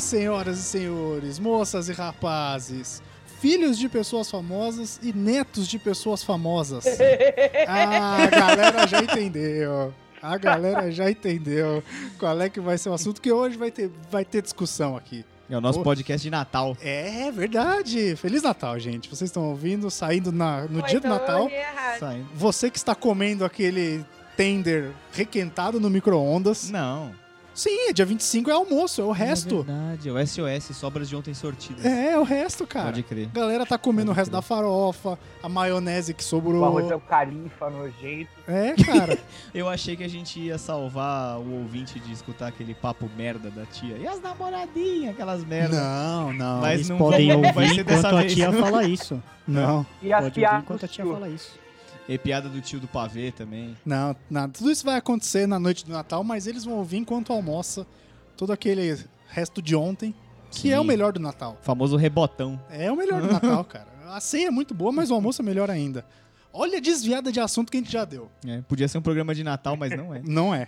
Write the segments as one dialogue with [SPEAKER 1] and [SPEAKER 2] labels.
[SPEAKER 1] senhoras e senhores, moças e rapazes, filhos de pessoas famosas e netos de pessoas famosas. Ah, a galera já entendeu. A galera já entendeu qual é que vai ser o assunto, que hoje vai ter, vai ter discussão aqui.
[SPEAKER 2] É o nosso
[SPEAKER 1] Pô.
[SPEAKER 2] podcast de Natal.
[SPEAKER 1] É verdade. Feliz Natal, gente. Vocês estão ouvindo, saindo na- no
[SPEAKER 3] Ou
[SPEAKER 1] dia do
[SPEAKER 3] então eu
[SPEAKER 1] Natal.
[SPEAKER 3] olhei errado.
[SPEAKER 2] Saindo.
[SPEAKER 1] Você que está comendo aquele tender requentado no micro-ondas.
[SPEAKER 2] Não.
[SPEAKER 1] Sim, é dia 25 é almoço, é o
[SPEAKER 2] É
[SPEAKER 1] resto.
[SPEAKER 2] verdade, é o SOS, sobras de ontem sortidas.
[SPEAKER 1] É, é o resto, cara.
[SPEAKER 2] Pode crer.
[SPEAKER 1] A galera tá comendo o
[SPEAKER 2] Pode
[SPEAKER 1] resto
[SPEAKER 2] crer.
[SPEAKER 1] da farofa, a maionese que
[SPEAKER 4] O
[SPEAKER 1] sobrou.
[SPEAKER 4] arroz é o califa nojento.
[SPEAKER 1] É, cara.
[SPEAKER 2] Eu achei que a gente ia salvar o ouvinte de escutar aquele papo merda da tia. E as namoradinhas, aquelas merdas.
[SPEAKER 1] não, não.
[SPEAKER 2] Mas
[SPEAKER 5] Eles
[SPEAKER 2] não-
[SPEAKER 5] podem
[SPEAKER 2] não vai
[SPEAKER 5] ouvir
[SPEAKER 2] ser
[SPEAKER 5] enquanto
[SPEAKER 2] dessa
[SPEAKER 5] a
[SPEAKER 2] vez.
[SPEAKER 5] tia fala isso.
[SPEAKER 1] Não,
[SPEAKER 4] E as
[SPEAKER 5] Pode ouvir
[SPEAKER 4] piadas
[SPEAKER 5] enquanto a
[SPEAKER 4] do
[SPEAKER 5] tia
[SPEAKER 4] tio.
[SPEAKER 5] fala isso.
[SPEAKER 2] E piada do tio do pavê também.
[SPEAKER 1] não, nada. Tudo isso vai acontecer na noite do Natal, mas eles vão ouvir enquanto almoça todo aquele resto de ontem, que
[SPEAKER 2] Sim.
[SPEAKER 1] é o melhor do Natal.
[SPEAKER 2] Famoso rebotão.
[SPEAKER 1] É o melhor do Natal, cara. A ceia é muito boa, mas o almoço é melhor ainda. Olha a desviada de assunto que a gente já deu.
[SPEAKER 2] É, podia ser um programa de Natal, mas não é.
[SPEAKER 1] Não é.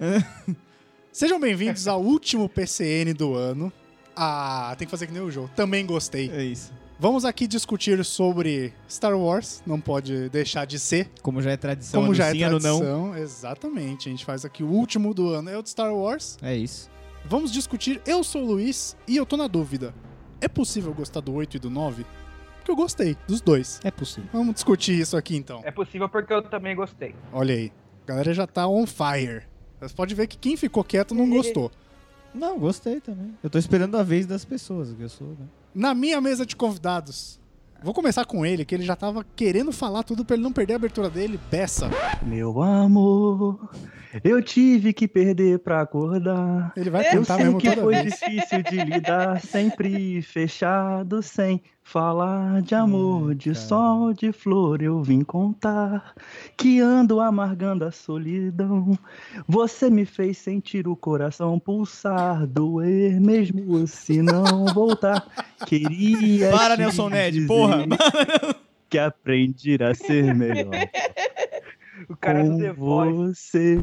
[SPEAKER 1] Sejam bem-vindos ao último PCN do ano. Ah, tem que fazer que nem o jogo. Também gostei.
[SPEAKER 2] É isso.
[SPEAKER 1] Vamos aqui discutir sobre Star Wars, não pode deixar de ser,
[SPEAKER 2] Como já é tradição,
[SPEAKER 1] como
[SPEAKER 2] ano
[SPEAKER 1] já é
[SPEAKER 2] sim, ano não.
[SPEAKER 1] tradição. Exatamente, a gente faz aqui o último do ano, é o de Star Wars.
[SPEAKER 2] É isso.
[SPEAKER 1] Vamos discutir, eu sou o Luiz e eu tô na dúvida. É possível gostar do 8 e do 9? Porque eu gostei dos dois.
[SPEAKER 5] É possível.
[SPEAKER 1] Vamos discutir isso aqui então.
[SPEAKER 4] É possível porque eu também gostei.
[SPEAKER 1] Olha aí, a galera já tá on fire. Vocês podem ver que quem ficou quieto não gostou.
[SPEAKER 2] Não, gostei também. Eu tô esperando a vez das pessoas, que eu sou, né?
[SPEAKER 1] Na minha mesa de convidados. Vou começar com ele, que ele já tava querendo falar tudo pra ele não perder a abertura dele. Beça.
[SPEAKER 6] Meu amor, eu tive que perder pra acordar.
[SPEAKER 1] Ele vai
[SPEAKER 6] Eu
[SPEAKER 1] cantar
[SPEAKER 6] sei
[SPEAKER 1] mesmo
[SPEAKER 6] que
[SPEAKER 1] toda
[SPEAKER 6] foi
[SPEAKER 1] vez.
[SPEAKER 6] difícil de lidar, sempre fechado, sem falar de amor,
[SPEAKER 2] Ai,
[SPEAKER 6] de
[SPEAKER 2] cara.
[SPEAKER 6] sol, de flor. Eu vim contar que ando amargando a solidão. Você me fez sentir o coração pulsar, doer mesmo se não voltar. Queria.
[SPEAKER 2] Para,
[SPEAKER 6] te
[SPEAKER 2] Nelson Ned,
[SPEAKER 6] dizer
[SPEAKER 2] porra.
[SPEAKER 6] Que aprendi a ser melhor
[SPEAKER 4] O cara do
[SPEAKER 7] é
[SPEAKER 4] The
[SPEAKER 6] com
[SPEAKER 4] Voice.
[SPEAKER 6] você.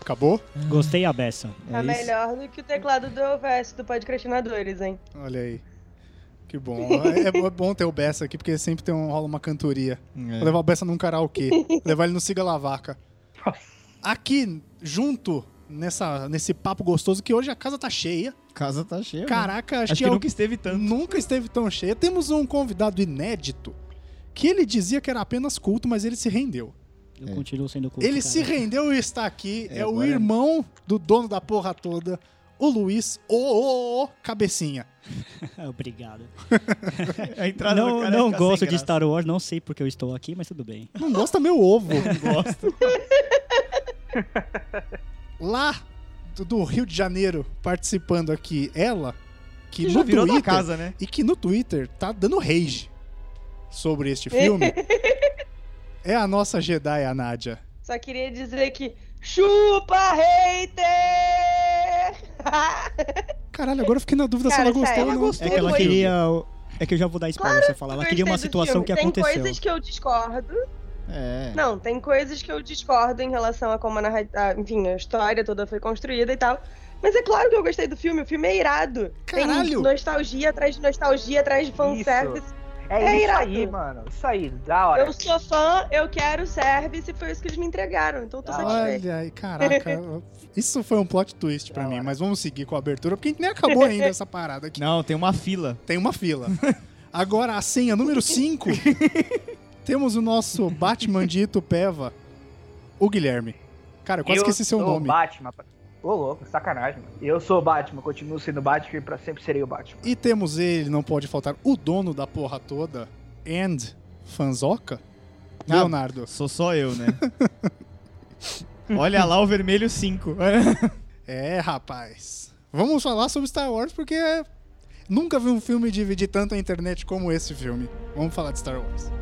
[SPEAKER 1] Acabou?
[SPEAKER 5] Gostei a beça.
[SPEAKER 2] É
[SPEAKER 3] Tá melhor do que o teclado do OVS do Podcrastinadores, hein?
[SPEAKER 1] Olha aí. Que bom. É, é bo- é bom ter o Bessa aqui, porque sempre tem um, rola uma cantoria.
[SPEAKER 2] É.
[SPEAKER 1] Vou levar o Bessa num karaokê. levar ele no Siga La Vaca. Aqui, junto, nessa, nesse papo gostoso, que hoje a casa tá cheia.
[SPEAKER 2] Casa tá cheia.
[SPEAKER 1] Caraca, acho,
[SPEAKER 2] Acho que
[SPEAKER 1] é o-
[SPEAKER 2] nunca esteve tanto.
[SPEAKER 1] Nunca esteve tão cheia. Temos um convidado inédito que ele dizia que era apenas culto, mas ele se rendeu.
[SPEAKER 5] Eu
[SPEAKER 2] É.
[SPEAKER 5] continuo sendo culto.
[SPEAKER 1] Ele
[SPEAKER 5] cara.
[SPEAKER 1] se rendeu e está aqui. É,
[SPEAKER 2] É,
[SPEAKER 1] o
[SPEAKER 2] agora-
[SPEAKER 1] irmão do dono da porra toda, o Luiz O, o, o Cabecinha.
[SPEAKER 5] Obrigado.
[SPEAKER 2] A entrada do
[SPEAKER 5] não
[SPEAKER 2] cara
[SPEAKER 5] não
[SPEAKER 2] fica sem
[SPEAKER 5] gosto de
[SPEAKER 2] graça.
[SPEAKER 5] Star Wars, não sei porque eu estou aqui, mas tudo bem.
[SPEAKER 1] Não gosta meu ovo. Lá do, do Rio de Janeiro, participando aqui, ela, que,
[SPEAKER 2] Que já
[SPEAKER 1] no
[SPEAKER 2] virou da
[SPEAKER 1] Twitter,
[SPEAKER 2] casa, né?
[SPEAKER 1] e que no Twitter tá dando rage sobre este filme, é a nossa Jedi, a Nádia.
[SPEAKER 3] Só queria dizer que. Chupa, hater!
[SPEAKER 1] Caralho, agora eu fiquei na dúvida se
[SPEAKER 3] Cara,
[SPEAKER 1] ela gostou
[SPEAKER 3] sério,
[SPEAKER 1] ou
[SPEAKER 3] ela
[SPEAKER 1] não.
[SPEAKER 3] gostou.
[SPEAKER 5] É que ela
[SPEAKER 3] Depois-
[SPEAKER 5] queria. o- É que eu já vou dar spoiler se eu falar. Ela
[SPEAKER 3] Eu
[SPEAKER 5] queria uma
[SPEAKER 3] gostei do
[SPEAKER 5] situação
[SPEAKER 3] filme.
[SPEAKER 5] que
[SPEAKER 3] Tem
[SPEAKER 5] aconteceu.
[SPEAKER 3] coisas que eu discordo.
[SPEAKER 2] É.
[SPEAKER 3] Não, tem coisas que eu discordo em relação a como a, narra... a- enfim, a história toda foi construída e tal. Mas é claro que eu gostei do filme, o filme é irado.
[SPEAKER 1] Caralho!
[SPEAKER 3] Tem nostalgia atrás de nostalgia, atrás de fanservice.
[SPEAKER 4] É,
[SPEAKER 3] É
[SPEAKER 4] isso
[SPEAKER 3] irado.
[SPEAKER 4] aí, mano. Isso aí, da hora.
[SPEAKER 3] Eu sou fã, eu quero service, foi isso que eles me entregaram, então eu tô
[SPEAKER 4] Da
[SPEAKER 3] satisfeito.
[SPEAKER 1] Olha aí, caraca. Isso foi um plot twist pra
[SPEAKER 4] Da
[SPEAKER 1] mim,
[SPEAKER 4] hora.
[SPEAKER 1] mas vamos seguir com a abertura, porque a gente nem acabou ainda essa parada aqui.
[SPEAKER 2] Não, tem uma fila.
[SPEAKER 1] Tem uma fila. Agora, a senha número 5. Temos o nosso Batman de Itupeva, o Guilherme. Cara, eu quase esqueci seu
[SPEAKER 4] sou
[SPEAKER 1] nome.
[SPEAKER 4] Batman. Ô, louco, sacanagem, mano. Eu sou o Batman, continuo sendo Batman e pra sempre serei o Batman.
[SPEAKER 1] E temos ele, não pode faltar, o dono da porra toda, and Fanzoca,
[SPEAKER 2] Ah,
[SPEAKER 1] Leonardo.
[SPEAKER 2] Sou só eu, né? Olha lá o vermelho 5.
[SPEAKER 1] É, rapaz. Vamos falar sobre Star Wars porque nunca vi um filme dividir tanto a internet como esse filme. Vamos falar de Star Wars. Léo,
[SPEAKER 2] pois não.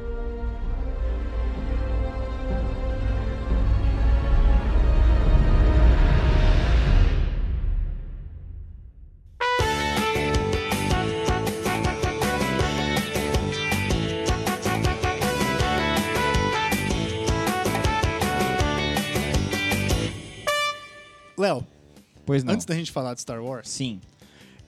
[SPEAKER 1] antes da gente falar de Star Wars,
[SPEAKER 2] Sim.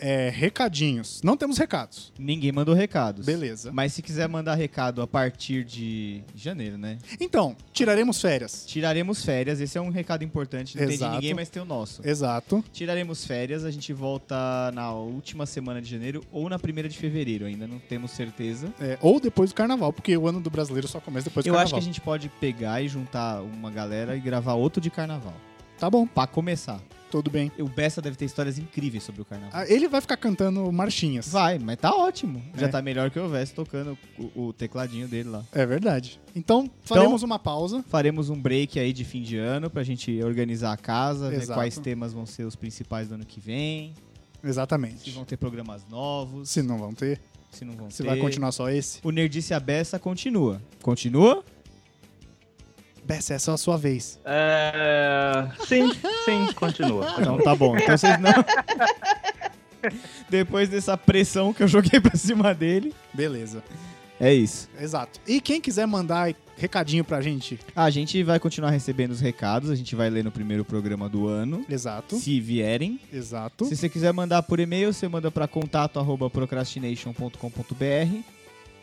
[SPEAKER 1] É, recadinhos. Não temos recados.
[SPEAKER 2] Ninguém mandou recados.
[SPEAKER 1] Beleza.
[SPEAKER 2] Mas se quiser mandar recado a partir de janeiro, né?
[SPEAKER 1] Então, tiraremos férias.
[SPEAKER 2] Tiraremos férias, esse é um recado importante, não tem
[SPEAKER 1] Exato.
[SPEAKER 2] de ninguém, mas tem o nosso.
[SPEAKER 1] Exato.
[SPEAKER 2] Tiraremos férias, a gente volta na última semana de janeiro ou na primeira de fevereiro, ainda não temos certeza.
[SPEAKER 1] É, ou depois do carnaval, porque o ano do brasileiro só começa depois do
[SPEAKER 2] Eu acho
[SPEAKER 1] carnaval.
[SPEAKER 2] que a gente pode pegar e juntar uma galera e gravar outro de carnaval.
[SPEAKER 1] Tá bom,
[SPEAKER 2] Pra começar.
[SPEAKER 1] tudo bem.
[SPEAKER 2] O Bessa deve ter histórias incríveis sobre o carnaval.
[SPEAKER 1] Ah, Ele vai ficar cantando marchinhas.
[SPEAKER 2] Vai, mas tá ótimo. Já
[SPEAKER 1] É.
[SPEAKER 2] tá melhor que o Vess tocando o, o tecladinho dele lá.
[SPEAKER 1] É verdade. Então, faremos uma pausa.
[SPEAKER 2] Faremos um break aí de fim de ano pra gente organizar a casa, ver
[SPEAKER 1] Exato.
[SPEAKER 2] quais temas vão ser os principais do ano que vem, se
[SPEAKER 1] Exatamente.
[SPEAKER 2] vão ter programas novos,
[SPEAKER 1] Se não vão ter,
[SPEAKER 2] se não vão
[SPEAKER 1] se
[SPEAKER 2] ter.
[SPEAKER 1] vai continuar só esse.
[SPEAKER 2] O Nerdice Abessa continua. Continua?
[SPEAKER 1] Bessa, essa é a sua vez.
[SPEAKER 6] É... Sim, sim, continua.
[SPEAKER 1] Ah,
[SPEAKER 2] Então tá bom. Então vocês não. Depois dessa pressão que eu joguei pra cima dele,
[SPEAKER 1] Beleza.
[SPEAKER 2] é isso.
[SPEAKER 1] Exato. E quem quiser mandar recadinho pra gente,
[SPEAKER 2] A gente vai continuar recebendo os recados, a gente vai ler no primeiro programa do ano.
[SPEAKER 1] exato.
[SPEAKER 2] Se vierem.
[SPEAKER 1] Exato.
[SPEAKER 2] Se você quiser mandar por e-mail, você manda para contato@procrastination.com.br.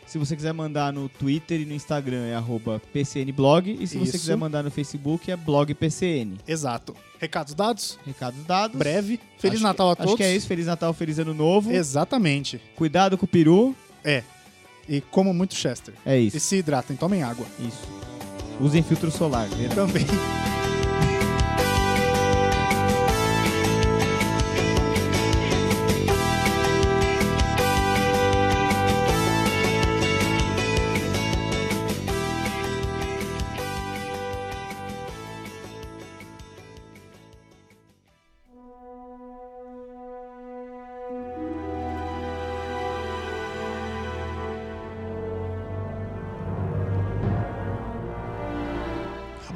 [SPEAKER 2] Se você quiser mandar no Twitter e no Instagram é arroba @pcnblog e se você
[SPEAKER 1] Isso.
[SPEAKER 2] quiser mandar no Facebook é blogpcn.
[SPEAKER 1] Exato. Recados dados?
[SPEAKER 2] Recados dados.
[SPEAKER 1] Breve. Feliz
[SPEAKER 2] Acho
[SPEAKER 1] Natal a
[SPEAKER 2] que-
[SPEAKER 1] todos.
[SPEAKER 2] Acho que é isso. Feliz Natal, feliz ano novo.
[SPEAKER 1] Exatamente.
[SPEAKER 2] Cuidado com o peru.
[SPEAKER 1] E comam muito Chester.
[SPEAKER 2] É
[SPEAKER 1] E
[SPEAKER 2] isso.
[SPEAKER 1] se hidratem, tomem água.
[SPEAKER 2] Isso. Usem filtro solar. verão.
[SPEAKER 1] Também.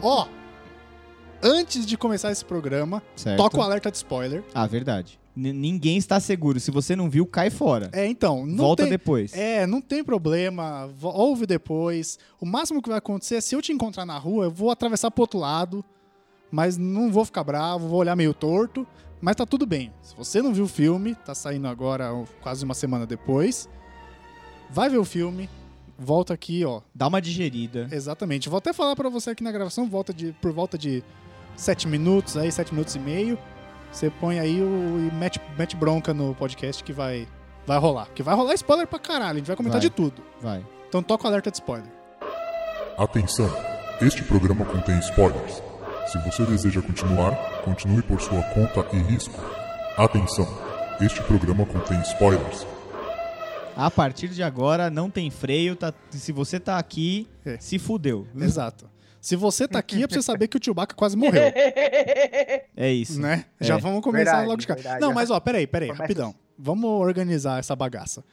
[SPEAKER 1] Ó, antes de começar esse programa,
[SPEAKER 2] Certo?
[SPEAKER 1] toca o alerta de spoiler.
[SPEAKER 2] Ah, verdade. N- ninguém está seguro. Se você não viu, cai fora.
[SPEAKER 1] É, então, não
[SPEAKER 2] Volta
[SPEAKER 1] tem...
[SPEAKER 2] depois.
[SPEAKER 1] É, não tem problema, vo- ouve depois. O máximo que vai acontecer é se eu te encontrar na rua, eu vou atravessar pro outro lado, mas não vou ficar bravo, vou olhar meio torto, mas tá tudo bem. Se você não viu o filme, tá saindo agora ó, quase uma semana depois, vai ver o filme, volta aqui, ó.
[SPEAKER 2] Dá uma digerida.
[SPEAKER 1] Exatamente. Vou até falar pra você aqui na gravação, volta de, por volta de 7 minutos, aí 7 minutos e meio. Você põe aí o, e mete, mete bronca no podcast que vai, vai rolar. Que vai rolar spoiler pra caralho, a gente vai comentar
[SPEAKER 2] Vai.
[SPEAKER 1] de tudo.
[SPEAKER 2] Vai.
[SPEAKER 1] Então toca o alerta de spoiler.
[SPEAKER 8] Atenção! Este programa contém spoilers. Se você deseja continuar, continue por sua conta e risco. Atenção! Este programa contém spoilers.
[SPEAKER 2] A partir de agora não tem freio, tá- se você tá aqui,
[SPEAKER 1] É.
[SPEAKER 2] se fudeu.
[SPEAKER 1] Exato. Se você tá aqui, é pra você saber que o Chewbacca quase morreu,
[SPEAKER 2] É isso.
[SPEAKER 1] né?
[SPEAKER 2] É.
[SPEAKER 1] Já vamos começar
[SPEAKER 4] Verdade,
[SPEAKER 1] logo de cara.
[SPEAKER 4] verdade.
[SPEAKER 1] Não, mas ó, peraí, peraí,
[SPEAKER 4] Promessas.
[SPEAKER 1] rapidão. Vamos organizar essa bagaça.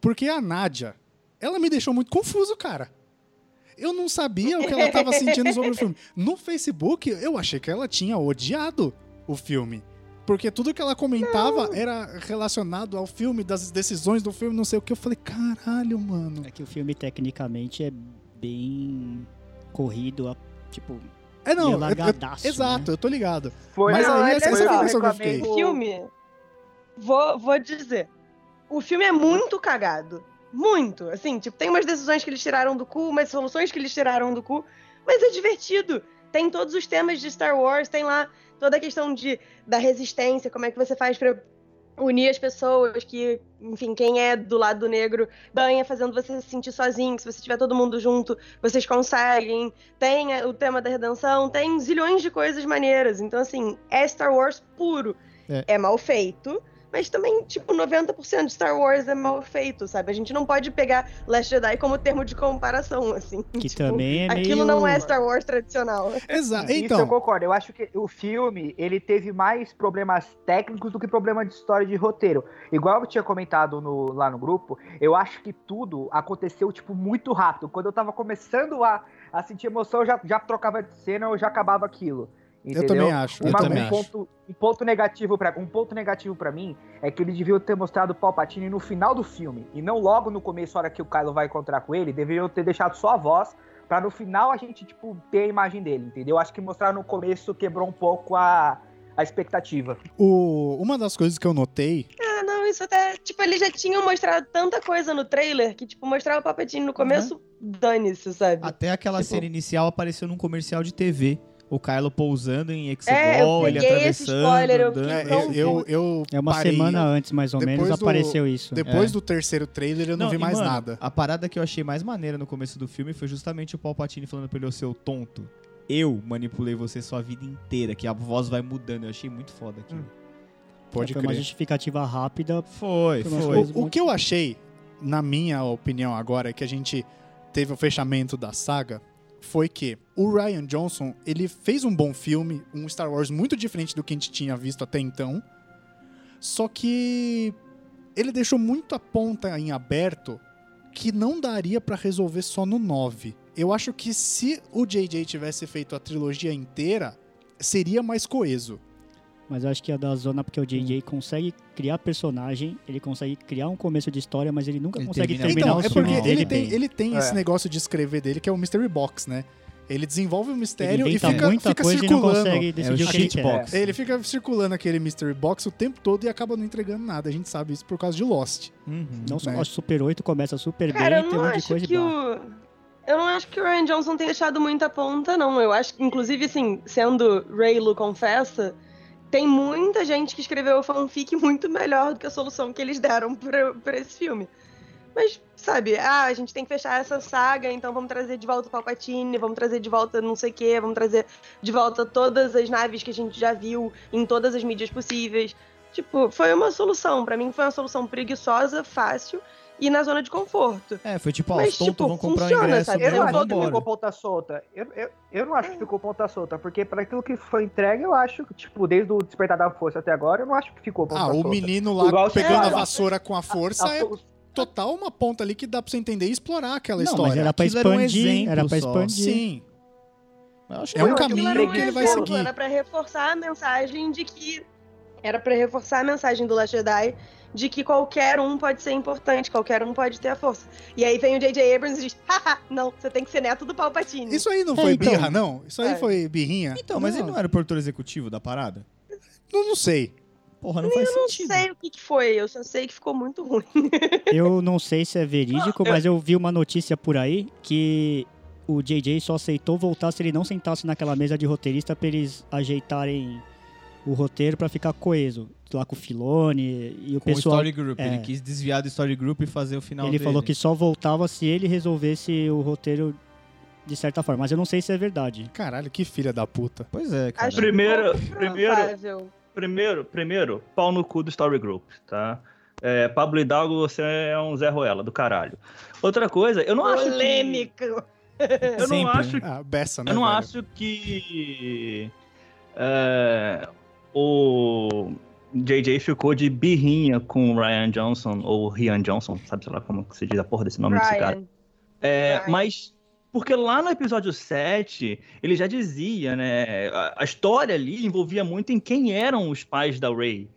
[SPEAKER 1] Porque a Nádia, ela me deixou muito confuso, cara. Eu não sabia o que ela tava sentindo sobre o filme. No Facebook, eu achei que ela tinha odiado o filme. Porque tudo que ela comentava era relacionado ao filme, das decisões do filme, não sei o que. Eu falei, caralho, mano.
[SPEAKER 5] É que o filme tecnicamente é bem corrido, a- tipo, né?
[SPEAKER 1] É, não.
[SPEAKER 5] meio
[SPEAKER 1] eu- eu-
[SPEAKER 5] largadaço,
[SPEAKER 1] exato, eu tô ligado.
[SPEAKER 4] Foi,
[SPEAKER 1] Mas aí
[SPEAKER 4] olha
[SPEAKER 1] essa-
[SPEAKER 4] só,
[SPEAKER 1] essa foi a impressão que eu
[SPEAKER 4] reclamei
[SPEAKER 1] fiquei.
[SPEAKER 4] do-
[SPEAKER 3] O filme. Vou, vou dizer. O filme é muito cagado. Muito. Assim, tipo, tem umas decisões que eles tiraram do cu, umas soluções que eles tiraram do cu, mas é divertido. Tem todos os temas de Star Wars, tem lá toda a questão de, da resistência, como é que você faz pra unir as pessoas, que, enfim, quem é do lado negro ganha fazendo você se sentir sozinho, que se você tiver todo mundo junto, vocês conseguem. Tem eh, o tema da redenção, tem zilhões de coisas maneiras. Então, assim, é Star Wars puro. É, mal feito. Mas também, tipo, 90% de Star Wars é mal feito, sabe? A gente não pode pegar Last Jedi como termo de comparação, assim.
[SPEAKER 5] que
[SPEAKER 3] Tipo,
[SPEAKER 5] também é meio...
[SPEAKER 3] Aquilo não é Star Wars tradicional.
[SPEAKER 1] Exato.
[SPEAKER 4] É, Isso eu
[SPEAKER 1] Então,
[SPEAKER 4] concordo. Eu acho que o filme, ele teve mais problemas técnicos do que problema de história e de roteiro. Igual eu tinha comentado no- lá no grupo, eu acho que tudo aconteceu, tipo, muito rápido. Quando eu tava começando a, a sentir emoção, eu já, já trocava de cena, eu já acabava aquilo.
[SPEAKER 1] eu
[SPEAKER 4] Entendeu?
[SPEAKER 1] também acho. Eu
[SPEAKER 4] Uma- um,
[SPEAKER 1] também acho.
[SPEAKER 4] ponto, um ponto negativo para um ponto negativo para mim é que ele devia ter mostrado o Palpatine no final do filme e não logo no começo, a hora que o Kylo vai encontrar com ele, deveriam ter deixado só a voz para no final a gente tipo ter a imagem dele, entendeu? Acho que mostrar no começo quebrou um pouco a, a expectativa.
[SPEAKER 1] O- uma das coisas que eu notei
[SPEAKER 3] Ah, não, isso até. Tipo, eles já tinham mostrado tanta coisa no trailer que, tipo, mostrar o Palpatine no começo, dane-se, sabe?
[SPEAKER 2] Até aquela
[SPEAKER 3] Tipo-
[SPEAKER 2] cena inicial apareceu num comercial de TV. O Kylo pousando em
[SPEAKER 3] É, eu
[SPEAKER 2] Exegol, ele
[SPEAKER 3] peguei
[SPEAKER 2] atravessando.
[SPEAKER 3] esse spoiler, eu
[SPEAKER 2] andando.
[SPEAKER 3] fiquei
[SPEAKER 1] É, eu,
[SPEAKER 3] tão
[SPEAKER 1] eu, eu
[SPEAKER 5] É uma
[SPEAKER 1] parei-
[SPEAKER 5] semana antes, né? É. mais ou
[SPEAKER 1] Depois
[SPEAKER 5] menos,
[SPEAKER 1] do-
[SPEAKER 5] apareceu isso.
[SPEAKER 1] Depois do terceiro trailer eu não, vi
[SPEAKER 2] e,
[SPEAKER 1] mais
[SPEAKER 2] mano,
[SPEAKER 1] nada.
[SPEAKER 2] A parada que eu achei mais maneira no começo do filme foi justamente o Palpatine falando pra ele, ô seu tonto, eu manipulei você sua vida inteira, que a voz vai mudando. Eu achei muito foda aquilo.
[SPEAKER 1] Hum. Pode
[SPEAKER 5] foi uma
[SPEAKER 1] crer.
[SPEAKER 5] justificativa rápida.
[SPEAKER 2] Foi,
[SPEAKER 5] Foi uma
[SPEAKER 2] foi. É
[SPEAKER 5] coisa-
[SPEAKER 1] O, o que eu achei, na minha opinião agora, é que a gente teve o fechamento da saga, foi que o Ryan Johnson, ele fez um bom filme, um Star Wars muito diferente do que a gente tinha visto até então, só que ele deixou muito a ponta em aberto que não daria pra resolver só no 9. Eu acho que se o JJ tivesse feito a trilogia inteira, seria mais coeso.
[SPEAKER 5] Mas eu acho que é da zona porque o JJ consegue criar personagem, ele consegue criar um começo de história, mas ele nunca
[SPEAKER 2] Ele
[SPEAKER 5] consegue
[SPEAKER 2] termina
[SPEAKER 5] terminar
[SPEAKER 1] Então,
[SPEAKER 5] o
[SPEAKER 1] é
[SPEAKER 5] filme
[SPEAKER 1] porque
[SPEAKER 2] final,
[SPEAKER 1] ele
[SPEAKER 2] né?
[SPEAKER 1] tem, ele tem
[SPEAKER 7] É.
[SPEAKER 1] esse negócio de escrever dele, que é o Mystery Box, né? Ele desenvolve o mistério e
[SPEAKER 5] ele inventa
[SPEAKER 1] fica,
[SPEAKER 5] muita
[SPEAKER 1] fica
[SPEAKER 5] coisa e não
[SPEAKER 1] circulando.
[SPEAKER 5] consegue decidir É o que ele quer.
[SPEAKER 2] cheatbox.
[SPEAKER 1] Ele fica circulando aquele Mystery Box o tempo todo e acaba não entregando nada. A gente sabe isso por causa de Lost.
[SPEAKER 2] Uhum.
[SPEAKER 5] Não só
[SPEAKER 1] É.
[SPEAKER 5] o Super 8 começa super
[SPEAKER 3] Cara, eu
[SPEAKER 5] bem e tem
[SPEAKER 3] não
[SPEAKER 5] um monte de
[SPEAKER 3] acho
[SPEAKER 5] coisa e
[SPEAKER 3] que
[SPEAKER 5] blá.
[SPEAKER 3] o. Eu não acho que o Ryan Johnson tenha deixado muita ponta, não. Eu acho que, inclusive, assim, sendo Raylo confessa, tem muita gente que escreveu fanfic muito melhor do que a solução que eles deram pra, pra esse filme. Mas, sabe, ah, a gente tem que fechar essa saga, então vamos trazer de volta o Palpatine, vamos trazer de volta não sei o quê, vamos trazer de volta todas as naves que a gente já viu em todas as mídias possíveis. Tipo, foi uma solução. Pra mim foi uma solução preguiçosa, fácil e na zona de conforto.
[SPEAKER 2] É, foi tipo, ó,
[SPEAKER 3] Mas,
[SPEAKER 2] os tontos
[SPEAKER 3] tipo,
[SPEAKER 2] vão comprar o
[SPEAKER 3] funciona,
[SPEAKER 2] ingresso,
[SPEAKER 3] sabe?
[SPEAKER 7] Eu não
[SPEAKER 2] meu,
[SPEAKER 7] acho que
[SPEAKER 2] vambora.
[SPEAKER 7] ficou ponta solta. Eu, eu, eu não
[SPEAKER 4] É.
[SPEAKER 7] acho que ficou ponta solta, porque para aquilo que foi entregue, eu acho que, tipo, desde o Despertar da Força até agora, eu não acho que ficou ponta
[SPEAKER 1] Ah,
[SPEAKER 7] solta. Tá
[SPEAKER 1] o menino lá
[SPEAKER 7] Igual se
[SPEAKER 1] pegando a
[SPEAKER 7] fala.
[SPEAKER 1] vassoura com a força
[SPEAKER 7] A-
[SPEAKER 1] é total uma ponta ali que dá pra você entender e explorar aquela
[SPEAKER 5] Não,
[SPEAKER 1] história.
[SPEAKER 5] mas era pra
[SPEAKER 2] Aquilo era um
[SPEAKER 5] expandir,
[SPEAKER 2] exemplo
[SPEAKER 5] era pra
[SPEAKER 2] só.
[SPEAKER 5] expandir.
[SPEAKER 1] Sim.
[SPEAKER 2] Eu acho
[SPEAKER 1] É um
[SPEAKER 3] Não, aquilo
[SPEAKER 1] caminho
[SPEAKER 3] era um
[SPEAKER 1] que ele vai
[SPEAKER 3] exemplo,
[SPEAKER 1] seguir.
[SPEAKER 3] Era pra reforçar a mensagem de que. Era pra reforçar a mensagem do Last Jedi de que qualquer um pode ser importante, qualquer um pode ter a força. E aí vem o J.J. Abrams e diz: haha, não, você tem que ser neto do Palpatine.
[SPEAKER 1] Isso aí não
[SPEAKER 5] É,
[SPEAKER 1] foi
[SPEAKER 5] então.
[SPEAKER 1] birra, não? Isso aí
[SPEAKER 3] É.
[SPEAKER 1] foi birrinha?
[SPEAKER 2] Então, mas ele
[SPEAKER 5] é
[SPEAKER 2] não era o produtor executivo da parada?
[SPEAKER 1] Não, não sei.
[SPEAKER 2] Porra, não faz
[SPEAKER 3] eu
[SPEAKER 1] é
[SPEAKER 3] não
[SPEAKER 2] sentido.
[SPEAKER 3] sei o que, que foi, eu só sei que ficou muito ruim.
[SPEAKER 5] Eu não sei se é verídico, mas eu vi uma notícia por aí que o JJ só aceitou voltar se ele não sentasse naquela mesa de roteirista pra eles ajeitarem o roteiro pra ficar coeso. Lá com o Filone e o
[SPEAKER 2] Com o
[SPEAKER 5] pessoal.
[SPEAKER 2] Story Group,
[SPEAKER 5] é.
[SPEAKER 2] ele quis desviar do Story Group e fazer o final
[SPEAKER 5] Ele
[SPEAKER 2] dele.
[SPEAKER 5] falou que só voltava se ele resolvesse o roteiro de certa forma. Mas eu não sei se é verdade.
[SPEAKER 1] Caralho, que filha da puta.
[SPEAKER 2] Pois é, cara.
[SPEAKER 3] Acho
[SPEAKER 9] Primeiro-
[SPEAKER 3] pouco
[SPEAKER 9] primeiro-
[SPEAKER 3] provável.
[SPEAKER 9] Primeiro, primeiro, pau no cu do Story Group, tá? É, Pablo Hidalgo, você é um Zé Ruela, do caralho. Outra coisa, eu não acho que...
[SPEAKER 3] Polêmico.
[SPEAKER 9] Eu não
[SPEAKER 2] Sempre,
[SPEAKER 9] acho
[SPEAKER 1] Ah, beça, né?
[SPEAKER 9] Eu não
[SPEAKER 1] velho?
[SPEAKER 9] acho que é, o JJ ficou de birrinha com o Ryan Johnson, ou Rian Johnson, sabe sei lá como que se diz a porra desse nome desse cara.
[SPEAKER 3] Brian.
[SPEAKER 9] É,
[SPEAKER 3] Ryan.
[SPEAKER 9] mas porque lá no episódio 7, ele já dizia, né? A, a história ali envolvia muito em quem eram os pais da Ray.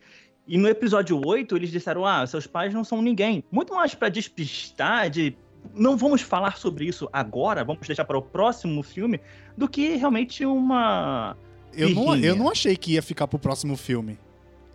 [SPEAKER 9] E no episódio 8, eles disseram: ah, seus pais não são ninguém. Muito mais pra despistar de. Não vamos falar sobre isso agora, vamos deixar para o próximo filme, do que realmente uma.
[SPEAKER 1] Eu não,
[SPEAKER 9] Birrinha.
[SPEAKER 1] eu não achei que ia ficar pro próximo filme.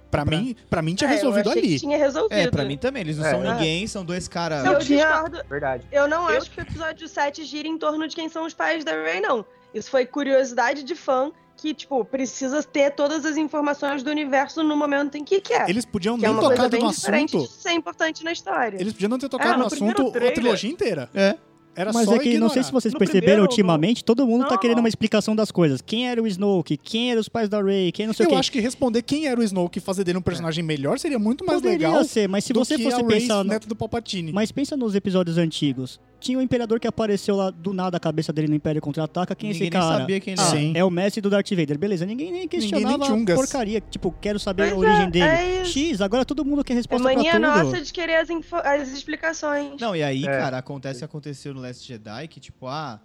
[SPEAKER 1] Pra, mim, pra mim tinha
[SPEAKER 3] É, eu
[SPEAKER 1] resolvido
[SPEAKER 3] achei que
[SPEAKER 1] ali.
[SPEAKER 3] Tinha resolvido.
[SPEAKER 2] É, pra mim também, eles não
[SPEAKER 7] É.
[SPEAKER 2] são ninguém, são dois caras...
[SPEAKER 3] Eu
[SPEAKER 7] Eu tinha-
[SPEAKER 3] discordo,
[SPEAKER 7] Verdade.
[SPEAKER 3] Eu não
[SPEAKER 7] Eu-
[SPEAKER 3] acho que o episódio 7 gira em torno de quem são os pais da Ray, não. Isso foi curiosidade de fã que, tipo, precisa ter todas as informações do universo no momento em que quer.
[SPEAKER 1] Eles podiam
[SPEAKER 3] que é
[SPEAKER 1] nem
[SPEAKER 3] uma
[SPEAKER 5] tá
[SPEAKER 3] coisa
[SPEAKER 1] tocar
[SPEAKER 3] bem
[SPEAKER 1] no
[SPEAKER 3] diferente
[SPEAKER 1] assunto.
[SPEAKER 3] de ser importante na história.
[SPEAKER 1] Eles podiam não ter tocado
[SPEAKER 9] Ah,
[SPEAKER 1] no,
[SPEAKER 9] no
[SPEAKER 1] assunto
[SPEAKER 9] primeiro
[SPEAKER 1] a
[SPEAKER 9] trailer.
[SPEAKER 1] trilogia inteira.
[SPEAKER 2] É.
[SPEAKER 1] Era
[SPEAKER 5] Mas
[SPEAKER 1] só
[SPEAKER 5] é que não
[SPEAKER 1] ignorar.
[SPEAKER 5] sei se vocês
[SPEAKER 9] No
[SPEAKER 5] perceberam
[SPEAKER 9] primeiro, no-
[SPEAKER 5] ultimamente, todo mundo tá
[SPEAKER 9] Não,
[SPEAKER 5] querendo
[SPEAKER 9] não.
[SPEAKER 5] uma explicação das coisas. Quem era o Snoke? Quem eram os pais da Rey? Quem não sei
[SPEAKER 1] Eu
[SPEAKER 5] o quê? É.
[SPEAKER 1] acho que responder quem era o Snoke e fazer dele um personagem melhor seria muito mais
[SPEAKER 5] Poderia
[SPEAKER 1] legal
[SPEAKER 5] ser, mas se
[SPEAKER 1] do
[SPEAKER 5] você
[SPEAKER 1] que
[SPEAKER 5] fosse
[SPEAKER 1] a Rey, né?
[SPEAKER 5] pensar no,
[SPEAKER 1] neto do Palpatine.
[SPEAKER 5] Mas pensa nos episódios antigos. Tinha um imperador que apareceu lá do nada, a cabeça dele no Império Contra-Ataca. Quem é
[SPEAKER 2] Ninguém
[SPEAKER 5] esse
[SPEAKER 2] nem
[SPEAKER 5] cara?
[SPEAKER 2] sabia quem ele
[SPEAKER 5] Ah,
[SPEAKER 2] era.
[SPEAKER 1] Sim.
[SPEAKER 5] é o mestre do Darth Vader. Beleza, ninguém nem questionava a
[SPEAKER 1] tchungas.
[SPEAKER 5] porcaria. Tipo, quero saber a
[SPEAKER 3] Pois é,
[SPEAKER 5] origem dele.
[SPEAKER 3] é isso.
[SPEAKER 5] X, agora todo mundo quer
[SPEAKER 3] É
[SPEAKER 5] resposta pra
[SPEAKER 3] mania
[SPEAKER 5] tudo.
[SPEAKER 3] nossa de querer as, info- as explicações.
[SPEAKER 2] Não, e aí,
[SPEAKER 7] É.
[SPEAKER 2] cara, acontece o que aconteceu no Last Jedi, que tipo, ah,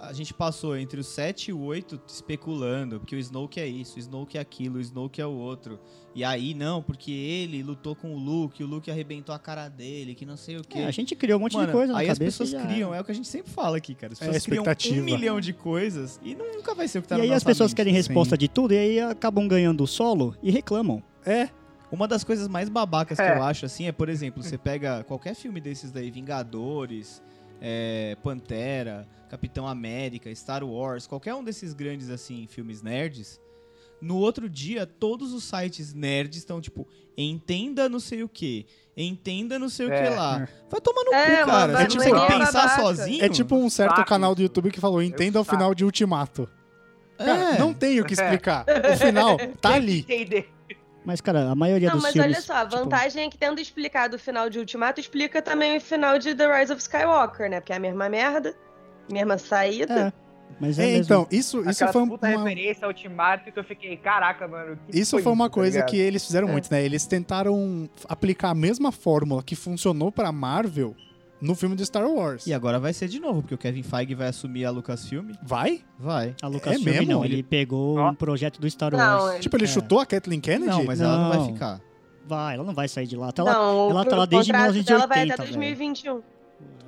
[SPEAKER 2] a gente passou entre o 7 e o 8 especulando, porque o Snoke é isso, o Snoke é aquilo, o Snoke é o outro. E aí, não, porque ele lutou com o Luke, o Luke arrebentou a cara dele, que não sei o quê.
[SPEAKER 5] É, a gente criou um monte
[SPEAKER 2] Mano,
[SPEAKER 5] de coisa na
[SPEAKER 2] aí as
[SPEAKER 5] cabeça
[SPEAKER 2] pessoas
[SPEAKER 5] e já
[SPEAKER 2] criam, é o que a gente sempre fala aqui, cara. As
[SPEAKER 1] É,
[SPEAKER 2] pessoas criam
[SPEAKER 1] expectativa.
[SPEAKER 2] um milhão de coisas e não- nunca vai ser o que tá
[SPEAKER 5] era.
[SPEAKER 2] na
[SPEAKER 5] E aí as
[SPEAKER 2] nossa
[SPEAKER 5] pessoas
[SPEAKER 2] mente.
[SPEAKER 5] querem resposta de tudo e aí acabam ganhando o solo e reclamam.
[SPEAKER 1] É.
[SPEAKER 2] Uma das coisas mais babacas que
[SPEAKER 4] É.
[SPEAKER 2] eu acho, assim, é, por exemplo, você pega qualquer filme desses daí, Vingadores, é, Pantera, Capitão América, Star Wars, qualquer um desses grandes, assim, filmes nerds, no outro dia, todos os sites nerds estão, tipo, entenda não sei o que, entenda não sei o que
[SPEAKER 4] É.
[SPEAKER 2] lá. Vai tomar no
[SPEAKER 3] É,
[SPEAKER 2] cu,
[SPEAKER 3] uma
[SPEAKER 2] cara. tipo, Você
[SPEAKER 1] barulheira
[SPEAKER 2] consegue pensar
[SPEAKER 3] babaca.
[SPEAKER 2] sozinho?
[SPEAKER 1] É tipo um certo
[SPEAKER 4] Saco.
[SPEAKER 1] canal do YouTube que falou: entenda o
[SPEAKER 4] saco.
[SPEAKER 1] final de Ultimato. Cara,
[SPEAKER 2] É.
[SPEAKER 1] não tem o que explicar. O final tá ali.
[SPEAKER 4] Entender.
[SPEAKER 5] Mas, cara, a maioria
[SPEAKER 3] Não,
[SPEAKER 5] dos
[SPEAKER 3] mas
[SPEAKER 5] filmes...
[SPEAKER 3] olha só, a
[SPEAKER 5] tipo,
[SPEAKER 3] vantagem é que tendo explicado o final de Ultimato, explica também o final de The Rise of Skywalker, né? Porque é a mesma merda, mesma saída.
[SPEAKER 5] É, mas é,
[SPEAKER 1] É,
[SPEAKER 5] mesmo.
[SPEAKER 1] então, isso, isso
[SPEAKER 4] Aquela
[SPEAKER 1] foi
[SPEAKER 4] puta
[SPEAKER 1] uma,
[SPEAKER 4] referência ao Ultimato que eu fiquei, caraca, mano. que
[SPEAKER 1] Isso foi uma
[SPEAKER 4] tá
[SPEAKER 1] coisa
[SPEAKER 4] ligado?
[SPEAKER 1] que eles fizeram muito, né? Eles tentaram aplicar a mesma fórmula que funcionou pra Marvel no filme de Star Wars.
[SPEAKER 2] E agora vai ser de novo, porque o Kevin Feige vai assumir a Lucasfilm.
[SPEAKER 1] Vai?
[SPEAKER 2] Vai.
[SPEAKER 5] A Lucasfilm
[SPEAKER 1] mesmo?
[SPEAKER 5] não, ele pegou
[SPEAKER 4] Ó.
[SPEAKER 5] um projeto do Star
[SPEAKER 3] Não,
[SPEAKER 5] Wars.
[SPEAKER 3] é-
[SPEAKER 1] Tipo, ele
[SPEAKER 5] É.
[SPEAKER 1] chutou a Kathleen Kennedy?
[SPEAKER 2] Não, mas ela não vai
[SPEAKER 5] Não.
[SPEAKER 2] ficar.
[SPEAKER 5] Vai, ela não vai sair de lá. Tá lá-
[SPEAKER 3] Não,
[SPEAKER 5] ela
[SPEAKER 3] o,
[SPEAKER 5] tá lá
[SPEAKER 3] o
[SPEAKER 5] desde
[SPEAKER 3] contrato dela vai
[SPEAKER 5] 1980,
[SPEAKER 3] até
[SPEAKER 5] velho.
[SPEAKER 3] 2021.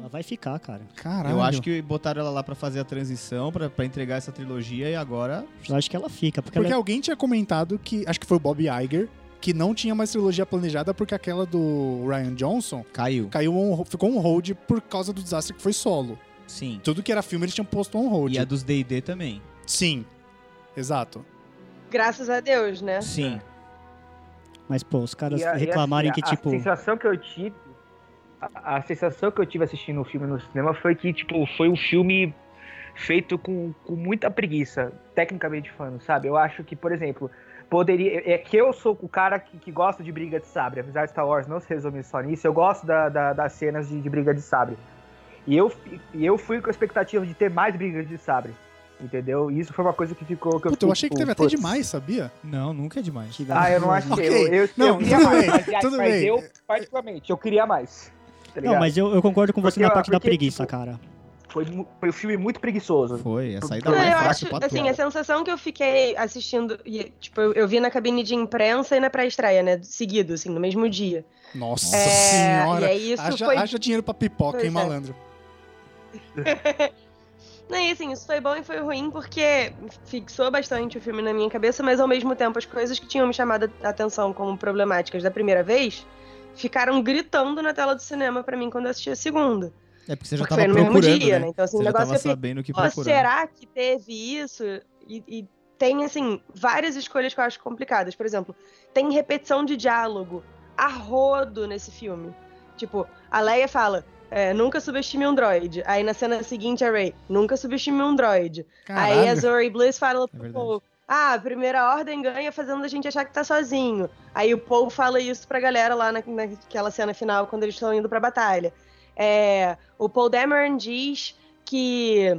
[SPEAKER 5] Ela vai ficar, cara.
[SPEAKER 1] Caralho.
[SPEAKER 2] Eu acho que botaram ela lá pra fazer a transição, pra pra entregar essa trilogia e agora.
[SPEAKER 5] Eu acho que ela fica, porque,
[SPEAKER 2] é-
[SPEAKER 1] Porque
[SPEAKER 5] ela... é
[SPEAKER 1] alguém tinha comentado que. Acho que foi o Bob Iger, que não tinha mais trilogia planejada porque aquela do Ryan Johnson
[SPEAKER 2] Caiu.
[SPEAKER 1] caiu on- ficou on hold por causa do desastre que foi solo.
[SPEAKER 2] Sim.
[SPEAKER 1] Tudo que era filme eles tinham posto on hold.
[SPEAKER 2] E a dos DD também.
[SPEAKER 1] Sim. Exato.
[SPEAKER 3] Graças a Deus, né?
[SPEAKER 2] Sim.
[SPEAKER 5] Mas, pô, os caras
[SPEAKER 4] E a- e
[SPEAKER 5] reclamarem
[SPEAKER 4] assim,
[SPEAKER 5] que,
[SPEAKER 4] a-
[SPEAKER 5] tipo...
[SPEAKER 4] A
[SPEAKER 7] tá
[SPEAKER 4] sensação que eu tive. A, a sensação que eu tive assistindo o filme no cinema foi que, tipo, foi um filme feito com, com muita preguiça, tecnicamente falando, sabe? Eu acho que, por exemplo, poderia. É que eu sou o cara que, que gosta de briga de sabre, apesar de Star Wars não se resumir só nisso, eu gosto da- da- das cenas de, de briga de sabre. E eu, fi- e eu fui com a expectativa de ter mais brigas de sabre. Entendeu? E isso foi uma coisa que ficou. Que
[SPEAKER 1] Puta, eu achei que
[SPEAKER 4] tipo,
[SPEAKER 1] teve até
[SPEAKER 4] putz.
[SPEAKER 1] demais, sabia?
[SPEAKER 2] Não, nunca é demais.
[SPEAKER 5] que dá-
[SPEAKER 4] Ah, eu não achei.
[SPEAKER 1] Ok.
[SPEAKER 4] Eu, eu,
[SPEAKER 1] Não,
[SPEAKER 4] eu queria
[SPEAKER 1] tudo
[SPEAKER 4] mais.
[SPEAKER 1] bem,
[SPEAKER 4] mas,
[SPEAKER 1] tudo
[SPEAKER 4] mas
[SPEAKER 1] bem.
[SPEAKER 4] eu, particularmente, eu queria mais. Tá
[SPEAKER 5] Não,
[SPEAKER 4] ligado?
[SPEAKER 5] mas eu, eu concordo com você
[SPEAKER 4] Porque,
[SPEAKER 5] na
[SPEAKER 4] ó,
[SPEAKER 5] parte da
[SPEAKER 4] porque,
[SPEAKER 5] preguiça,
[SPEAKER 4] tipo,
[SPEAKER 5] cara.
[SPEAKER 4] foi, mu- foi um filme muito preguiçoso.
[SPEAKER 2] Foi, a saída
[SPEAKER 4] Não,
[SPEAKER 2] mais
[SPEAKER 4] eu
[SPEAKER 2] fácil pra
[SPEAKER 3] assim,
[SPEAKER 2] tu.
[SPEAKER 3] a sensação que eu fiquei assistindo, e, tipo, eu, eu vi na cabine de imprensa e na pré-estreia, né, seguido, assim, no mesmo dia.
[SPEAKER 1] Nossa
[SPEAKER 3] É,
[SPEAKER 1] senhora.
[SPEAKER 3] E aí isso
[SPEAKER 1] haja,
[SPEAKER 3] foi
[SPEAKER 1] haja dinheiro pra pipoca, hein,
[SPEAKER 3] Pois é.
[SPEAKER 1] malandro?
[SPEAKER 3] Não, e assim, isso foi bom e foi ruim porque fixou bastante o filme na minha cabeça, mas ao mesmo tempo as coisas que tinham me chamado a atenção como problemáticas da primeira vez ficaram gritando na tela do cinema pra mim quando eu assisti a segunda.
[SPEAKER 2] É porque você já
[SPEAKER 3] porque
[SPEAKER 2] tava
[SPEAKER 3] foi no mesmo
[SPEAKER 2] procurando.
[SPEAKER 3] dia, né?
[SPEAKER 2] né?
[SPEAKER 3] Então, assim, o
[SPEAKER 2] Você já
[SPEAKER 3] negócio
[SPEAKER 2] tava
[SPEAKER 3] que eu
[SPEAKER 2] sabendo o que
[SPEAKER 3] Pô,
[SPEAKER 2] procurar.
[SPEAKER 3] será que teve isso? E, e tem, assim, várias escolhas que eu acho complicadas. Por exemplo, tem repetição de diálogo a rodo nesse filme. Tipo, a Leia fala. é, nunca subestime um droid. Aí na cena seguinte, a Ray, nunca subestime um droid.
[SPEAKER 1] Caralho.
[SPEAKER 3] Aí a Zoe Bliss fala
[SPEAKER 2] É
[SPEAKER 3] pro
[SPEAKER 2] verdade.
[SPEAKER 3] Paul, ah, a primeira ordem ganha fazendo a gente achar que tá sozinho. Aí o Paul fala isso pra galera lá na- naquela cena final, quando eles estão indo pra batalha. É, o Paul Dameron diz que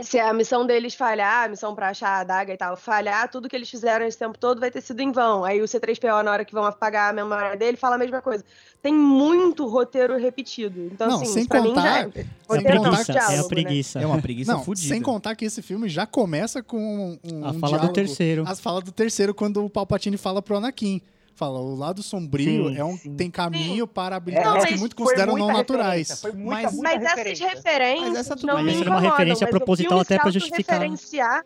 [SPEAKER 3] se a missão deles falhar, a missão pra achar a adaga e tal, falhar, tudo que eles fizeram esse tempo todo vai ter sido em vão. Aí o C3PO, na hora que vão apagar a memória dele, fala a mesma coisa. Tem muito roteiro repetido. Então,
[SPEAKER 1] Não,
[SPEAKER 3] assim,
[SPEAKER 1] sem
[SPEAKER 3] pra mim já...
[SPEAKER 1] contar-
[SPEAKER 5] É a
[SPEAKER 1] Roteiro
[SPEAKER 3] Roteiro
[SPEAKER 1] não,
[SPEAKER 5] preguiça, é a
[SPEAKER 3] diálogo, né?
[SPEAKER 5] preguiça.
[SPEAKER 2] É uma preguiça
[SPEAKER 1] Tá. Não,
[SPEAKER 2] fudida.
[SPEAKER 1] sem contar que esse filme já começa com um, um
[SPEAKER 5] A fala do
[SPEAKER 1] diálogo- Ah,
[SPEAKER 5] terceiro.
[SPEAKER 1] As falas do terceiro, quando o Palpatine fala pro Anakin. Fala, o lado sombrio
[SPEAKER 5] Sim,
[SPEAKER 1] é um,
[SPEAKER 4] sim.
[SPEAKER 1] tem caminho para
[SPEAKER 4] É,
[SPEAKER 1] habilidades
[SPEAKER 3] mas
[SPEAKER 1] que muitos
[SPEAKER 4] foi
[SPEAKER 1] consideram
[SPEAKER 4] muita
[SPEAKER 1] não
[SPEAKER 4] referência,
[SPEAKER 1] naturais.
[SPEAKER 4] Foi muita,
[SPEAKER 2] Mas-
[SPEAKER 4] muita
[SPEAKER 3] Mas essas
[SPEAKER 4] referência.
[SPEAKER 3] referências
[SPEAKER 2] Mas essa tudo
[SPEAKER 3] não
[SPEAKER 2] bem.
[SPEAKER 3] me
[SPEAKER 2] Isso
[SPEAKER 5] era uma
[SPEAKER 3] incomodam,
[SPEAKER 5] referência
[SPEAKER 3] mas é o
[SPEAKER 5] proposital
[SPEAKER 3] filme
[SPEAKER 5] até pra
[SPEAKER 3] se
[SPEAKER 5] justificar.
[SPEAKER 3] autorreferenciar-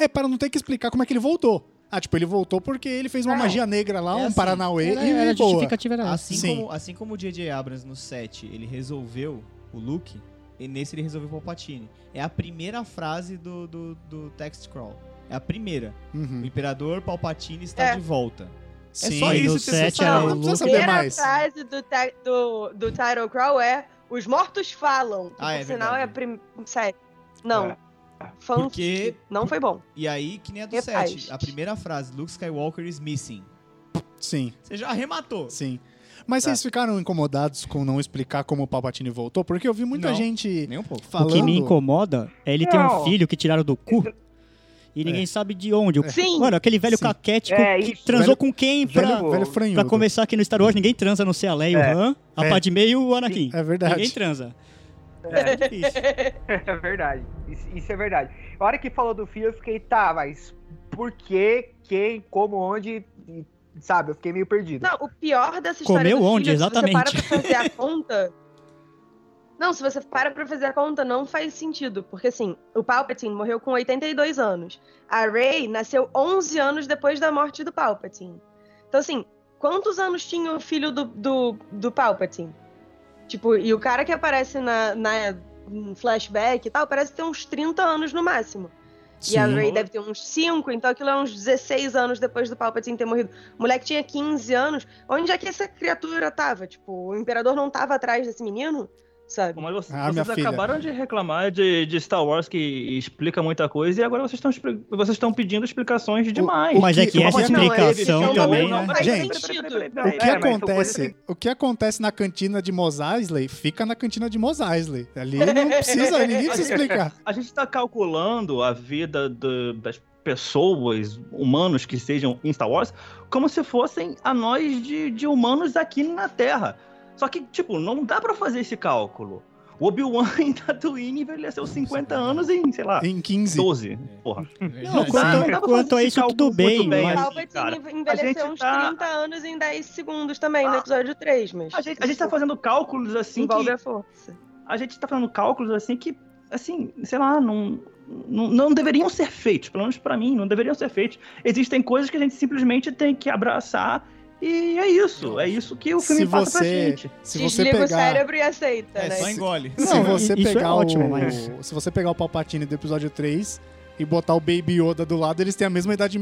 [SPEAKER 1] É, para não ter que explicar como é que ele voltou. Ah, tipo, ele voltou porque ele fez uma
[SPEAKER 3] É.
[SPEAKER 1] magia negra lá,
[SPEAKER 2] É
[SPEAKER 1] um
[SPEAKER 2] assim,
[SPEAKER 1] Paranauê
[SPEAKER 5] Era,
[SPEAKER 1] e
[SPEAKER 5] era
[SPEAKER 1] boa.
[SPEAKER 5] justificativa é. era essa.
[SPEAKER 2] Assim
[SPEAKER 1] Sim.
[SPEAKER 2] como, assim como o J.J. Abrams no 7, ele resolveu o Luke, e nesse ele resolveu o Palpatine. É a primeira frase do, do, do text crawl. É a primeira. O
[SPEAKER 1] Uhum.
[SPEAKER 2] Imperador Palpatine está
[SPEAKER 3] É.
[SPEAKER 2] de volta.
[SPEAKER 1] Sim. é
[SPEAKER 2] só isso
[SPEAKER 5] no
[SPEAKER 2] que você
[SPEAKER 5] 7
[SPEAKER 2] sabe.
[SPEAKER 5] era
[SPEAKER 1] Não,
[SPEAKER 5] o
[SPEAKER 1] não
[SPEAKER 5] Luke.
[SPEAKER 1] precisa
[SPEAKER 3] A
[SPEAKER 1] saber
[SPEAKER 3] Tá, primeira
[SPEAKER 1] mais.
[SPEAKER 3] frase do, ti- do, do Title Crawl é Os mortos falam. Que,
[SPEAKER 2] Ah, é
[SPEAKER 3] por sinal, é a
[SPEAKER 2] verdade.
[SPEAKER 3] prim... Sério. Não.
[SPEAKER 4] É.
[SPEAKER 3] Fanfic.
[SPEAKER 2] Porque-
[SPEAKER 3] Não foi bom.
[SPEAKER 2] E aí, que nem a do
[SPEAKER 3] Que
[SPEAKER 2] 7,
[SPEAKER 3] faz?
[SPEAKER 2] a primeira frase, Luke Skywalker is missing.
[SPEAKER 1] Sim,
[SPEAKER 2] Você já arrematou.
[SPEAKER 1] sim.
[SPEAKER 5] Tá.
[SPEAKER 1] Mas vocês ficaram incomodados com não explicar como o Palpatine voltou? Porque eu vi muita
[SPEAKER 2] Não.
[SPEAKER 1] gente
[SPEAKER 2] Nem um pouco.
[SPEAKER 5] O
[SPEAKER 1] falando...
[SPEAKER 5] que me incomoda é ele ter um
[SPEAKER 4] Não.
[SPEAKER 5] filho que tiraram do cu e ninguém sabe de onde. O-
[SPEAKER 3] Sim.
[SPEAKER 5] Mano, aquele velho
[SPEAKER 1] Sim.
[SPEAKER 5] caquético
[SPEAKER 4] É,
[SPEAKER 5] que
[SPEAKER 4] isso.
[SPEAKER 5] transou
[SPEAKER 1] Velho-
[SPEAKER 5] com quem pra,
[SPEAKER 1] Velho, velho franhudo.
[SPEAKER 5] é pra começar aqui no Star Wars? Ninguém transa, a não ser a Leia,
[SPEAKER 4] É.
[SPEAKER 5] o Han, a
[SPEAKER 1] É.
[SPEAKER 5] Padme e o Anakin.
[SPEAKER 1] É
[SPEAKER 5] Ninguém tá
[SPEAKER 1] verdade.
[SPEAKER 5] transa.
[SPEAKER 4] É.
[SPEAKER 5] É difícil.
[SPEAKER 4] É verdade. Isso, isso é verdade. A hora que falou do filho, eu fiquei, tá, mas por que, quem, como, onde, e, sabe? Eu fiquei meio perdido.
[SPEAKER 3] Não, o pior dessa história.
[SPEAKER 5] Comeu
[SPEAKER 3] do filho,
[SPEAKER 5] onde, exatamente?
[SPEAKER 3] Se você para pra fazer a conta. Não, se você para pra fazer a conta, não faz sentido. Porque assim, o Palpatine morreu com 82 anos. A Rey nasceu 11 anos depois da morte do Palpatine. Então, assim, quantos anos tinha o filho do, do, do Palpatine? Tipo, e o cara que aparece na, na um flashback e tal, parece ter uns 30 anos no máximo. E a Rey deve ter uns 5, então aquilo é uns 16 anos depois do Palpatine ter morrido. O moleque tinha 15 anos. Onde é que essa criatura tava? Tipo, o imperador não tava atrás desse menino, sabe?
[SPEAKER 6] Mas vocês,
[SPEAKER 1] Ah, minha
[SPEAKER 6] vocês
[SPEAKER 1] filha.
[SPEAKER 6] acabaram de reclamar de, de Star Wars que explica muita coisa e agora vocês estão expli- vocês estão pedindo explicações demais. Tipo,
[SPEAKER 5] Mas é que
[SPEAKER 1] o
[SPEAKER 5] essa
[SPEAKER 1] que- não,
[SPEAKER 3] é, eles
[SPEAKER 6] um
[SPEAKER 5] explicação
[SPEAKER 3] são
[SPEAKER 5] também,
[SPEAKER 3] malucos,
[SPEAKER 5] né?
[SPEAKER 3] mas-
[SPEAKER 1] Gente, O que,
[SPEAKER 3] É, mas
[SPEAKER 1] acontece, o que acontece na cantina de Mos Eisley, fica na cantina de Mos Eisley. Ali não precisa, ninguém precisa explicar.
[SPEAKER 6] A gente está calculando a vida do- das pessoas, humanos que sejam em Star Wars, como se fossem a nós de, de humanos aqui na Terra. Só que, tipo, não dá pra fazer esse cálculo. O Obi-Wan em Tatooine envelheceu 50 anos em, sei lá,
[SPEAKER 1] Em 15.
[SPEAKER 6] 12. Porra.
[SPEAKER 5] Não,
[SPEAKER 6] Não,
[SPEAKER 5] quanto,
[SPEAKER 6] dá pra fazer
[SPEAKER 5] quanto a
[SPEAKER 6] esse
[SPEAKER 5] isso, tudo
[SPEAKER 6] cálculo
[SPEAKER 5] bem,
[SPEAKER 6] muito bem,
[SPEAKER 3] O
[SPEAKER 5] mas...
[SPEAKER 6] assim.
[SPEAKER 3] Palpatine
[SPEAKER 6] cara, a
[SPEAKER 3] envelheceu
[SPEAKER 6] gente
[SPEAKER 3] uns
[SPEAKER 6] tá- Ah,
[SPEAKER 3] 30 anos em 10 segundos também, no episódio 3, mas. tipo,
[SPEAKER 6] A gente, a gente tá fazendo cálculos assim
[SPEAKER 3] Envolve
[SPEAKER 6] que.
[SPEAKER 3] a força.
[SPEAKER 6] A gente tá fazendo cálculos assim que, assim, sei lá, não. Não, não deveriam ser feitos, pelo menos pra mim, não deveriam ser feitos. Existem coisas que a gente simplesmente tem que abraçar e é isso. É isso que o filme
[SPEAKER 1] Se
[SPEAKER 6] passa pra
[SPEAKER 1] você-
[SPEAKER 6] gente.
[SPEAKER 1] Se você
[SPEAKER 3] Desliga o
[SPEAKER 1] pegar.
[SPEAKER 3] cérebro e aceita,
[SPEAKER 2] É,
[SPEAKER 3] né?
[SPEAKER 2] só engole.
[SPEAKER 1] Se
[SPEAKER 5] Não,
[SPEAKER 1] você
[SPEAKER 5] isso é
[SPEAKER 1] pegar
[SPEAKER 5] ótimo,
[SPEAKER 1] o,
[SPEAKER 5] mas-
[SPEAKER 1] Se você pegar o Palpatine do episódio 3 e botar o Baby Yoda do lado, eles têm a mesma idade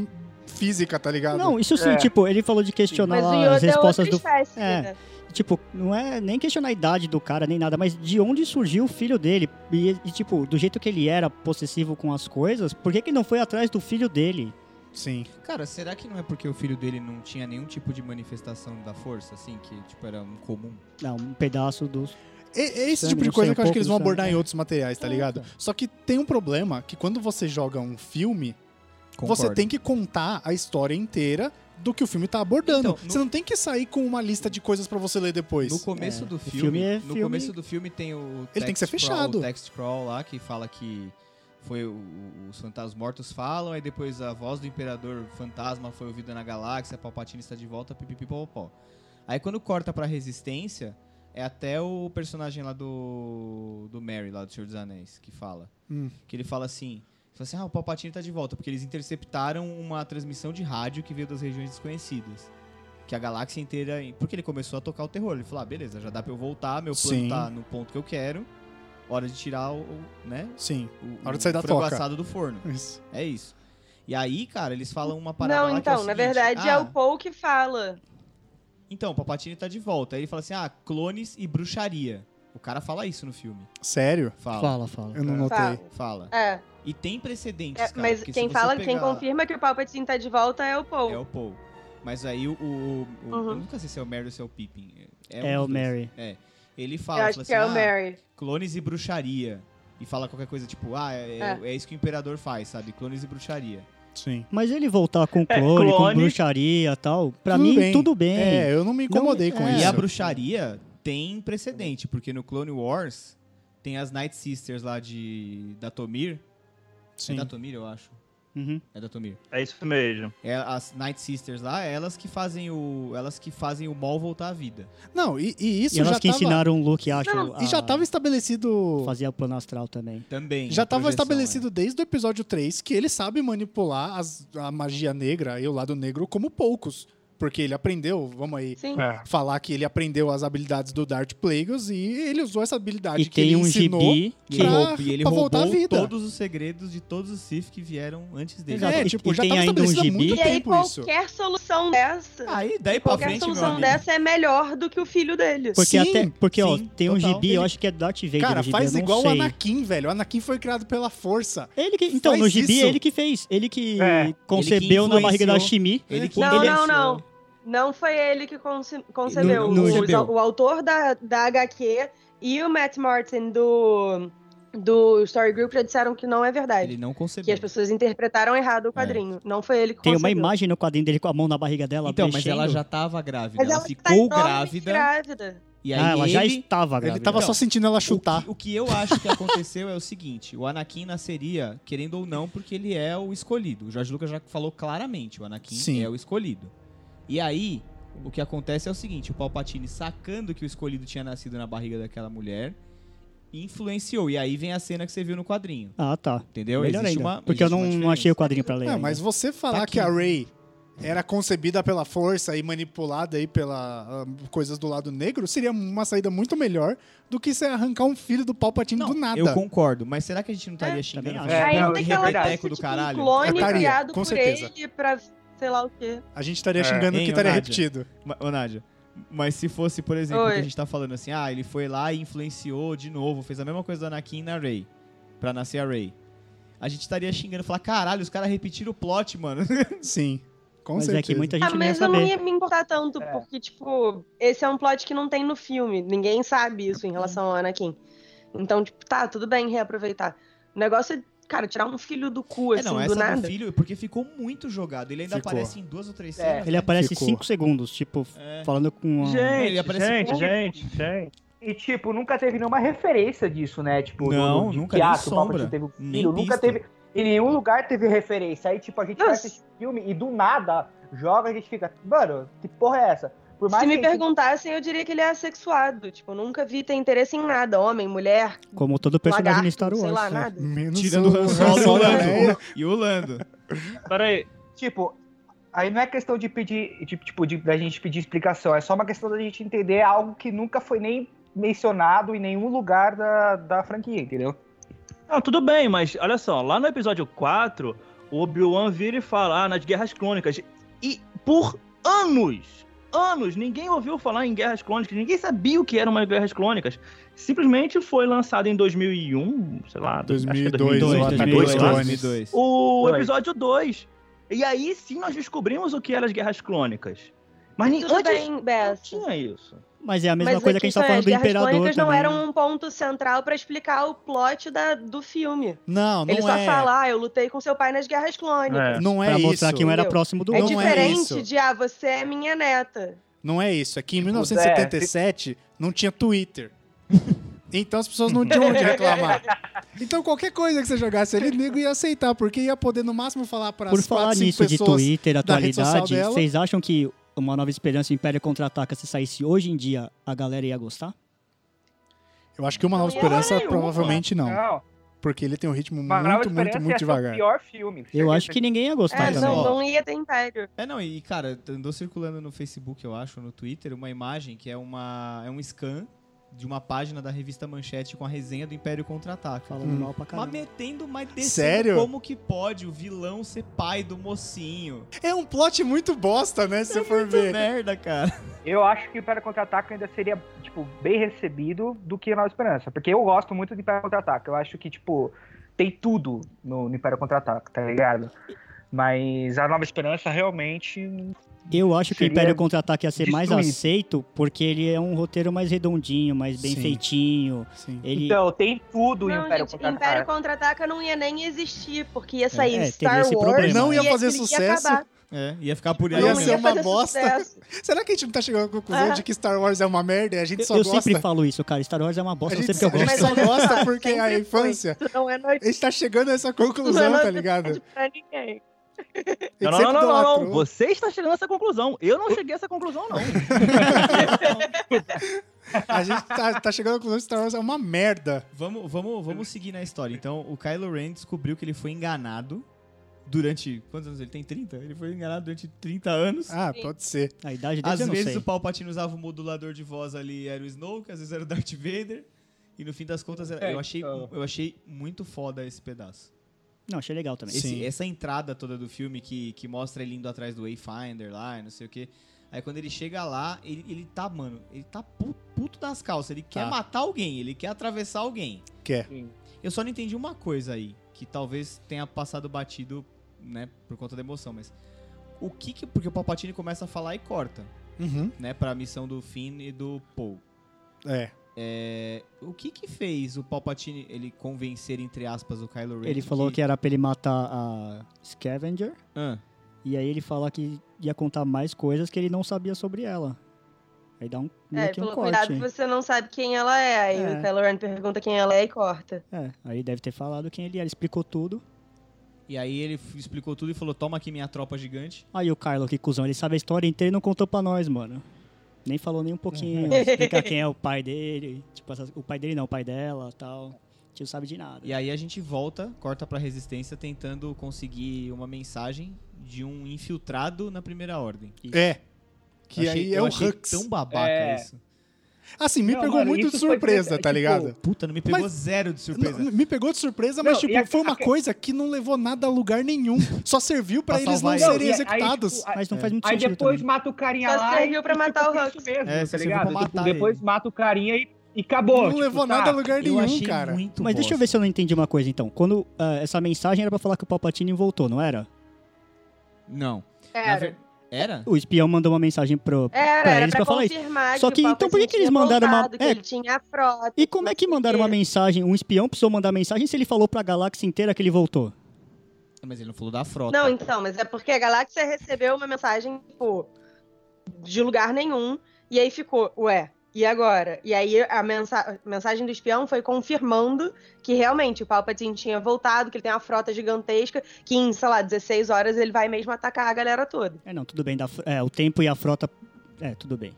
[SPEAKER 1] física, tá ligado?
[SPEAKER 5] Não, isso sim,
[SPEAKER 4] É.
[SPEAKER 5] tipo, ele falou de questionar
[SPEAKER 3] Mas o
[SPEAKER 5] lá
[SPEAKER 3] Yoda
[SPEAKER 5] as respostas
[SPEAKER 3] é
[SPEAKER 5] do...
[SPEAKER 3] outra espécie,
[SPEAKER 5] é.
[SPEAKER 3] né?
[SPEAKER 5] Tipo, não é nem questionar a idade do cara, nem nada, mas de onde surgiu o filho dele? E, e, tipo, do jeito que ele era possessivo com as coisas, por que que não foi atrás do filho dele?
[SPEAKER 1] Sim.
[SPEAKER 2] Cara, será que não é porque o filho dele não tinha nenhum tipo de manifestação da força, assim, que tipo era um comum?
[SPEAKER 5] Não, um pedaço dos...
[SPEAKER 1] E- É esse
[SPEAKER 5] Sangue,
[SPEAKER 1] tipo de
[SPEAKER 5] não
[SPEAKER 1] coisa
[SPEAKER 5] sei,
[SPEAKER 1] que eu
[SPEAKER 5] um
[SPEAKER 1] acho que eles vão
[SPEAKER 5] pouco do
[SPEAKER 1] abordar
[SPEAKER 5] sangue,
[SPEAKER 1] em
[SPEAKER 5] é.
[SPEAKER 1] outros materiais, tá
[SPEAKER 5] É,
[SPEAKER 1] ligado?
[SPEAKER 2] então.
[SPEAKER 5] cara.
[SPEAKER 1] Só que tem um problema, que quando você joga um filme, você
[SPEAKER 2] Concordo.
[SPEAKER 1] tem que contar a história inteira do que o filme tá abordando.
[SPEAKER 2] Então, no-
[SPEAKER 1] Você não tem que sair com uma lista de coisas pra você ler depois.
[SPEAKER 2] No começo
[SPEAKER 5] É,
[SPEAKER 2] do
[SPEAKER 5] o
[SPEAKER 2] filme,
[SPEAKER 5] filme é
[SPEAKER 2] no
[SPEAKER 5] filme-
[SPEAKER 2] começo do filme tem o
[SPEAKER 1] Ele tem que ser
[SPEAKER 2] text
[SPEAKER 1] fechado.
[SPEAKER 2] crawl, o text crawl lá que fala que foi o- o- os fantasmas mortos falam, aí depois a voz do imperador fantasma foi ouvida na galáxia, Palpatine está de volta, pipipipopopó. Aí quando corta pra resistência, é até o personagem lá do do Mary lá do Senhor dos Anéis que fala.
[SPEAKER 1] Hum.
[SPEAKER 2] Que ele fala assim, ele fala assim: "Ah, o Palpatine tá de volta porque eles interceptaram uma transmissão de rádio que veio das regiões desconhecidas." que a galáxia inteira. Porque ele começou a tocar o terror. Ele falou: ah, beleza, já dá pra eu voltar, meu plano
[SPEAKER 1] Sim.
[SPEAKER 2] tá no ponto que eu quero. Hora de tirar o, o- né?
[SPEAKER 1] Sim.
[SPEAKER 2] O,
[SPEAKER 1] A hora de
[SPEAKER 2] o
[SPEAKER 1] sair da
[SPEAKER 2] frango
[SPEAKER 1] toca."
[SPEAKER 2] assado do forno.
[SPEAKER 1] Isso.
[SPEAKER 2] É isso. E aí, cara, eles falam uma parada. lá
[SPEAKER 3] Não,
[SPEAKER 2] que é o
[SPEAKER 3] então, na
[SPEAKER 2] seguinte,
[SPEAKER 3] verdade é
[SPEAKER 2] "Ah,
[SPEAKER 3] o Paul que fala.
[SPEAKER 2] Então, o Papatini tá de volta. Aí ele fala assim: ah, clones e bruxaria. O cara fala isso no filme.
[SPEAKER 1] Sério?
[SPEAKER 2] Fala. Fala.
[SPEAKER 5] Fala, fala.
[SPEAKER 1] Eu não notei.
[SPEAKER 2] Tá.
[SPEAKER 3] Fala. É,
[SPEAKER 2] E tem precedentes,
[SPEAKER 3] é,
[SPEAKER 2] cara.
[SPEAKER 3] mas
[SPEAKER 2] porque se
[SPEAKER 3] quem
[SPEAKER 2] você
[SPEAKER 3] fala,
[SPEAKER 2] pegar...
[SPEAKER 3] quem confirma que o Palpatine tá de volta é o Paul.
[SPEAKER 2] É o Paul. Mas aí o. o- o-
[SPEAKER 3] Uhum.
[SPEAKER 2] Eu nunca sei se é o Mary ou se é o Pippin.
[SPEAKER 5] É
[SPEAKER 2] um
[SPEAKER 5] o
[SPEAKER 2] dos dois.
[SPEAKER 5] Mary.
[SPEAKER 2] É. Ele
[SPEAKER 3] Eu
[SPEAKER 2] fala,
[SPEAKER 3] acho
[SPEAKER 2] fala
[SPEAKER 3] que é o
[SPEAKER 2] assim, "Ah,
[SPEAKER 3] Mary.
[SPEAKER 2] clones e bruxaria. E fala qualquer coisa tipo, ah, é, é- é isso que o imperador faz, sabe? Clones e bruxaria.
[SPEAKER 1] Sim.
[SPEAKER 5] Mas ele voltar com
[SPEAKER 6] É,
[SPEAKER 5] clone, com
[SPEAKER 6] clone.
[SPEAKER 5] bruxaria e tal, pra
[SPEAKER 1] Tudo
[SPEAKER 5] mim
[SPEAKER 1] bem.
[SPEAKER 5] tudo bem.
[SPEAKER 1] É, eu não me incomodei
[SPEAKER 5] Não-
[SPEAKER 1] com
[SPEAKER 5] é.
[SPEAKER 1] isso.
[SPEAKER 2] E a bruxaria tem precedente, porque no Clone Wars tem as Night Sisters lá de da Tomir. É
[SPEAKER 1] Sim.
[SPEAKER 2] da Tomir, eu acho.
[SPEAKER 5] Uhum.
[SPEAKER 2] É da Tomir.
[SPEAKER 6] É isso mesmo.
[SPEAKER 2] É, as Night Sisters lá, elas que fazem o elas que fazem o mal voltar à vida.
[SPEAKER 1] Não, e, e isso
[SPEAKER 5] e elas
[SPEAKER 1] já
[SPEAKER 5] que
[SPEAKER 1] tava...
[SPEAKER 5] ensinaram o Luke, acho,
[SPEAKER 1] E já
[SPEAKER 5] a
[SPEAKER 1] tava estabelecido...
[SPEAKER 5] fazer o plano astral também.
[SPEAKER 2] Também.
[SPEAKER 1] Já
[SPEAKER 2] a
[SPEAKER 1] tava
[SPEAKER 2] projeção, né?
[SPEAKER 1] estabelecido desde o episódio 3 que ele sabe manipular as- a magia negra e o lado negro como poucos. Porque ele aprendeu, vamos aí,
[SPEAKER 3] Sim.
[SPEAKER 5] É.
[SPEAKER 1] falar que ele aprendeu as habilidades do Darth Plagueis e ele usou essa habilidade
[SPEAKER 5] E
[SPEAKER 1] que ele
[SPEAKER 5] tem um
[SPEAKER 1] ensinou.
[SPEAKER 5] gibi
[SPEAKER 2] é. E ele,
[SPEAKER 5] que...
[SPEAKER 1] pra-
[SPEAKER 2] roubou, e ele
[SPEAKER 1] pra voltar à
[SPEAKER 2] roubou
[SPEAKER 1] vida.
[SPEAKER 2] todos os segredos de todos os Sith que vieram antes dele.
[SPEAKER 5] Exato.
[SPEAKER 1] É,
[SPEAKER 5] E-
[SPEAKER 1] tipo,
[SPEAKER 5] e
[SPEAKER 1] já
[SPEAKER 5] tem
[SPEAKER 1] tava
[SPEAKER 5] ainda um
[SPEAKER 1] estabelecido há muito
[SPEAKER 5] gibi.
[SPEAKER 3] E aí
[SPEAKER 1] tempo isso.
[SPEAKER 3] qualquer solução dessa,
[SPEAKER 2] Aí daí Ah, pra
[SPEAKER 3] qualquer
[SPEAKER 2] frente, meu
[SPEAKER 3] solução
[SPEAKER 2] amigo.
[SPEAKER 3] dessa é melhor do que o filho dele.
[SPEAKER 5] Porque
[SPEAKER 1] Sim,
[SPEAKER 5] até... Porque, ó,
[SPEAKER 2] sim,
[SPEAKER 5] tem um
[SPEAKER 2] total.
[SPEAKER 5] gibi, eu
[SPEAKER 2] Ele-
[SPEAKER 5] acho que é Darth Vader
[SPEAKER 1] Cara,
[SPEAKER 5] o gibi,
[SPEAKER 1] faz
[SPEAKER 5] eu não
[SPEAKER 1] igual o
[SPEAKER 5] sei.
[SPEAKER 1] Anakin, velho. O Anakin foi criado pela força.
[SPEAKER 5] Ele que, então,
[SPEAKER 1] Faz
[SPEAKER 5] no gibi
[SPEAKER 1] isso.
[SPEAKER 5] é ele que fez. Ele que
[SPEAKER 4] É, ele
[SPEAKER 5] concebeu na
[SPEAKER 2] influenciou.
[SPEAKER 5] barriga da Shimi.
[SPEAKER 2] Ele que
[SPEAKER 3] Não, não,
[SPEAKER 2] influenciou.
[SPEAKER 3] não. Não foi ele que conce- concebeu.
[SPEAKER 5] No- no-
[SPEAKER 3] O-
[SPEAKER 2] Concebeu.
[SPEAKER 3] O, autor da, da HQ e o Matt Martin do, do Story Group já disseram que não é verdade.
[SPEAKER 2] Ele É. não concebeu.
[SPEAKER 3] Que as pessoas interpretaram errado o quadrinho. Não foi ele que
[SPEAKER 5] Tem
[SPEAKER 3] concebeu.
[SPEAKER 5] uma imagem no quadrinho dele com a mão na barriga dela.
[SPEAKER 2] Então, mas
[SPEAKER 5] mexendo.
[SPEAKER 2] ela já tava grávida.
[SPEAKER 3] Mas
[SPEAKER 2] Ela,
[SPEAKER 3] ela tá
[SPEAKER 2] ficou grávida.
[SPEAKER 3] enormemente grávida.
[SPEAKER 2] E aí
[SPEAKER 5] Ah, ela
[SPEAKER 2] ele,
[SPEAKER 5] já estava
[SPEAKER 1] Ele
[SPEAKER 5] grávida.
[SPEAKER 1] tava só
[SPEAKER 2] Então,
[SPEAKER 1] sentindo ela
[SPEAKER 2] O
[SPEAKER 1] chutar.
[SPEAKER 2] que, o que eu acho que aconteceu é o seguinte: o Anakin nasceria, querendo ou não, porque ele é o escolhido. O Jorge Lucas já falou claramente: o Anakin
[SPEAKER 1] Sim.
[SPEAKER 2] é o escolhido. E aí, o que acontece é o seguinte: o Palpatine, sacando que o escolhido tinha nascido na barriga daquela mulher, influenciou. E aí vem a cena que você viu no quadrinho.
[SPEAKER 5] Ah, tá.
[SPEAKER 2] Entendeu?
[SPEAKER 5] Melhor
[SPEAKER 2] Existe
[SPEAKER 5] ainda.
[SPEAKER 2] uma-
[SPEAKER 5] porque eu
[SPEAKER 2] existe
[SPEAKER 5] não
[SPEAKER 2] uma
[SPEAKER 5] achei
[SPEAKER 2] diferença.
[SPEAKER 5] o quadrinho pra ler.
[SPEAKER 1] Não,
[SPEAKER 5] ainda.
[SPEAKER 1] mas você falar
[SPEAKER 2] né? Tá
[SPEAKER 1] que a
[SPEAKER 2] aqui.
[SPEAKER 1] Ray era concebida pela força e manipulada aí pela ah, coisas do lado negro, seria uma saída muito melhor do que você arrancar um filho do Palpatine do nada.
[SPEAKER 2] Eu concordo, mas será que a gente não estaria xingando
[SPEAKER 5] também
[SPEAKER 2] a
[SPEAKER 5] acho.
[SPEAKER 2] gente?
[SPEAKER 7] É,
[SPEAKER 3] Ainda
[SPEAKER 7] não,
[SPEAKER 3] que
[SPEAKER 2] que
[SPEAKER 3] ela
[SPEAKER 2] repeteco
[SPEAKER 3] existe,
[SPEAKER 2] do
[SPEAKER 3] tipo,
[SPEAKER 2] caralho.
[SPEAKER 3] um clone
[SPEAKER 1] Eu estaria,
[SPEAKER 3] criado
[SPEAKER 1] com
[SPEAKER 3] por
[SPEAKER 1] certeza.
[SPEAKER 3] ele pra sei lá o quê.
[SPEAKER 1] A gente estaria
[SPEAKER 7] É.
[SPEAKER 1] xingando
[SPEAKER 2] Hein,
[SPEAKER 1] que estaria
[SPEAKER 2] Nádia?
[SPEAKER 1] repetido.
[SPEAKER 2] Ma- Ô, Nádia, mas se fosse, por exemplo,
[SPEAKER 3] Oi.
[SPEAKER 2] que a gente tá falando assim, ah, ele foi lá e influenciou de novo, fez a mesma coisa do Anakin na Rey, pra nascer a Rey. A gente estaria xingando, falar, caralho, os caras repetiram o plot, mano.
[SPEAKER 1] Sim, com
[SPEAKER 5] Mas é
[SPEAKER 1] certeza.
[SPEAKER 5] que muita gente
[SPEAKER 3] Ah,
[SPEAKER 5] não ia
[SPEAKER 3] mas eu não
[SPEAKER 5] saber.
[SPEAKER 3] ia me importar tanto,
[SPEAKER 7] É.
[SPEAKER 3] porque, tipo, esse é um plot que não tem no filme. Ninguém sabe isso em relação ao Anakin. Então, tipo, tá, tudo bem reaproveitar. O negócio é, cara, tirar um filho do cu,
[SPEAKER 2] é,
[SPEAKER 3] assim,
[SPEAKER 2] não,
[SPEAKER 3] do
[SPEAKER 2] essa
[SPEAKER 3] nada.
[SPEAKER 2] do filho, porque ficou muito jogado. Ele ainda
[SPEAKER 1] Ficou.
[SPEAKER 2] aparece em duas ou três
[SPEAKER 7] É.
[SPEAKER 2] cenas.
[SPEAKER 5] Ele aparece
[SPEAKER 1] Ficou.
[SPEAKER 5] 5 segundos, tipo,
[SPEAKER 2] É.
[SPEAKER 5] falando com a...
[SPEAKER 2] Ele
[SPEAKER 9] Gente,
[SPEAKER 2] aparece
[SPEAKER 9] gente,
[SPEAKER 2] pouco.
[SPEAKER 9] gente, gente.
[SPEAKER 7] E, tipo, nunca teve nenhuma referência disso, né? Tipo,
[SPEAKER 2] Não,
[SPEAKER 7] no- de
[SPEAKER 2] nunca,
[SPEAKER 7] que
[SPEAKER 2] nem
[SPEAKER 7] ato o Palpatine
[SPEAKER 2] sombra,
[SPEAKER 7] teve um filho,
[SPEAKER 2] nem
[SPEAKER 7] nunca
[SPEAKER 2] pista.
[SPEAKER 7] teve. Em nenhum lugar teve referência. Aí, tipo, a gente vai
[SPEAKER 3] Nossa.
[SPEAKER 7] assistir filme e do nada joga a gente fica, mano, que porra é essa? Por
[SPEAKER 3] Se me
[SPEAKER 7] que a gente-
[SPEAKER 3] perguntassem, eu diria que ele é assexuado. Tipo, eu nunca vi ter interesse em nada. Homem, mulher,
[SPEAKER 5] Como todo personagem em
[SPEAKER 3] lagarto,
[SPEAKER 5] Star Wars.
[SPEAKER 3] sei lá,
[SPEAKER 5] né?
[SPEAKER 3] nada.
[SPEAKER 1] Menos
[SPEAKER 2] Tirando o Han Solo e o
[SPEAKER 1] Solo, né?
[SPEAKER 2] Lando. E o Lando.
[SPEAKER 9] Peraí.
[SPEAKER 7] Tipo, aí não é questão de pedir, de, tipo, de, da gente pedir explicação, é só uma questão da gente entender algo que nunca foi nem mencionado em nenhum lugar da, da franquia, entendeu?
[SPEAKER 9] Não, tudo bem, mas olha só, lá no episódio 4, o Obi-Wan vira e fala ah, nas Guerras Clônicas. E por anos, anos, ninguém ouviu falar em Guerras Clônicas, ninguém sabia o que eram umas Guerras Clônicas. Simplesmente foi lançado em 2001, sei lá, acho que é
[SPEAKER 1] 2002, o Ataque dos
[SPEAKER 5] 2002,
[SPEAKER 1] tá Clones.
[SPEAKER 2] 2002.
[SPEAKER 9] o
[SPEAKER 7] Dois.
[SPEAKER 9] episódio 2. E aí sim nós descobrimos o que eram as Guerras Clônicas. Mas nem
[SPEAKER 3] Tudo
[SPEAKER 9] antes
[SPEAKER 3] bem,
[SPEAKER 9] não
[SPEAKER 3] Bess.
[SPEAKER 9] tinha isso.
[SPEAKER 5] Mas é a mesma
[SPEAKER 3] Mas
[SPEAKER 5] coisa
[SPEAKER 3] aqui
[SPEAKER 5] que a gente tá
[SPEAKER 3] são
[SPEAKER 5] falando
[SPEAKER 3] as
[SPEAKER 5] do
[SPEAKER 3] Guerras
[SPEAKER 5] Imperador
[SPEAKER 3] Clônicas
[SPEAKER 5] também. né?
[SPEAKER 3] não eram um ponto central pra explicar o plot da- do filme.
[SPEAKER 1] Não, não
[SPEAKER 3] ele só
[SPEAKER 1] é.
[SPEAKER 3] fala, ah, eu lutei com seu pai nas Guerras Clônicas.
[SPEAKER 1] Não é
[SPEAKER 5] pra
[SPEAKER 1] isso.
[SPEAKER 5] mostrar que um era
[SPEAKER 3] Entendeu?
[SPEAKER 5] próximo do
[SPEAKER 3] É
[SPEAKER 1] Não é
[SPEAKER 5] outro.
[SPEAKER 3] diferente
[SPEAKER 1] isso.
[SPEAKER 3] de, ah, você é minha neta.
[SPEAKER 1] Não é isso. É que em
[SPEAKER 7] Tipo,
[SPEAKER 1] 1977 não tinha Twitter. Então as pessoas não tinham onde reclamar. Então qualquer coisa que você jogasse ali, o nego ia aceitar, porque ia poder no máximo falar para
[SPEAKER 5] Por
[SPEAKER 1] as
[SPEAKER 5] falar
[SPEAKER 1] quatro, cinco
[SPEAKER 5] nisso de
[SPEAKER 1] pessoas.
[SPEAKER 5] Twitter,
[SPEAKER 1] da rede social
[SPEAKER 5] atualidade,
[SPEAKER 1] dela.
[SPEAKER 5] vocês acham que uma Nova Esperança e o Império Contra-Ataca, se saísse hoje em dia, a galera ia gostar?
[SPEAKER 1] Eu acho que Uma Nova
[SPEAKER 3] Não,
[SPEAKER 1] Esperança
[SPEAKER 7] nenhuma.
[SPEAKER 1] provavelmente não,
[SPEAKER 7] Não,
[SPEAKER 1] porque ele tem um ritmo
[SPEAKER 7] Uma Nova
[SPEAKER 1] muito, muito,
[SPEAKER 7] Esperança ia
[SPEAKER 1] muito
[SPEAKER 7] ser é o
[SPEAKER 1] devagar.
[SPEAKER 7] pior filme.
[SPEAKER 5] Eu acho que ninguém ia gostar
[SPEAKER 3] É,
[SPEAKER 5] também.
[SPEAKER 3] não,
[SPEAKER 2] ó.
[SPEAKER 3] não ia ter império.
[SPEAKER 2] É, não, e cara, andou circulando no Facebook, eu acho, no Twitter, uma imagem que é uma é um scan de uma página da revista Manchete com a resenha do Império Contra-Ataca.
[SPEAKER 5] Falando
[SPEAKER 1] Hum.
[SPEAKER 5] mal pra
[SPEAKER 2] Mas
[SPEAKER 5] caramba.
[SPEAKER 2] metendo, mas descendo
[SPEAKER 1] Sério?
[SPEAKER 2] como que pode o vilão ser pai do mocinho?
[SPEAKER 1] É um plot muito bosta, né,
[SPEAKER 5] É
[SPEAKER 1] se você for
[SPEAKER 2] Muito
[SPEAKER 1] ver.
[SPEAKER 2] merda, cara.
[SPEAKER 7] Eu acho que o Império Contra-Ataca ainda seria, tipo, bem recebido do que a Nova Esperança. Porque eu gosto muito do Império Contra-Ataca. Eu acho que, tipo, tem tudo no, no Império Contra-Ataca, tá ligado? Mas a Nova Esperança realmente...
[SPEAKER 5] Eu acho que o
[SPEAKER 7] Seria
[SPEAKER 5] Império Contra-Ataca ia ser mais
[SPEAKER 7] destruído.
[SPEAKER 5] aceito, porque ele é um roteiro mais redondinho, mais bem
[SPEAKER 1] Sim.
[SPEAKER 5] feitinho.
[SPEAKER 1] Sim.
[SPEAKER 5] Ele...
[SPEAKER 7] Então, tem tudo em
[SPEAKER 3] Não,
[SPEAKER 7] Império
[SPEAKER 3] gente, Império
[SPEAKER 7] Contra-Ataca.
[SPEAKER 3] Contra-Ataca não ia nem existir, porque ia sair
[SPEAKER 5] É, é, teria
[SPEAKER 3] Star
[SPEAKER 5] esse
[SPEAKER 3] Wars.
[SPEAKER 5] problema.
[SPEAKER 1] Não ia
[SPEAKER 3] e
[SPEAKER 1] fazer
[SPEAKER 3] aquilo
[SPEAKER 1] sucesso,
[SPEAKER 3] acabar.
[SPEAKER 2] É, ia ficar por aí
[SPEAKER 1] Ia
[SPEAKER 3] Não
[SPEAKER 1] ser
[SPEAKER 2] mesmo.
[SPEAKER 1] uma
[SPEAKER 3] fazer
[SPEAKER 1] bosta.
[SPEAKER 3] sucesso.
[SPEAKER 1] Será que a gente não tá chegando à conclusão
[SPEAKER 3] Ah.
[SPEAKER 1] de que Star Wars é uma merda e a gente
[SPEAKER 5] Eu,
[SPEAKER 1] só
[SPEAKER 5] eu
[SPEAKER 1] gosta?
[SPEAKER 5] sempre falo isso, cara. Star Wars é uma
[SPEAKER 1] a
[SPEAKER 5] bosta, eu
[SPEAKER 1] gente,
[SPEAKER 5] sempre eu
[SPEAKER 1] a gente só
[SPEAKER 5] gosto.
[SPEAKER 3] Mas-
[SPEAKER 1] gosta porque a
[SPEAKER 3] Sempre foi.
[SPEAKER 1] infância...
[SPEAKER 3] Isso não é noite
[SPEAKER 1] A gente tá chegando a essa conclusão,
[SPEAKER 3] Não é
[SPEAKER 1] tá ligado?
[SPEAKER 3] pra ninguém.
[SPEAKER 1] Ele
[SPEAKER 9] Não, não,
[SPEAKER 1] sempre
[SPEAKER 9] não, não, não, não.
[SPEAKER 1] idolatrou.
[SPEAKER 9] Você está chegando a essa conclusão. Eu não cheguei a essa conclusão, não.
[SPEAKER 1] A gente tá, tá chegando à conclusão que Star Wars é uma merda.
[SPEAKER 2] Vamos, vamos, vamos seguir na história. Então, o Kylo Ren descobriu que ele foi enganado durante. Quantos anos ele tem? 30? Ele foi enganado durante 30 anos.
[SPEAKER 1] Ah,
[SPEAKER 3] Sim.
[SPEAKER 1] pode ser.
[SPEAKER 5] A idade dele
[SPEAKER 2] Às
[SPEAKER 5] eu não
[SPEAKER 2] vezes o
[SPEAKER 5] sei.
[SPEAKER 2] Palpatine usava o modulador de voz ali, era o Snoke, às vezes era o Darth Vader. E no fim das contas, era-
[SPEAKER 7] É,
[SPEAKER 2] eu, achei,
[SPEAKER 7] então.
[SPEAKER 2] eu achei muito foda esse pedaço.
[SPEAKER 5] Não, achei legal também.
[SPEAKER 2] Esse-
[SPEAKER 1] Sim.
[SPEAKER 2] essa entrada toda do filme que, que mostra ele indo atrás do Wayfinder lá e não sei o que. Aí quando ele chega lá, ele, ele tá, mano, ele tá pu- puto das calças. Ele quer
[SPEAKER 1] Tá.
[SPEAKER 2] matar alguém, ele quer atravessar alguém.
[SPEAKER 1] Quer.
[SPEAKER 7] Sim.
[SPEAKER 2] Eu só não entendi uma coisa aí, que talvez tenha passado batido, né, por conta da emoção, mas. O que que. Porque o Palpatine começa a falar e corta,
[SPEAKER 1] Uhum.
[SPEAKER 2] né, pra missão do Finn e do Poe.
[SPEAKER 1] É.
[SPEAKER 2] É, o que que fez o Palpatine ele convencer entre aspas o Kylo Ren?
[SPEAKER 5] Ele
[SPEAKER 2] de
[SPEAKER 5] falou que é era pra ele matar a Scavenger.
[SPEAKER 2] Ah,
[SPEAKER 5] E aí ele fala que ia contar mais coisas que ele não sabia sobre ela. Aí dá um,
[SPEAKER 3] É,
[SPEAKER 5] meio
[SPEAKER 3] ele
[SPEAKER 5] que um
[SPEAKER 3] falou,
[SPEAKER 5] corte.
[SPEAKER 3] cuidado que você não sabe quem ela é. Aí
[SPEAKER 5] É.
[SPEAKER 3] o Kylo Ren pergunta quem ela é e corta.
[SPEAKER 5] É, aí deve ter falado quem ele é. Ele explicou tudo.
[SPEAKER 2] e aí ele f- explicou tudo e falou: "Toma aqui minha tropa gigante".
[SPEAKER 5] Aí o Kylo, que cuzão, ele sabe a história inteira e não contou pra nós, mano. Nem falou nem um pouquinho. ó, Explica quem é o pai dele. Tipo, essas- o pai dele não, o pai dela tal. O tio sabe de nada.
[SPEAKER 2] E aí a gente volta, corta pra resistência tentando conseguir uma mensagem de um infiltrado na primeira ordem.
[SPEAKER 1] É. Que
[SPEAKER 2] Achei-
[SPEAKER 1] aí é
[SPEAKER 2] eu
[SPEAKER 1] o
[SPEAKER 2] achei
[SPEAKER 1] Hux.
[SPEAKER 2] tão babaca
[SPEAKER 9] É.
[SPEAKER 2] isso.
[SPEAKER 1] Assim, me
[SPEAKER 9] Não,
[SPEAKER 1] pegou
[SPEAKER 9] mano,
[SPEAKER 1] muito
[SPEAKER 9] isso
[SPEAKER 1] de
[SPEAKER 9] foi-
[SPEAKER 1] surpresa, tá
[SPEAKER 9] tipo,
[SPEAKER 1] ligado?
[SPEAKER 2] Puta, não me pegou
[SPEAKER 1] Mas-
[SPEAKER 2] zero de surpresa.
[SPEAKER 1] Não, me pegou de surpresa, mas
[SPEAKER 9] Não,
[SPEAKER 1] tipo,
[SPEAKER 9] e a-
[SPEAKER 1] foi uma coisa que não levou nada a lugar nenhum. Só serviu pra
[SPEAKER 2] Pra
[SPEAKER 1] eles não
[SPEAKER 2] salvar
[SPEAKER 1] serem
[SPEAKER 9] e aí,
[SPEAKER 1] executados.
[SPEAKER 9] tipo, a-
[SPEAKER 5] Mas não faz muito
[SPEAKER 9] Aí
[SPEAKER 5] sentido
[SPEAKER 9] depois
[SPEAKER 5] também.
[SPEAKER 9] mata o carinha
[SPEAKER 3] Só
[SPEAKER 9] lá.
[SPEAKER 3] serviu
[SPEAKER 9] e
[SPEAKER 3] pra
[SPEAKER 9] fica
[SPEAKER 3] matar o
[SPEAKER 9] por
[SPEAKER 3] Hux.
[SPEAKER 9] isso mesmo,
[SPEAKER 2] É, só
[SPEAKER 9] tá
[SPEAKER 2] serviu
[SPEAKER 9] ligado?
[SPEAKER 2] pra
[SPEAKER 9] Tipo,
[SPEAKER 2] matar
[SPEAKER 9] depois
[SPEAKER 2] ele.
[SPEAKER 9] mata o carinha e, e acabou.
[SPEAKER 1] não
[SPEAKER 9] tipo,
[SPEAKER 1] levou
[SPEAKER 9] tá.
[SPEAKER 1] nada a lugar
[SPEAKER 2] eu
[SPEAKER 1] nenhum,
[SPEAKER 2] achei
[SPEAKER 1] cara.
[SPEAKER 2] muito
[SPEAKER 5] Mas deixa eu
[SPEAKER 2] bosta.
[SPEAKER 5] ver se eu não entendi uma coisa então. Quando ah, essa mensagem era pra falar que o Palpatine voltou, não era?
[SPEAKER 2] Não.
[SPEAKER 7] É,
[SPEAKER 2] Na
[SPEAKER 3] Era.
[SPEAKER 2] ver- Era?
[SPEAKER 5] O espião mandou uma mensagem pro.
[SPEAKER 3] Era,
[SPEAKER 5] pra
[SPEAKER 3] era
[SPEAKER 5] eles
[SPEAKER 3] pra
[SPEAKER 5] pra falar É, isso.
[SPEAKER 3] confirmar
[SPEAKER 5] Só que
[SPEAKER 3] o
[SPEAKER 5] então por
[SPEAKER 3] Palpatine
[SPEAKER 5] que que eles
[SPEAKER 3] tinha
[SPEAKER 5] mandaram uma-
[SPEAKER 3] voltado, que
[SPEAKER 5] é.
[SPEAKER 3] ele tinha a frota.
[SPEAKER 5] E como é que
[SPEAKER 3] não sei
[SPEAKER 5] mandaram
[SPEAKER 3] o
[SPEAKER 5] uma
[SPEAKER 3] quê.
[SPEAKER 5] mensagem? Um espião precisou mandar mensagem se ele falou pra galáxia inteira que ele voltou.
[SPEAKER 2] Mas ele não falou da frota.
[SPEAKER 3] Não, então, mas é porque a galáxia recebeu uma mensagem, tipo, de lugar nenhum, e aí ficou, ué, e agora? E aí a mensa- mensagem do espião foi confirmando que realmente o Palpatine tinha voltado, que ele tem uma frota gigantesca, que em, sei lá, 16 horas ele vai mesmo atacar a galera toda.
[SPEAKER 5] É, não, tudo bem. da fr- é, o tempo e a frota. É, tudo bem.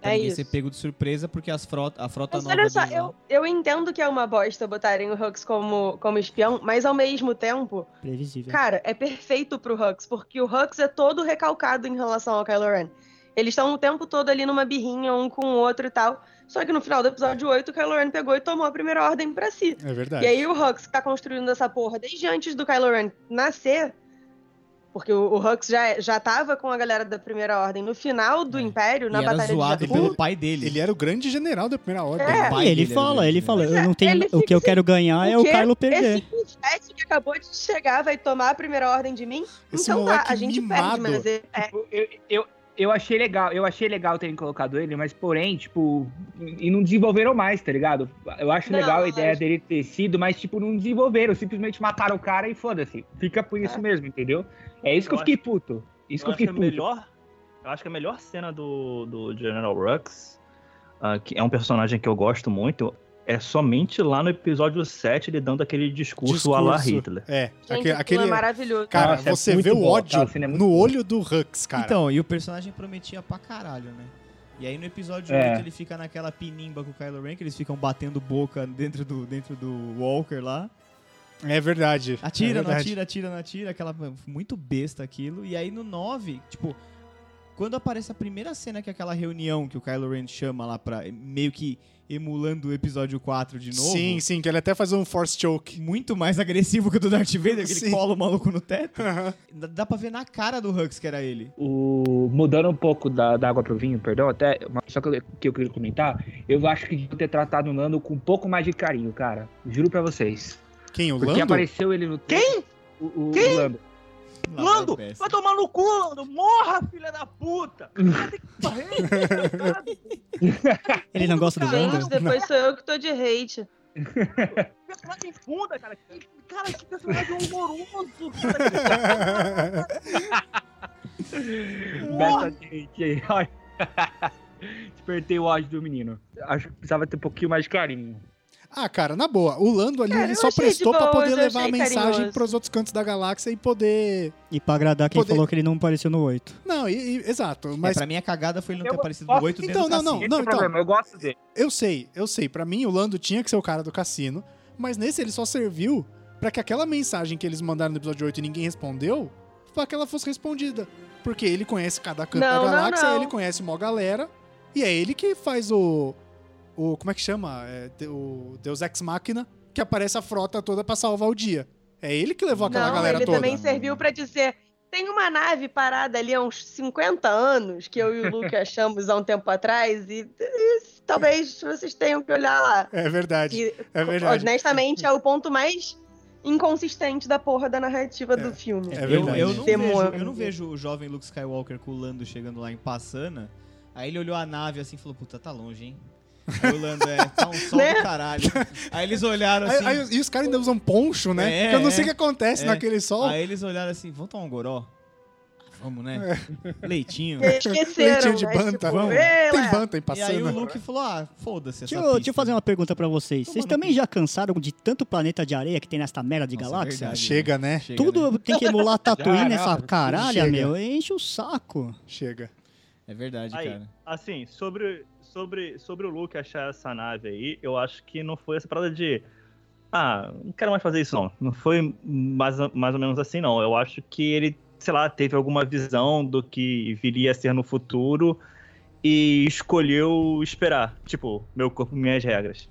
[SPEAKER 2] Pra
[SPEAKER 3] é
[SPEAKER 2] ninguém
[SPEAKER 3] isso.
[SPEAKER 2] ser pego de surpresa, porque as frota, a frota
[SPEAKER 3] Mas
[SPEAKER 2] nova...
[SPEAKER 3] olha só,
[SPEAKER 2] deles lá-
[SPEAKER 3] eu, eu entendo que é uma bosta botarem o Hux como, como espião, mas ao mesmo tempo,
[SPEAKER 1] Né?
[SPEAKER 5] Previsível.
[SPEAKER 3] cara, é perfeito pro Hux, porque o Hux é todo recalcado em relação ao Kylo Ren. Eles estão o tempo todo ali numa birrinha um com o outro e tal. Só que no final do episódio 8, o Kylo Ren pegou e tomou a primeira ordem pra si.
[SPEAKER 1] É verdade.
[SPEAKER 3] E aí o Hux que tá construindo essa porra desde antes do Kylo Ren nascer. Porque o, o Hux já, é- já tava com a galera da primeira ordem no final do
[SPEAKER 2] É.
[SPEAKER 3] Império, na
[SPEAKER 2] e era
[SPEAKER 3] Batalha
[SPEAKER 2] zoado
[SPEAKER 3] de
[SPEAKER 2] pelo
[SPEAKER 3] Jakku.
[SPEAKER 2] pai dele.
[SPEAKER 1] Ele era o grande general da primeira ordem.
[SPEAKER 3] É.
[SPEAKER 2] O pai
[SPEAKER 5] E ele
[SPEAKER 2] dele era o
[SPEAKER 5] fala,
[SPEAKER 2] grande,
[SPEAKER 5] ele
[SPEAKER 2] né?
[SPEAKER 5] fala,
[SPEAKER 3] Pois
[SPEAKER 5] eu
[SPEAKER 3] é,
[SPEAKER 5] não tenho.
[SPEAKER 3] ele
[SPEAKER 5] O que eu
[SPEAKER 3] fica
[SPEAKER 5] quero ganhar é o
[SPEAKER 3] quê?
[SPEAKER 5] Kylo perder.
[SPEAKER 3] Esse pivete que acabou de chegar vai tomar a primeira ordem de mim?
[SPEAKER 1] Esse
[SPEAKER 3] então tá,
[SPEAKER 1] moleque
[SPEAKER 3] a gente
[SPEAKER 1] mimado.
[SPEAKER 3] perde, mas ele- é,
[SPEAKER 9] Eu-
[SPEAKER 4] Tipo, Eu, eu, eu achei legal, eu achei legal terem colocado ele, mas porém, tipo, e não desenvolveram mais, tá ligado? Eu acho
[SPEAKER 3] Não,
[SPEAKER 4] legal a
[SPEAKER 3] mas-
[SPEAKER 4] ideia dele ter sido, mas, tipo, não desenvolveram, simplesmente mataram o cara e foda-se. Fica por isso mesmo, entendeu? É isso que eu
[SPEAKER 9] Eu
[SPEAKER 4] fiquei puto. Isso que
[SPEAKER 9] eu
[SPEAKER 4] eu
[SPEAKER 9] acho
[SPEAKER 4] fiquei
[SPEAKER 9] que a
[SPEAKER 4] puto.
[SPEAKER 9] melhor, eu acho que a melhor cena do, do General Rux, ah, que é um personagem que eu gosto muito, é somente lá no episódio 7 ele dando aquele discurso, à la Hitler.
[SPEAKER 1] É.
[SPEAKER 3] gente,
[SPEAKER 1] aque-
[SPEAKER 3] aquilo
[SPEAKER 1] aquele,
[SPEAKER 3] é maravilhoso.
[SPEAKER 1] Cara,
[SPEAKER 4] Nossa, é
[SPEAKER 1] você
[SPEAKER 4] muito
[SPEAKER 1] vê o
[SPEAKER 4] bom,
[SPEAKER 1] ódio
[SPEAKER 4] tá? O cinema é muito
[SPEAKER 1] no
[SPEAKER 4] bom.
[SPEAKER 1] olho do Hux, cara.
[SPEAKER 2] Então, e o personagem prometia pra caralho, né? E aí no episódio
[SPEAKER 4] É.
[SPEAKER 2] 8 ele fica naquela pinimba com o Kylo Ren, que eles ficam batendo boca dentro do, dentro do Walker lá.
[SPEAKER 1] é verdade. é
[SPEAKER 2] Atira, não
[SPEAKER 1] verdade.
[SPEAKER 2] atira, atira, não atira. Aquela, muito besta aquilo. E aí no 9, tipo, quando aparece a primeira cena que é aquela reunião que o Kylo Ren chama lá pra... Meio que emulando o episódio 4 de novo.
[SPEAKER 1] Sim, sim, que ele até faz um force choke.
[SPEAKER 2] Muito mais agressivo que o do Darth Vader, que
[SPEAKER 1] Sim.
[SPEAKER 2] ele cola o maluco no teto. Dá- Dá pra ver na cara do Hux que era ele.
[SPEAKER 4] o mudando um pouco da, da água pro vinho, perdão, até, mas só que eu, que eu queria comentar, eu acho que deviam ter tratado o Nando com um pouco mais de carinho, cara. Juro pra vocês.
[SPEAKER 1] Quem, o
[SPEAKER 4] Porque
[SPEAKER 1] Lando?
[SPEAKER 4] apareceu ele no
[SPEAKER 9] Quem?
[SPEAKER 4] O, o,
[SPEAKER 9] Quem?
[SPEAKER 4] o Lando.
[SPEAKER 2] Lá vai
[SPEAKER 9] Lando,
[SPEAKER 2] o PS.
[SPEAKER 9] vai tomar no cu, Lando! Morra, filha da puta!
[SPEAKER 5] Ele não gosta do
[SPEAKER 9] Caralho.
[SPEAKER 5] Lando?
[SPEAKER 3] Gente, depois sou eu que tô de hate.
[SPEAKER 9] personagem funda, cara. Que- Cara, que personagem horroroso, cara.
[SPEAKER 4] Beta Kate aí, olha. Despertei o ódio do menino. Acho que precisava ter um pouquinho mais de carinho.
[SPEAKER 1] Ah, cara, na boa. O Lando ali,
[SPEAKER 3] Cara,
[SPEAKER 1] ele
[SPEAKER 3] eu
[SPEAKER 1] só
[SPEAKER 3] achei
[SPEAKER 1] prestou
[SPEAKER 3] de
[SPEAKER 1] pra
[SPEAKER 3] boas,
[SPEAKER 1] poder
[SPEAKER 3] eu
[SPEAKER 1] levar a
[SPEAKER 3] achei
[SPEAKER 1] mensagem
[SPEAKER 3] carinhoso.
[SPEAKER 1] pros outros cantos da galáxia e poder...
[SPEAKER 5] E pra agradar quem
[SPEAKER 1] Poder-
[SPEAKER 5] falou que ele não apareceu no 8.
[SPEAKER 1] Não, e- e- exato. Mas
[SPEAKER 2] É, pra mim a cagada foi ele não
[SPEAKER 4] Eu
[SPEAKER 2] ter aparecido
[SPEAKER 4] posso-
[SPEAKER 2] no 8 dentro
[SPEAKER 1] Então,
[SPEAKER 2] do
[SPEAKER 1] não,
[SPEAKER 2] cassino.
[SPEAKER 1] não,
[SPEAKER 4] Esse é
[SPEAKER 1] não,
[SPEAKER 4] o
[SPEAKER 1] então.
[SPEAKER 4] problema, eu gosto dele.
[SPEAKER 1] Eu sei, eu sei. Pra mim, o Lando tinha que ser o cara do cassino, mas nesse ele só serviu pra que aquela mensagem que eles mandaram no episódio 8 e ninguém respondeu, pra que ela fosse respondida. Porque ele conhece cada canto
[SPEAKER 3] Não,
[SPEAKER 1] da
[SPEAKER 3] não,
[SPEAKER 1] galáxia,
[SPEAKER 3] não.
[SPEAKER 1] ele conhece mó galera, e é ele que faz o. o como é que chama? É, de- o Deus Ex Machina, que aparece a frota toda pra salvar o dia. É ele que levou aquela
[SPEAKER 3] Não,
[SPEAKER 1] galera
[SPEAKER 3] ele
[SPEAKER 1] toda. né?
[SPEAKER 3] também serviu pra dizer... Tem uma nave parada ali há uns 50 anos, que eu e o Luke achamos há um tempo atrás, e, e talvez vocês tenham que olhar lá.
[SPEAKER 1] É verdade,
[SPEAKER 3] E,
[SPEAKER 1] é verdade.
[SPEAKER 3] honestamente, é o ponto mais inconsistente da porra da narrativa do filme.
[SPEAKER 1] É
[SPEAKER 2] Eu-
[SPEAKER 1] verdade.
[SPEAKER 2] eu, não
[SPEAKER 3] Demônio.
[SPEAKER 2] vejo, eu não vejo o jovem Luke Skywalker com o Lando chegando lá em Passana. Aí ele olhou a nave assim e falou: Puta, tá longe, hein? Aí o Lando é, tá um sol
[SPEAKER 3] Né?
[SPEAKER 2] do caralho. Aí eles olharam
[SPEAKER 1] Aí-
[SPEAKER 2] assim. Aí,
[SPEAKER 1] aí os- e os caras ainda usam poncho, né?
[SPEAKER 2] É,
[SPEAKER 1] que eu não sei o
[SPEAKER 2] é.
[SPEAKER 1] que acontece
[SPEAKER 2] É.
[SPEAKER 1] naquele sol.
[SPEAKER 2] eles olharam assim: Vamos tomar um goró? Ah, Vamos, né?
[SPEAKER 1] É.
[SPEAKER 2] Leitinho.
[SPEAKER 5] É.
[SPEAKER 3] Esqueceram,
[SPEAKER 1] Leitinho de
[SPEAKER 3] né?
[SPEAKER 1] banta.
[SPEAKER 3] Tipo,
[SPEAKER 2] Vamos.
[SPEAKER 3] "Ê,
[SPEAKER 1] Tem
[SPEAKER 3] lá,
[SPEAKER 1] Banta em
[SPEAKER 2] E aí o
[SPEAKER 1] passando.
[SPEAKER 2] Luke falou: Ah, foda-se. Essa
[SPEAKER 5] Deixa eu,
[SPEAKER 2] pista.
[SPEAKER 5] deixa eu fazer uma pergunta pra vocês. Vocês
[SPEAKER 2] Toma no
[SPEAKER 5] também
[SPEAKER 2] cu.
[SPEAKER 5] já cansaram de tanto planeta de areia que tem nesta merda de
[SPEAKER 2] Nossa, é
[SPEAKER 5] galáxia?
[SPEAKER 2] verdade.
[SPEAKER 1] Chega, né?
[SPEAKER 2] Chega, né?
[SPEAKER 5] é Tudo tem que emular Tatooine
[SPEAKER 4] Já,
[SPEAKER 5] nessa
[SPEAKER 4] não.
[SPEAKER 5] caralha,
[SPEAKER 1] Chega.
[SPEAKER 5] meu. Enche o saco.
[SPEAKER 1] Chega.
[SPEAKER 2] É verdade,
[SPEAKER 9] Aí.
[SPEAKER 2] cara.
[SPEAKER 9] Assim, sobre, sobre, sobre o Luke achar essa nave aí, eu acho que não foi essa parada de. ah, não quero mais fazer isso não. Não foi mais, mais ou menos assim não. Eu acho que ele, sei lá, teve alguma visão do que viria a ser no futuro e escolheu esperar. Tipo, meu corpo, minhas regras.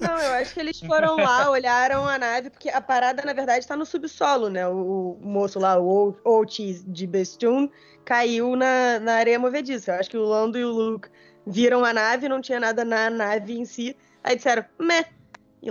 [SPEAKER 3] Não, eu acho que eles foram lá, olharam a nave, porque a parada, na verdade, tá no subsolo, né? O, o moço lá, o Otis de Bestoon, caiu na, na areia movediça. Eu acho que o Lando e o Luke viram a nave, não tinha nada na nave em si. Aí disseram, meh, e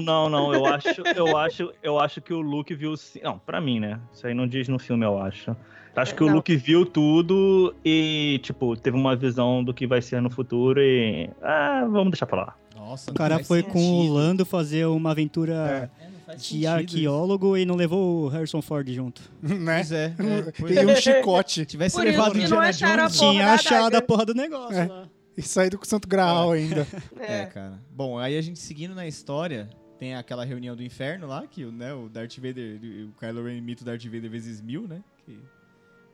[SPEAKER 9] Não, não, não. Eu acho, eu acho, eu acho que o Luke viu. sim- Não, pra mim, né? Isso aí não diz no filme, eu acho. Acho que o
[SPEAKER 3] Não.
[SPEAKER 9] Luke viu tudo e, tipo, teve uma visão do que vai ser no futuro e. Ah, vamos deixar pra lá.
[SPEAKER 2] Nossa,
[SPEAKER 5] O
[SPEAKER 2] não
[SPEAKER 5] cara
[SPEAKER 2] faz
[SPEAKER 5] foi com o
[SPEAKER 2] sentido.
[SPEAKER 5] Lando fazer uma aventura
[SPEAKER 2] É, não faz
[SPEAKER 5] de
[SPEAKER 2] sentido
[SPEAKER 5] arqueólogo e não levou o Harrison Ford junto.
[SPEAKER 1] né?
[SPEAKER 2] isso. Pois é. é, pois
[SPEAKER 1] E
[SPEAKER 2] é.
[SPEAKER 1] um chicote.
[SPEAKER 2] Se tivesse
[SPEAKER 3] Por isso
[SPEAKER 2] levado
[SPEAKER 3] que
[SPEAKER 2] o
[SPEAKER 3] não
[SPEAKER 2] Indiana
[SPEAKER 3] acharam a
[SPEAKER 2] Jones.
[SPEAKER 3] porra
[SPEAKER 5] Tinha
[SPEAKER 3] da
[SPEAKER 5] achado
[SPEAKER 3] adaga.
[SPEAKER 5] a porra do negócio
[SPEAKER 1] É.
[SPEAKER 5] lá.
[SPEAKER 1] E saído com o Santo Graal ainda.
[SPEAKER 2] É, cara. Bom, aí a gente seguindo na história, tem aquela reunião do inferno lá, que né, o Darth Vader, ele- o Kylo Ren imita o Darth Vader vezes mil, né? Que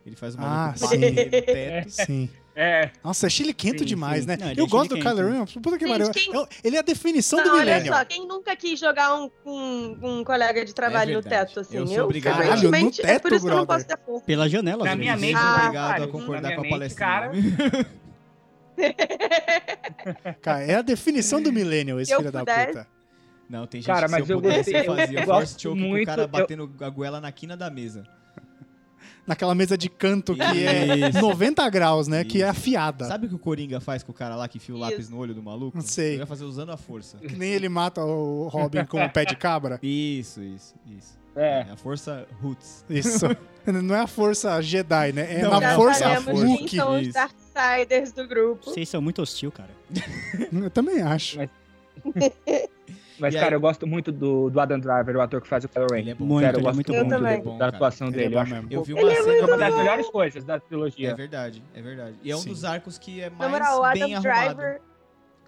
[SPEAKER 2] ele faz uma
[SPEAKER 1] Ah, sim.
[SPEAKER 2] no teto.
[SPEAKER 1] Sim.
[SPEAKER 6] É.
[SPEAKER 1] Nossa, é chile quento
[SPEAKER 6] Sim,
[SPEAKER 1] demais,
[SPEAKER 6] sim.
[SPEAKER 1] né?
[SPEAKER 5] Não, ele é
[SPEAKER 1] eu gosto do
[SPEAKER 5] chiliquento.
[SPEAKER 1] Kylo Ren, puta que
[SPEAKER 3] Gente,
[SPEAKER 1] pariu.
[SPEAKER 3] quem-
[SPEAKER 1] É o- Ele é a definição
[SPEAKER 3] Não,
[SPEAKER 1] do
[SPEAKER 3] olha
[SPEAKER 1] milênio.
[SPEAKER 3] só, quem nunca quis jogar um, um, um colega de trabalho
[SPEAKER 2] É
[SPEAKER 3] no
[SPEAKER 2] verdade.
[SPEAKER 3] teto, assim?
[SPEAKER 2] Eu
[SPEAKER 3] Eu,
[SPEAKER 2] sou obrigado.
[SPEAKER 3] frequentemente,
[SPEAKER 1] Caralho, no
[SPEAKER 3] é por isso que eu não
[SPEAKER 1] teto,
[SPEAKER 3] posso ter força.
[SPEAKER 5] Pela janela,
[SPEAKER 7] Na
[SPEAKER 5] gente.
[SPEAKER 7] minha mente,
[SPEAKER 3] Ah,
[SPEAKER 2] obrigado
[SPEAKER 7] cara,
[SPEAKER 2] a
[SPEAKER 7] na
[SPEAKER 2] concordar
[SPEAKER 7] minha
[SPEAKER 2] com a
[SPEAKER 7] mente,
[SPEAKER 2] palestra. né?
[SPEAKER 7] cara.
[SPEAKER 1] Cara, é a definição do milênio, esse
[SPEAKER 3] Se eu
[SPEAKER 1] filho da
[SPEAKER 3] pudesse-
[SPEAKER 1] puta.
[SPEAKER 2] Não, tem gente
[SPEAKER 7] Cara,
[SPEAKER 2] que
[SPEAKER 7] mas
[SPEAKER 2] se eu
[SPEAKER 7] eu
[SPEAKER 2] pudesse,
[SPEAKER 7] gostei- eu-
[SPEAKER 2] fazia
[SPEAKER 7] eu
[SPEAKER 2] force
[SPEAKER 7] gosto
[SPEAKER 2] choke com o
[SPEAKER 7] muito,
[SPEAKER 2] cara
[SPEAKER 7] eu-
[SPEAKER 2] batendo a goela na quina da mesa.
[SPEAKER 1] Naquela mesa de canto que é
[SPEAKER 2] Isso.
[SPEAKER 1] 90 graus, né? Que é
[SPEAKER 2] Isso.
[SPEAKER 1] afiada.
[SPEAKER 2] Sabe o que o Coringa faz com o cara lá que enfia o lápis no olho do maluco?
[SPEAKER 1] Não sei.
[SPEAKER 2] Ele vai fazer usando a força.
[SPEAKER 1] Que nem ele mata o Robin com o pé de cabra.
[SPEAKER 2] Isso, isso, isso.
[SPEAKER 7] É.
[SPEAKER 2] A força roots.
[SPEAKER 1] Isso. Não é a força Jedi, né? É
[SPEAKER 2] Não,
[SPEAKER 1] na
[SPEAKER 2] não.
[SPEAKER 3] Já
[SPEAKER 1] força
[SPEAKER 2] a
[SPEAKER 3] sabemos
[SPEAKER 2] força.
[SPEAKER 3] quem
[SPEAKER 1] Luke.
[SPEAKER 3] são os
[SPEAKER 2] Isso.
[SPEAKER 3] Darksiders do grupo.
[SPEAKER 5] Vocês são muito hostil, cara.
[SPEAKER 1] Eu também acho.
[SPEAKER 7] Mas,
[SPEAKER 2] E aí?
[SPEAKER 7] cara, eu gosto muito do, do Adam Driver, o ator que faz o Kylo Ren.
[SPEAKER 2] Ele é bom.
[SPEAKER 5] Muito,
[SPEAKER 7] Sério,
[SPEAKER 5] ele é
[SPEAKER 7] gosto
[SPEAKER 5] muito
[SPEAKER 3] Eu
[SPEAKER 5] bom.
[SPEAKER 3] também.
[SPEAKER 2] Ele é bom,
[SPEAKER 7] Da
[SPEAKER 2] cara.
[SPEAKER 7] atuação
[SPEAKER 1] Ele é
[SPEAKER 7] dele,
[SPEAKER 1] bom
[SPEAKER 7] eu acho.
[SPEAKER 1] mesmo.
[SPEAKER 2] Eu vi
[SPEAKER 7] É
[SPEAKER 2] uma cena...
[SPEAKER 7] uma das melhores coisas da trilogia.
[SPEAKER 2] É verdade, é verdade. E é um
[SPEAKER 1] Sim.
[SPEAKER 2] dos arcos que é
[SPEAKER 3] Na
[SPEAKER 2] mais
[SPEAKER 3] moral, o
[SPEAKER 2] bem
[SPEAKER 3] Adam
[SPEAKER 2] arrumado.
[SPEAKER 3] Driver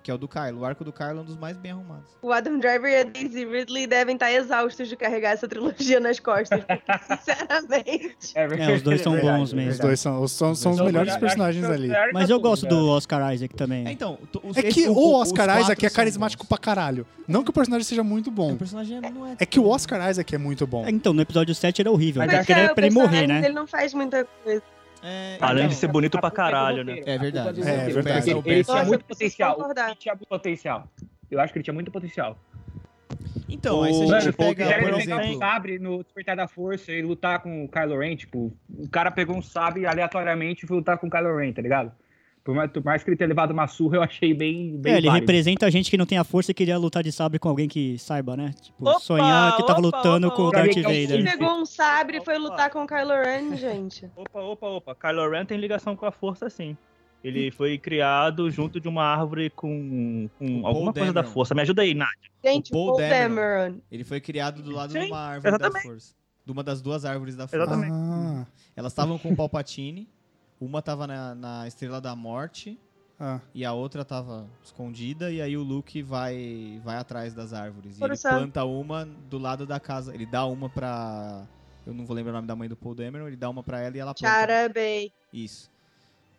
[SPEAKER 2] Que é o do Kylo. O arco do Kylo é um dos mais bem arrumados.
[SPEAKER 3] O Adam Driver e a Daisy Ridley devem estar exaustos de carregar essa trilogia nas costas. porque, sinceramente.
[SPEAKER 7] É, verdade,
[SPEAKER 5] É, os dois são
[SPEAKER 7] é verdade,
[SPEAKER 5] bons
[SPEAKER 7] é
[SPEAKER 5] mesmo.
[SPEAKER 1] Os
[SPEAKER 7] verdade.
[SPEAKER 1] dois são, são, são os
[SPEAKER 2] Então,
[SPEAKER 1] melhores
[SPEAKER 2] eu-
[SPEAKER 7] é
[SPEAKER 1] personagens ali.
[SPEAKER 5] Mas eu
[SPEAKER 7] né?
[SPEAKER 5] gosto do Oscar Isaac também.
[SPEAKER 2] Então, to- os-
[SPEAKER 1] É que
[SPEAKER 2] é esse-
[SPEAKER 1] o Oscar
[SPEAKER 2] os
[SPEAKER 1] Isaac
[SPEAKER 2] quatro
[SPEAKER 1] é carismático
[SPEAKER 2] são
[SPEAKER 1] pra caralho. Não que o personagem seja muito
[SPEAKER 2] bons. O
[SPEAKER 1] bom.
[SPEAKER 2] personagem não é...
[SPEAKER 1] É que o Oscar Isaac é muito bom.
[SPEAKER 5] É, Então, no episódio 7 era horrível.
[SPEAKER 7] Mas
[SPEAKER 5] Eu
[SPEAKER 7] é,
[SPEAKER 5] queria
[SPEAKER 3] o
[SPEAKER 5] pra ele morrer,
[SPEAKER 3] personagem
[SPEAKER 5] né?
[SPEAKER 3] dele não faz muita coisa.
[SPEAKER 2] É,
[SPEAKER 9] Além de
[SPEAKER 2] então,
[SPEAKER 9] ser bonito pra caralho, né?
[SPEAKER 2] É verdade.
[SPEAKER 1] É, é verdade.
[SPEAKER 7] Ele, ele tinha
[SPEAKER 3] Nossa,
[SPEAKER 7] muito
[SPEAKER 3] eu preciso
[SPEAKER 7] potencial.
[SPEAKER 3] concordar.
[SPEAKER 7] Ele tinha muito potencial. Eu acho que ele tinha muito potencial.
[SPEAKER 2] Então, aí se
[SPEAKER 9] O-
[SPEAKER 2] a gente
[SPEAKER 7] Mano, pô,
[SPEAKER 2] pega,
[SPEAKER 7] quiser
[SPEAKER 2] por
[SPEAKER 7] pegar um
[SPEAKER 2] exemplo...
[SPEAKER 7] sabre no Despertar da Força e lutar com o Kylo Ren, tipo, o cara pegou um sabre aleatoriamente e foi lutar com o Kylo Ren, tá ligado? Por mais, por mais que ele tenha levado uma surra, eu achei bem, bem
[SPEAKER 5] É, ele
[SPEAKER 7] válido.
[SPEAKER 5] representa a gente que não tem a força e queria lutar de sabre com alguém que saiba, né? Tipo,
[SPEAKER 3] Opa,
[SPEAKER 5] sonhar que tava
[SPEAKER 3] opa,
[SPEAKER 5] lutando
[SPEAKER 3] opa,
[SPEAKER 5] com o
[SPEAKER 7] opa.
[SPEAKER 5] Darth
[SPEAKER 7] Pra mim,
[SPEAKER 3] Ele
[SPEAKER 7] Ele-
[SPEAKER 5] Vader.
[SPEAKER 3] pegou um sabre e foi
[SPEAKER 9] Opa.
[SPEAKER 3] lutar com o Kylo Ren, gente.
[SPEAKER 9] Opa, opa, opa. Kylo Ren tem ligação com a força, sim. Ele foi criado junto de uma árvore com, com
[SPEAKER 2] Paul
[SPEAKER 9] alguma coisa da
[SPEAKER 2] Dameron.
[SPEAKER 9] força. Me ajuda aí, Nath.
[SPEAKER 3] Gente,
[SPEAKER 2] Paul
[SPEAKER 3] o Paul
[SPEAKER 2] Dameron.
[SPEAKER 3] Dameron.
[SPEAKER 2] Ele foi criado do lado de
[SPEAKER 9] Sim,
[SPEAKER 2] uma árvore da
[SPEAKER 9] exatamente.
[SPEAKER 2] força. De uma das duas árvores da força.
[SPEAKER 9] Exatamente.
[SPEAKER 1] Ah,
[SPEAKER 2] Elas estavam com o Palpatine. Uma tava na, na Estrela da Morte
[SPEAKER 1] ah.
[SPEAKER 2] e a outra tava escondida. E aí o Luke vai vai atrás das árvores. E
[SPEAKER 3] Por
[SPEAKER 2] ele
[SPEAKER 3] isso é-
[SPEAKER 2] planta uma do lado da casa. Ele dá uma pra... Eu não vou lembrar o nome da mãe do Paul Dameron. Ele dá uma pra ela e ela planta.
[SPEAKER 3] Chara Bay.
[SPEAKER 2] Isso.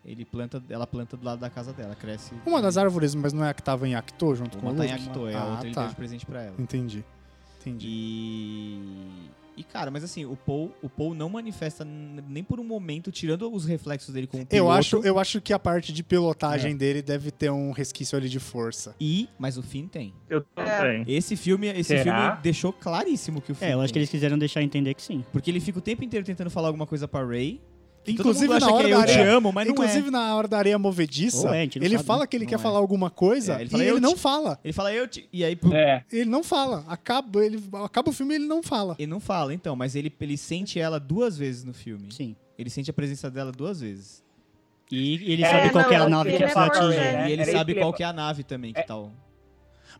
[SPEAKER 2] Ele planta, ela planta do lado da casa dela, cresce.
[SPEAKER 1] Uma das árvores, mas não é a que tava em Acto junto com
[SPEAKER 2] Uma
[SPEAKER 1] o
[SPEAKER 2] tá em
[SPEAKER 1] Luke?
[SPEAKER 2] Acto, é a outra
[SPEAKER 1] ah,
[SPEAKER 2] ele deu
[SPEAKER 1] tá.
[SPEAKER 2] de presente pra ela.
[SPEAKER 1] Entendi. Entendi.
[SPEAKER 2] E. E, cara, mas assim, o Paul, o Paul não manifesta n- nem por um momento, tirando os reflexos dele como piloto.
[SPEAKER 1] Eu acho, eu acho que a parte de
[SPEAKER 2] É.
[SPEAKER 1] pilotagem dele deve ter um resquício ali de força.
[SPEAKER 2] E, mas o Finn tem.
[SPEAKER 9] Eu também.
[SPEAKER 2] Esse filme, esse
[SPEAKER 7] Será?
[SPEAKER 2] filme deixou claríssimo que o Finn
[SPEAKER 5] É, eu acho que
[SPEAKER 2] tem.
[SPEAKER 5] eles quiseram deixar entender que sim.
[SPEAKER 2] Porque ele fica o tempo inteiro tentando falar alguma coisa pra Ray. que todo
[SPEAKER 1] Inclusive
[SPEAKER 2] mundo acha
[SPEAKER 1] na hora
[SPEAKER 2] que é,
[SPEAKER 1] da
[SPEAKER 2] eu te
[SPEAKER 1] areia.
[SPEAKER 2] amo, mas
[SPEAKER 1] Inclusive
[SPEAKER 2] não é.
[SPEAKER 1] na hora da areia movediça,
[SPEAKER 5] Ou é, a gente não
[SPEAKER 1] ele
[SPEAKER 5] sabe,
[SPEAKER 1] fala
[SPEAKER 5] né?
[SPEAKER 1] que ele
[SPEAKER 2] Não
[SPEAKER 1] quer
[SPEAKER 2] é.
[SPEAKER 1] falar alguma coisa
[SPEAKER 2] É, ele
[SPEAKER 1] e
[SPEAKER 2] fala,
[SPEAKER 1] ele
[SPEAKER 2] "Eu
[SPEAKER 1] não
[SPEAKER 2] te-"
[SPEAKER 1] fala.
[SPEAKER 2] Ele fala, eu te... E aí, pum,
[SPEAKER 7] É,
[SPEAKER 1] Ele não fala. Acaba, ele, acaba o filme e ele não fala.
[SPEAKER 2] ele não fala, então. Mas ele, ele sente ela duas vezes no filme.
[SPEAKER 5] Sim.
[SPEAKER 2] Ele sente a presença dela duas vezes.
[SPEAKER 5] E ele
[SPEAKER 7] É,
[SPEAKER 5] sabe qual
[SPEAKER 7] não,
[SPEAKER 5] que é a
[SPEAKER 7] eu
[SPEAKER 5] nave que
[SPEAKER 7] queria
[SPEAKER 5] é
[SPEAKER 7] falar
[SPEAKER 5] Fatinha.
[SPEAKER 2] e
[SPEAKER 7] também. né? era
[SPEAKER 2] ele
[SPEAKER 7] isso
[SPEAKER 2] sabe
[SPEAKER 7] que
[SPEAKER 2] qual
[SPEAKER 7] ele-
[SPEAKER 2] que é a nave também, que tal.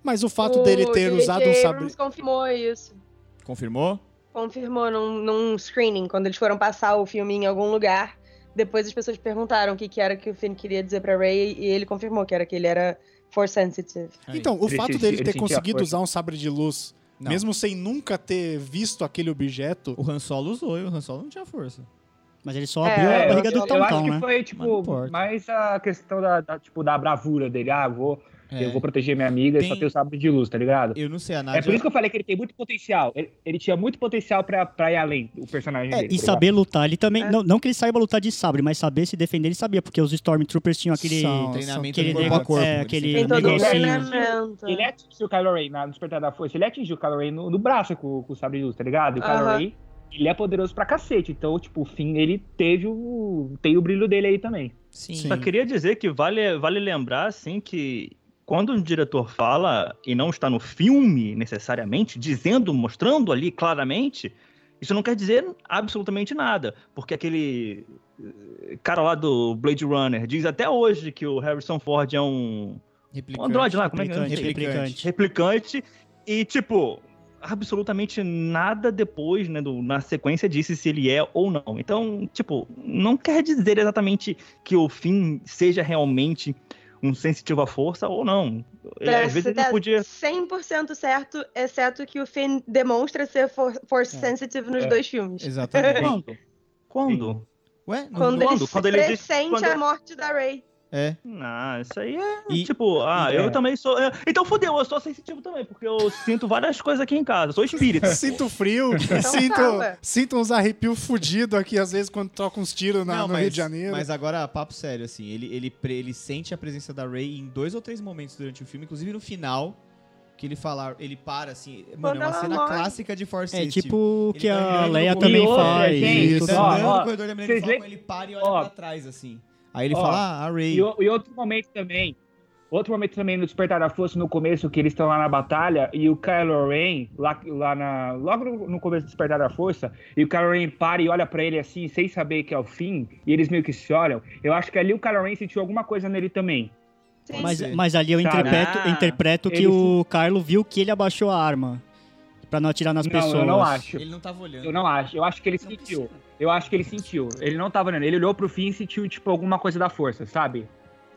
[SPEAKER 1] Mas o fato dele ter
[SPEAKER 3] J.J.
[SPEAKER 1] usado um sabre.
[SPEAKER 3] Abrams confirmou isso.
[SPEAKER 2] Confirmou?
[SPEAKER 3] Confirmou num, num screening, quando eles foram passar o filme em algum lugar. Depois as pessoas perguntaram o que, que era que o Finn queria dizer pra Ray e ele confirmou que era que ele era force sensitive.
[SPEAKER 2] Aí.
[SPEAKER 1] Então, o
[SPEAKER 7] Ele
[SPEAKER 1] fato
[SPEAKER 7] sentia-
[SPEAKER 1] dele
[SPEAKER 7] ele
[SPEAKER 1] ter
[SPEAKER 7] sentia a
[SPEAKER 1] conseguido
[SPEAKER 7] força.
[SPEAKER 1] usar um sabre de luz,
[SPEAKER 2] Não.
[SPEAKER 1] mesmo sem nunca ter visto aquele objeto,
[SPEAKER 2] O Han Solo usou e o Han Solo não tinha força.
[SPEAKER 5] Mas ele só
[SPEAKER 3] É,
[SPEAKER 5] abriu
[SPEAKER 7] é,
[SPEAKER 5] a briga
[SPEAKER 7] eu,
[SPEAKER 5] do
[SPEAKER 7] eu acho
[SPEAKER 5] Tantão,
[SPEAKER 7] que
[SPEAKER 5] né?
[SPEAKER 7] foi,
[SPEAKER 2] Mas não
[SPEAKER 7] tipo,
[SPEAKER 2] importa.
[SPEAKER 7] mais a questão da, da, tipo, da bravura dele. Ah, vou,
[SPEAKER 2] É.
[SPEAKER 7] Eu vou proteger minha amiga
[SPEAKER 2] Tem-
[SPEAKER 7] e só tenho o sabre de luz, tá ligado?
[SPEAKER 2] Eu não sei, a
[SPEAKER 7] É
[SPEAKER 2] Nádia...
[SPEAKER 7] por isso que eu falei que ele tem muito potencial. Ele, ele tinha muito potencial pra, pra ir além, o personagem
[SPEAKER 5] É,
[SPEAKER 7] dele.
[SPEAKER 5] e
[SPEAKER 7] tá
[SPEAKER 5] saber lutar. Ele também.
[SPEAKER 3] É.
[SPEAKER 5] Não, não que ele saiba lutar de sabre, mas saber se defender, ele sabia, porque os Stormtroopers tinham aquele.
[SPEAKER 1] São-
[SPEAKER 2] treinamento
[SPEAKER 1] são-
[SPEAKER 5] aquele
[SPEAKER 2] corpo a
[SPEAKER 5] nego-
[SPEAKER 2] corpo, né?
[SPEAKER 5] é,
[SPEAKER 2] eles
[SPEAKER 5] aquele
[SPEAKER 2] têm
[SPEAKER 3] Tem todo um
[SPEAKER 5] negocinho.
[SPEAKER 3] treinamento.
[SPEAKER 7] ligado? Ele é atingiu o Kylo Ren na no Despertar da Força. Ele atingiu o Kylo Ren no, no braço com, com o sabre de luz, tá ligado? E o Kylo
[SPEAKER 3] Aham.
[SPEAKER 7] Ren, ele é poderoso pra cacete. Então, tipo, o fim, ele teve o... tem o brilho dele aí também.
[SPEAKER 2] Sim.
[SPEAKER 9] Só queria dizer que vale, vale lembrar, assim, que quando um diretor fala e não está no filme, necessariamente, dizendo, mostrando ali claramente, isso não quer dizer absolutamente nada. Porque aquele eh, cara lá do Blade Runner diz até hoje que o Harrison Ford é um
[SPEAKER 2] Replicante.
[SPEAKER 9] um androide lá, como é que é?
[SPEAKER 5] replicante, replicante.
[SPEAKER 9] replicante e tipo absolutamente nada depois, né, do- na sequência disse se ele é ou não. Então, tipo, não quer dizer exatamente que o fim seja realmente um sensitivo à força ou não. Ele,
[SPEAKER 3] Pra
[SPEAKER 9] às vezes
[SPEAKER 3] se
[SPEAKER 9] ele
[SPEAKER 3] dar
[SPEAKER 9] podia
[SPEAKER 3] 100% certo, exceto que o Finn demonstra ser for- force sensitive nos
[SPEAKER 7] É.
[SPEAKER 3] dois filmes.
[SPEAKER 2] Exatamente.
[SPEAKER 9] quando? Quando?
[SPEAKER 2] Ué, não-
[SPEAKER 3] Quando, ele
[SPEAKER 9] quando- quando ele diz-
[SPEAKER 3] pressente
[SPEAKER 9] quando-
[SPEAKER 3] a morte da Rey.
[SPEAKER 2] É.
[SPEAKER 9] Ah, isso aí é
[SPEAKER 2] E-
[SPEAKER 9] tipo, ah,
[SPEAKER 7] e-
[SPEAKER 9] eu
[SPEAKER 7] é.
[SPEAKER 9] também sou. é, Então fodeu, eu sou sensitivo também, porque eu sinto várias coisas aqui em casa, eu sou espírita.
[SPEAKER 1] Sinto frio,
[SPEAKER 3] Então
[SPEAKER 1] sinto,
[SPEAKER 3] calma.
[SPEAKER 1] sinto uns arrepios fudidos aqui, às vezes, quando toca uns tiros na-
[SPEAKER 2] Não,
[SPEAKER 1] no Rio de Janeiro.
[SPEAKER 2] mas agora, papo sério, assim, ele, ele, pre- ele sente a presença da Ray em dois ou três momentos durante o filme, inclusive no final, que ele fala, ele para, assim, mano,
[SPEAKER 3] Quando
[SPEAKER 2] é uma
[SPEAKER 3] ela
[SPEAKER 2] cena
[SPEAKER 3] morre.
[SPEAKER 2] clássica de Force
[SPEAKER 5] É
[SPEAKER 2] Sensitive.
[SPEAKER 5] tipo o que
[SPEAKER 2] Ele tá
[SPEAKER 5] a
[SPEAKER 2] andando
[SPEAKER 5] Leia
[SPEAKER 2] no
[SPEAKER 5] também
[SPEAKER 7] corredor,
[SPEAKER 5] faz.
[SPEAKER 7] gente,
[SPEAKER 5] e
[SPEAKER 2] Ele
[SPEAKER 5] tudo
[SPEAKER 2] tá
[SPEAKER 7] ó,
[SPEAKER 5] mais.
[SPEAKER 2] andando
[SPEAKER 7] ó,
[SPEAKER 2] no corredor da mulher, ele
[SPEAKER 7] vocês
[SPEAKER 2] fala
[SPEAKER 7] lem-
[SPEAKER 2] como ele para e olha
[SPEAKER 7] ó.
[SPEAKER 2] pra trás, assim. Aí ele
[SPEAKER 7] Ó.
[SPEAKER 2] fala, ah, a Ray.
[SPEAKER 7] E, o- e outro momento também. Outro momento também no Despertar da Força, no começo, que eles estão lá na batalha, e o Kylo Ren, lá, lá na, logo no, no começo do Despertar da Força, e o Kylo Ren para e olha pra ele assim, sem saber que é o fim, e eles meio que se olham. Eu acho que ali o Kylo Ren sentiu alguma coisa nele também.
[SPEAKER 3] Sim.
[SPEAKER 5] Mas,
[SPEAKER 2] ser.
[SPEAKER 5] mas ali eu
[SPEAKER 7] Cara,
[SPEAKER 5] interpreto,
[SPEAKER 9] ah,
[SPEAKER 5] interpreto que
[SPEAKER 7] ele-
[SPEAKER 5] o Carlo viu que ele abaixou a arma pra não atirar nas
[SPEAKER 7] não,
[SPEAKER 5] pessoas.
[SPEAKER 7] eu não acho.
[SPEAKER 2] Ele não tava olhando. é
[SPEAKER 7] Eu não acho. Eu acho que ele sentiu. Eu acho que ele sentiu. Ele não tava olhando. Ele olhou pro fim e sentiu, tipo, alguma coisa da força, sabe?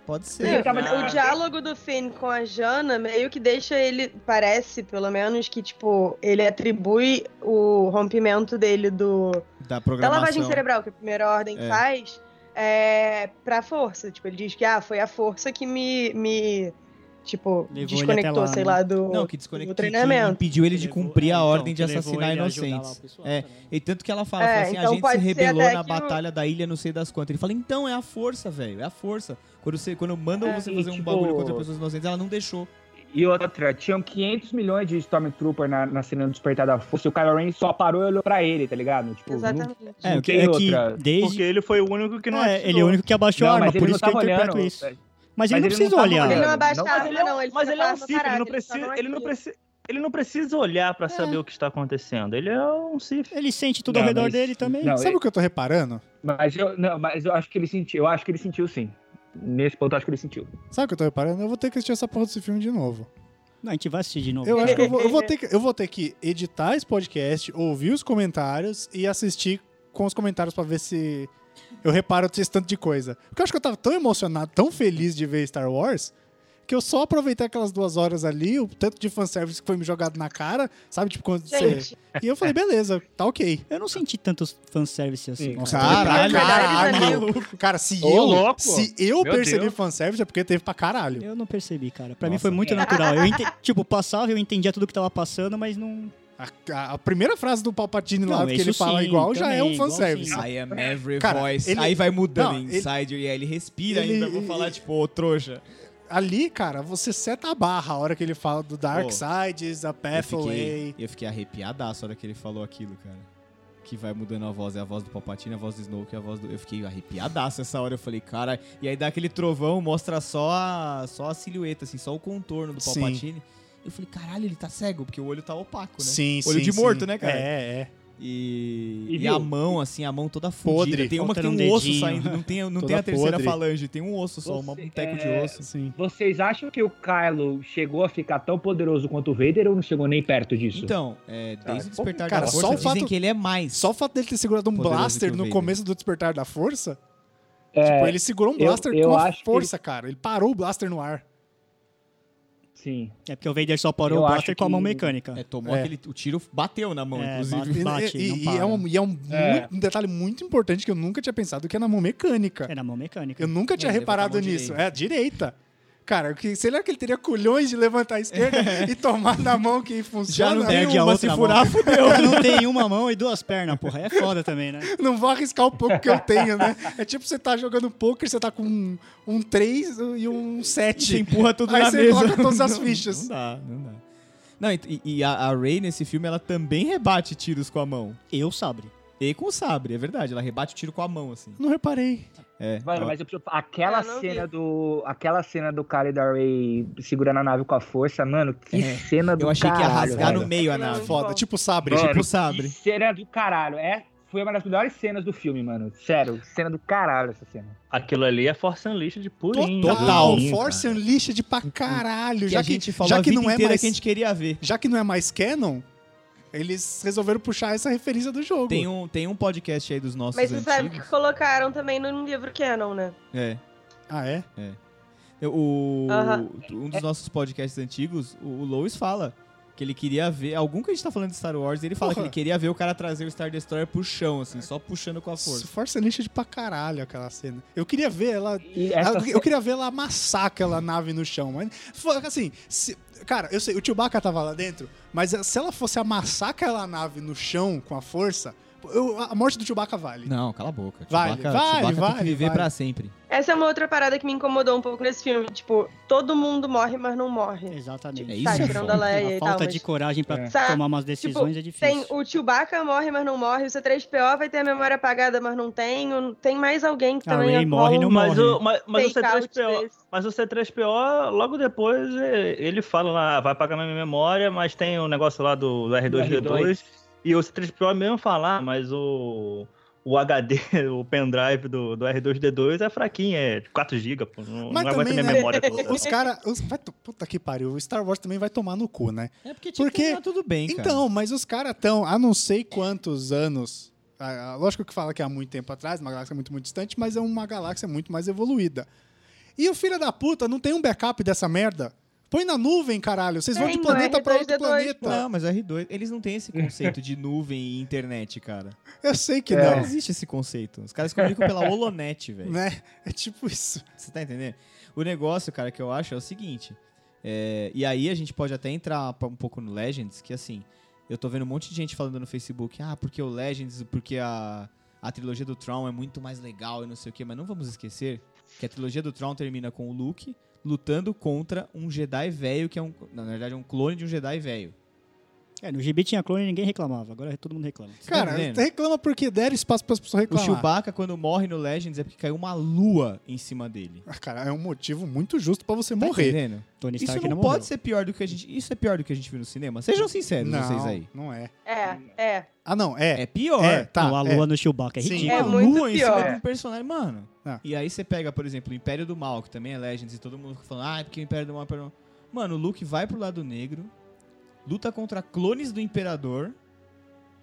[SPEAKER 2] Pode
[SPEAKER 7] Ele
[SPEAKER 2] ser.
[SPEAKER 7] tá- tava-
[SPEAKER 9] Ah,
[SPEAKER 3] O diálogo do Finn com a Jana meio que deixa ele, parece pelo menos, que tipo, ele atribui o rompimento dele do
[SPEAKER 2] Da
[SPEAKER 3] da
[SPEAKER 2] programação.
[SPEAKER 3] lavagem cerebral que a primeira ordem
[SPEAKER 2] É.
[SPEAKER 3] faz é, pra força. Tipo, ele diz que ah, foi a força que me, me tipo,
[SPEAKER 5] Levou ele até
[SPEAKER 3] desconectou,
[SPEAKER 5] lá,
[SPEAKER 3] sei
[SPEAKER 5] né?
[SPEAKER 3] lá, do.
[SPEAKER 2] Não, que desconectou.
[SPEAKER 3] do treinamento.
[SPEAKER 2] impediu ele
[SPEAKER 5] Que
[SPEAKER 2] de
[SPEAKER 5] levou-
[SPEAKER 2] cumprir
[SPEAKER 5] é,
[SPEAKER 2] a
[SPEAKER 5] então,
[SPEAKER 2] ordem de
[SPEAKER 5] que levou
[SPEAKER 2] assassinar
[SPEAKER 5] ele a ajudar lá o
[SPEAKER 2] inocentes.
[SPEAKER 5] pessoal,
[SPEAKER 2] É.
[SPEAKER 5] tá ligado?
[SPEAKER 2] E tanto que ela fala, fala
[SPEAKER 3] É,
[SPEAKER 2] assim, a
[SPEAKER 3] então
[SPEAKER 2] gente se
[SPEAKER 3] pode ser
[SPEAKER 2] rebelou
[SPEAKER 3] até
[SPEAKER 2] na
[SPEAKER 3] que o-
[SPEAKER 2] batalha da ilha, não sei das quantas. Ele fala, então é a força, velho, é a força. Quando, você, quando mandam
[SPEAKER 7] É,
[SPEAKER 2] você
[SPEAKER 7] e
[SPEAKER 2] fazer um
[SPEAKER 7] tipo-
[SPEAKER 2] bagulho contra pessoas inocentes, ela não deixou.
[SPEAKER 7] E outra, tinham 500 milhões de Stormtrooper na, na cena do Despertar da Força, e o Kylo Ren só parou e olhou pra ele, tá ligado? Tipo, não,
[SPEAKER 3] Exatamente.
[SPEAKER 5] É,
[SPEAKER 7] Não
[SPEAKER 5] o que-
[SPEAKER 7] tem
[SPEAKER 5] é que
[SPEAKER 7] outra.
[SPEAKER 5] desde.
[SPEAKER 9] Porque ele foi o único que não
[SPEAKER 5] é,
[SPEAKER 9] atirou.
[SPEAKER 5] ele é o único que abaixou a
[SPEAKER 7] Não,
[SPEAKER 5] arma,
[SPEAKER 7] mas ele
[SPEAKER 5] por
[SPEAKER 7] não
[SPEAKER 5] isso que eu
[SPEAKER 7] tava
[SPEAKER 5] interpreto
[SPEAKER 7] olhando. é,
[SPEAKER 5] isso. Mas ele
[SPEAKER 7] Mas
[SPEAKER 5] não
[SPEAKER 7] ele não
[SPEAKER 5] precisou
[SPEAKER 7] tava
[SPEAKER 5] olhar.
[SPEAKER 7] olhando.
[SPEAKER 3] Ele não abaixa
[SPEAKER 7] Não,
[SPEAKER 3] a
[SPEAKER 7] mas
[SPEAKER 9] ele
[SPEAKER 3] arma,
[SPEAKER 9] é um-
[SPEAKER 3] não. Ele
[SPEAKER 9] mas
[SPEAKER 3] fica
[SPEAKER 9] ele
[SPEAKER 3] com a
[SPEAKER 9] é um
[SPEAKER 3] arma
[SPEAKER 9] cifre, ele
[SPEAKER 3] parada,
[SPEAKER 9] não
[SPEAKER 3] ele só é
[SPEAKER 9] precisa, ele não
[SPEAKER 3] atira.
[SPEAKER 9] precisa, ele não precisa olhar
[SPEAKER 3] É.
[SPEAKER 9] pra saber o que está acontecendo. Ele é um cifre.
[SPEAKER 5] Ele sente tudo ao
[SPEAKER 7] Não,
[SPEAKER 5] redor
[SPEAKER 7] mas-
[SPEAKER 5] dele também.
[SPEAKER 7] não,
[SPEAKER 1] Sabe o que eu tô reparando?
[SPEAKER 7] Mas eu, não, mas eu acho que ele sentiu. Eu acho que ele sentiu sim. Nesse ponto, eu acho que ele sentiu.
[SPEAKER 1] Sabe o que eu tô reparando? Eu vou ter que assistir essa porra desse filme de novo.
[SPEAKER 5] Não, a gente vai assistir de novo. É.
[SPEAKER 1] Eu acho que eu vou, eu vou ter que eu vou ter que editar esse podcast, ouvir os comentários e assistir com os comentários pra ver se eu reparo esse tanto de coisa. Porque eu acho que eu tava tão emocionado, tão feliz de ver Star Wars, que eu só aproveitei aquelas duas horas ali, o tanto de fanservice que foi me jogado na cara, sabe? Tipo, quando você.
[SPEAKER 3] Gente,
[SPEAKER 1] E eu falei, beleza, tá ok.
[SPEAKER 5] Eu não senti tanto fanservice assim.
[SPEAKER 1] Nossa,
[SPEAKER 2] Caralho,
[SPEAKER 1] pra
[SPEAKER 3] caralho.
[SPEAKER 1] Cara, se
[SPEAKER 7] Ô,
[SPEAKER 1] eu,
[SPEAKER 7] louco.
[SPEAKER 1] se eu
[SPEAKER 7] Meu
[SPEAKER 1] percebi
[SPEAKER 7] Deus.
[SPEAKER 1] fanservice é porque teve pra caralho.
[SPEAKER 5] Eu não percebi, cara. Pra mim
[SPEAKER 2] Nossa.
[SPEAKER 5] foi
[SPEAKER 1] É.
[SPEAKER 5] muito natural. Eu ente- tipo, passava, eu entendia tudo que tava passando, mas não.
[SPEAKER 1] A, a- a primeira frase do Palpatine lá
[SPEAKER 5] Não,
[SPEAKER 1] que ele
[SPEAKER 5] isso
[SPEAKER 1] fala
[SPEAKER 5] sim,
[SPEAKER 1] igual já
[SPEAKER 5] também,
[SPEAKER 1] é um
[SPEAKER 5] igual sim.
[SPEAKER 1] fanservice.
[SPEAKER 5] Ah,
[SPEAKER 2] I am every
[SPEAKER 1] Cara,
[SPEAKER 2] voice.
[SPEAKER 1] ele-
[SPEAKER 2] Aí vai mudando
[SPEAKER 1] Não, ele-
[SPEAKER 2] inside e aí ele respira
[SPEAKER 1] Ele-
[SPEAKER 2] ainda pra falar, tipo, ô trouxa.
[SPEAKER 1] Ali, cara, você seta a barra a hora que ele fala do Dark
[SPEAKER 2] Pô,
[SPEAKER 1] Sides, a
[SPEAKER 2] Eu
[SPEAKER 1] Pathway.
[SPEAKER 2] fiquei, eu fiquei arrepiadaço a hora que ele falou aquilo, cara. Que vai mudando a voz. É a voz do Palpatine, a voz do Snoke, a voz do... Eu fiquei arrepiadaço essa hora. Eu falei, cara... E aí dá aquele trovão, mostra só a, só a silhueta, assim, só o contorno do
[SPEAKER 1] Sim.
[SPEAKER 2] Palpatine. Eu falei, caralho, ele tá cego, porque o olho tá opaco, né?
[SPEAKER 1] Sim,
[SPEAKER 2] Olho de morto, né, cara?
[SPEAKER 1] É, é.
[SPEAKER 2] E,
[SPEAKER 7] E
[SPEAKER 2] e
[SPEAKER 7] viu?
[SPEAKER 2] a mão, assim, a mão toda fodida.
[SPEAKER 1] Podre.
[SPEAKER 2] Tem uma que tem um
[SPEAKER 5] Faltando um
[SPEAKER 2] osso
[SPEAKER 5] dedinho.
[SPEAKER 2] saindo. Não tem, não tem
[SPEAKER 1] Toda
[SPEAKER 2] a terceira
[SPEAKER 1] podre.
[SPEAKER 2] falange, tem um osso só, uma,
[SPEAKER 7] Você-
[SPEAKER 2] um teco de
[SPEAKER 7] é,
[SPEAKER 2] osso.
[SPEAKER 1] Sim.
[SPEAKER 7] Vocês acham que o Kylo chegou a ficar tão poderoso quanto o Vader ou não chegou nem perto disso?
[SPEAKER 2] Então, é, desde o
[SPEAKER 7] Cara,
[SPEAKER 2] despertar
[SPEAKER 1] cara,
[SPEAKER 2] da
[SPEAKER 1] só
[SPEAKER 2] força,
[SPEAKER 1] o fato-
[SPEAKER 2] dizem que ele é mais.
[SPEAKER 1] Só o fato dele ter segurado um
[SPEAKER 2] Poderoso
[SPEAKER 1] blaster
[SPEAKER 2] que o
[SPEAKER 1] no
[SPEAKER 2] Vader.
[SPEAKER 5] né?
[SPEAKER 1] começo do Despertar da Força.
[SPEAKER 7] É,
[SPEAKER 1] tipo, ele segurou um
[SPEAKER 7] eu-
[SPEAKER 1] blaster
[SPEAKER 7] eu
[SPEAKER 1] com a
[SPEAKER 7] acho que
[SPEAKER 1] força, cara. Ele parou o blaster no ar.
[SPEAKER 7] sim.
[SPEAKER 5] É porque o Vader só parou
[SPEAKER 7] Eu
[SPEAKER 5] o
[SPEAKER 7] acho
[SPEAKER 5] blaster com a
[SPEAKER 7] que-
[SPEAKER 5] mão mecânica.
[SPEAKER 2] É, tomou
[SPEAKER 1] É.
[SPEAKER 2] aquele. O tiro bateu na mão,
[SPEAKER 5] É,
[SPEAKER 2] inclusive.
[SPEAKER 1] E,
[SPEAKER 5] Bate,
[SPEAKER 1] e-
[SPEAKER 5] não
[SPEAKER 1] e
[SPEAKER 5] para.
[SPEAKER 1] é, um, e é um,
[SPEAKER 7] É.
[SPEAKER 1] muito- um detalhe muito importante que eu nunca tinha pensado, que é na mão mecânica.
[SPEAKER 5] É na mão mecânica.
[SPEAKER 1] Eu nunca tinha
[SPEAKER 2] É, levanta
[SPEAKER 1] reparado
[SPEAKER 2] a mão
[SPEAKER 1] nisso.
[SPEAKER 2] direita.
[SPEAKER 1] É, direita. Cara, que, será que ele teria culhões de levantar a esquerda e tomar na mão que
[SPEAKER 2] Já
[SPEAKER 1] funciona?
[SPEAKER 2] não tem
[SPEAKER 5] Perde a
[SPEAKER 2] uma,
[SPEAKER 5] outra
[SPEAKER 2] se furar,
[SPEAKER 5] mão.
[SPEAKER 2] fudeu.
[SPEAKER 5] Cara, não tem uma mão e duas pernas, porra. É foda também, né?
[SPEAKER 1] Não vou arriscar o pouco que eu tenho, né? É tipo você tá jogando poker, você tá com um, um 3 e um 7.
[SPEAKER 2] Você empurra tudo
[SPEAKER 1] Aí
[SPEAKER 2] na
[SPEAKER 1] você
[SPEAKER 2] mesa.
[SPEAKER 1] coloca todas as
[SPEAKER 2] Não,
[SPEAKER 1] fichas.
[SPEAKER 2] Não dá, não dá. Não, e, e a, a Ray nesse filme, ela também rebate tiros com a mão.
[SPEAKER 5] Eu sabre.
[SPEAKER 2] E com o sabre, é verdade. Ela rebate o tiro com a mão, assim.
[SPEAKER 1] Não reparei.
[SPEAKER 2] É.
[SPEAKER 7] Mano,
[SPEAKER 2] Ela-
[SPEAKER 7] mas eu preciso... aquela
[SPEAKER 3] Eu Ah, não vi.
[SPEAKER 7] cena do. Aquela cena do cara e da Ray segurando a nave com a força, mano, que
[SPEAKER 2] É.
[SPEAKER 7] cena do
[SPEAKER 2] eu achei que ia
[SPEAKER 7] caralho,
[SPEAKER 2] rasgar
[SPEAKER 7] velho.
[SPEAKER 2] no meio a nave.
[SPEAKER 1] Foda,
[SPEAKER 3] bom.
[SPEAKER 1] tipo sabre.
[SPEAKER 7] Mano,
[SPEAKER 2] Tipo
[SPEAKER 7] que
[SPEAKER 2] sabre.
[SPEAKER 7] Cena do caralho, é. Foi uma das melhores cenas do filme, mano. Sério, cena do caralho essa cena.
[SPEAKER 9] Aquilo ali é Force Unleashed de purinho.
[SPEAKER 1] Total,
[SPEAKER 9] purinho,
[SPEAKER 1] Force
[SPEAKER 9] cara.
[SPEAKER 1] Unleashed de pra caralho.
[SPEAKER 2] Que
[SPEAKER 1] já
[SPEAKER 2] a
[SPEAKER 1] que,
[SPEAKER 2] gente falou
[SPEAKER 1] já
[SPEAKER 2] a
[SPEAKER 1] que
[SPEAKER 2] vida
[SPEAKER 1] não é
[SPEAKER 2] inteira
[SPEAKER 1] mais,
[SPEAKER 2] que a gente queria ver.
[SPEAKER 1] já que não é mais canon, eles resolveram puxar essa referência do jogo.
[SPEAKER 2] Tem um, tem um podcast aí dos nossos
[SPEAKER 3] Mas você
[SPEAKER 2] antigos.
[SPEAKER 3] sabe que colocaram também no livro Canon, né?
[SPEAKER 2] É.
[SPEAKER 1] Ah, é?
[SPEAKER 2] Eu- O,
[SPEAKER 3] Aham.
[SPEAKER 2] Um dos nossos podcasts antigos, o, o Lois fala que ele queria ver. Algum que a gente tá falando de Star Wars, ele fala
[SPEAKER 1] Porra.
[SPEAKER 2] que ele queria ver o cara trazer o Star Destroyer pro chão, assim, só puxando com a força.
[SPEAKER 1] Force Unleashed pra caralho aquela cena. Eu queria ver ela
[SPEAKER 7] E
[SPEAKER 2] Ah,
[SPEAKER 7] essa
[SPEAKER 1] Eu- Eu queria ver ela amassar aquela nave no chão. Mas, foi assim, se- cara, eu sei, o Chewbacca tava lá dentro, mas eh, se ela fosse amassar aquela nave no chão com a força, eu- a morte do Chewbacca vale.
[SPEAKER 2] Não, cala a boca.
[SPEAKER 1] Vale,
[SPEAKER 2] Chewbacca,
[SPEAKER 1] vale,
[SPEAKER 2] Chewbacca tem
[SPEAKER 1] vale,
[SPEAKER 2] que viver
[SPEAKER 1] vale.
[SPEAKER 2] pra sempre.
[SPEAKER 3] Essa é uma outra parada que me incomodou um pouco nesse filme. Tipo, todo mundo morre, mas não morre.
[SPEAKER 5] Exatamente.
[SPEAKER 2] É isso, Tá, é tirando foda.
[SPEAKER 3] a Leia
[SPEAKER 5] A
[SPEAKER 3] e tal,
[SPEAKER 5] falta
[SPEAKER 3] mas-
[SPEAKER 5] de coragem pra
[SPEAKER 7] É.
[SPEAKER 5] tomar umas
[SPEAKER 1] Tá.
[SPEAKER 5] decisões é
[SPEAKER 3] Tem
[SPEAKER 5] difícil.
[SPEAKER 3] o Chewbacca morre, mas não morre. O C3PO vai ter a memória apagada, mas não tem. O- Tem mais alguém que
[SPEAKER 5] A
[SPEAKER 3] também é
[SPEAKER 5] Rey morre e não
[SPEAKER 9] Mas
[SPEAKER 5] morre.
[SPEAKER 9] o, mas, mas o C3PO,
[SPEAKER 3] desse.
[SPEAKER 9] Mas o C3PO, logo depois, é, ele fala lá, "Ah, vai pagar minha memória, mas tem o negócio lá do, do R2D2.
[SPEAKER 7] R2.
[SPEAKER 9] E o C3PO mesmo fala, "Ah, mas o, o HD, o pendrive do, do R2D2 é fraquinho, é 4GB, pô. Não,
[SPEAKER 1] Mas
[SPEAKER 9] não aguenta
[SPEAKER 1] também,
[SPEAKER 9] minha
[SPEAKER 1] né,
[SPEAKER 9] memória toda.
[SPEAKER 1] Os caras. Puta que pariu, o Star Wars também vai tomar no cu, né?
[SPEAKER 2] É porque
[SPEAKER 1] tinha que Porque- terminar
[SPEAKER 2] tudo bem, cara.
[SPEAKER 1] Então, mas os caras estão há não sei quantos anos. ah, ah, Lógico que fala que há muito tempo atrás, uma galáxia muito, muito distante, mas é uma galáxia muito mais evoluída. E o filho da puta não tem um backup dessa merda? Põe na nuvem, caralho. Vocês vão de
[SPEAKER 3] Tem,
[SPEAKER 1] planeta
[SPEAKER 3] no
[SPEAKER 1] pra outro
[SPEAKER 3] R2D2,
[SPEAKER 1] planeta.
[SPEAKER 2] Não, mas o R2, eles não têm esse conceito de nuvem e internet, cara.
[SPEAKER 1] Eu sei que
[SPEAKER 2] Não
[SPEAKER 1] não.
[SPEAKER 2] existe esse conceito. Os caras comunicam pela holonet, velho.
[SPEAKER 1] Né? É tipo isso.
[SPEAKER 2] Você tá entendendo? O negócio, cara, que eu acho é o seguinte. é, e aí a gente pode até entrar pra- um pouco no Legends, que assim, eu tô vendo um monte de gente falando no Facebook, ah, porque o Legends, porque a, a trilogia do Tron é muito mais legal e não sei o quê, mas não vamos esquecer que a trilogia do Tron termina com o Luke lutando contra um Jedi velho, que é um. Na verdade, é um clone de um Jedi velho.
[SPEAKER 5] É, no gibi tinha clone e ninguém reclamava. Agora todo mundo reclama.
[SPEAKER 2] Você tá
[SPEAKER 1] Cara,
[SPEAKER 2] entendendo?
[SPEAKER 1] reclama porque deram espaço pras pessoas
[SPEAKER 2] o
[SPEAKER 1] reclamar.
[SPEAKER 2] Chewbacca, quando morre no Legends, é porque caiu uma lua em cima dele.
[SPEAKER 1] Ah, Cara, é um motivo muito justo pra você
[SPEAKER 2] Tá
[SPEAKER 1] morrer.
[SPEAKER 2] entendendo?
[SPEAKER 5] Tony
[SPEAKER 2] Isso
[SPEAKER 5] Stark
[SPEAKER 2] não,
[SPEAKER 5] morreu.
[SPEAKER 2] pode ser pior do que a gente. Isso é pior do que a gente viu no cinema. Sejam sinceros, vocês aí.
[SPEAKER 1] não é.
[SPEAKER 3] É, é.
[SPEAKER 1] Ah, não, é.
[SPEAKER 2] É pior.
[SPEAKER 1] É, tá.
[SPEAKER 5] não, a
[SPEAKER 1] é.
[SPEAKER 5] lua no Chewbacca é
[SPEAKER 1] Sim.
[SPEAKER 5] ridículo.
[SPEAKER 3] É
[SPEAKER 2] Uma
[SPEAKER 3] muito
[SPEAKER 2] lua em cima
[SPEAKER 3] pior.
[SPEAKER 2] de um personagem, mano.
[SPEAKER 1] Ah.
[SPEAKER 2] E aí você pega, por exemplo, o Império do Mal, que também é Legends, e todo mundo fica falando, ah, é porque o Império do Mal, é o Império do Mal. Mano, o Luke vai pro lado negro, luta contra clones do Imperador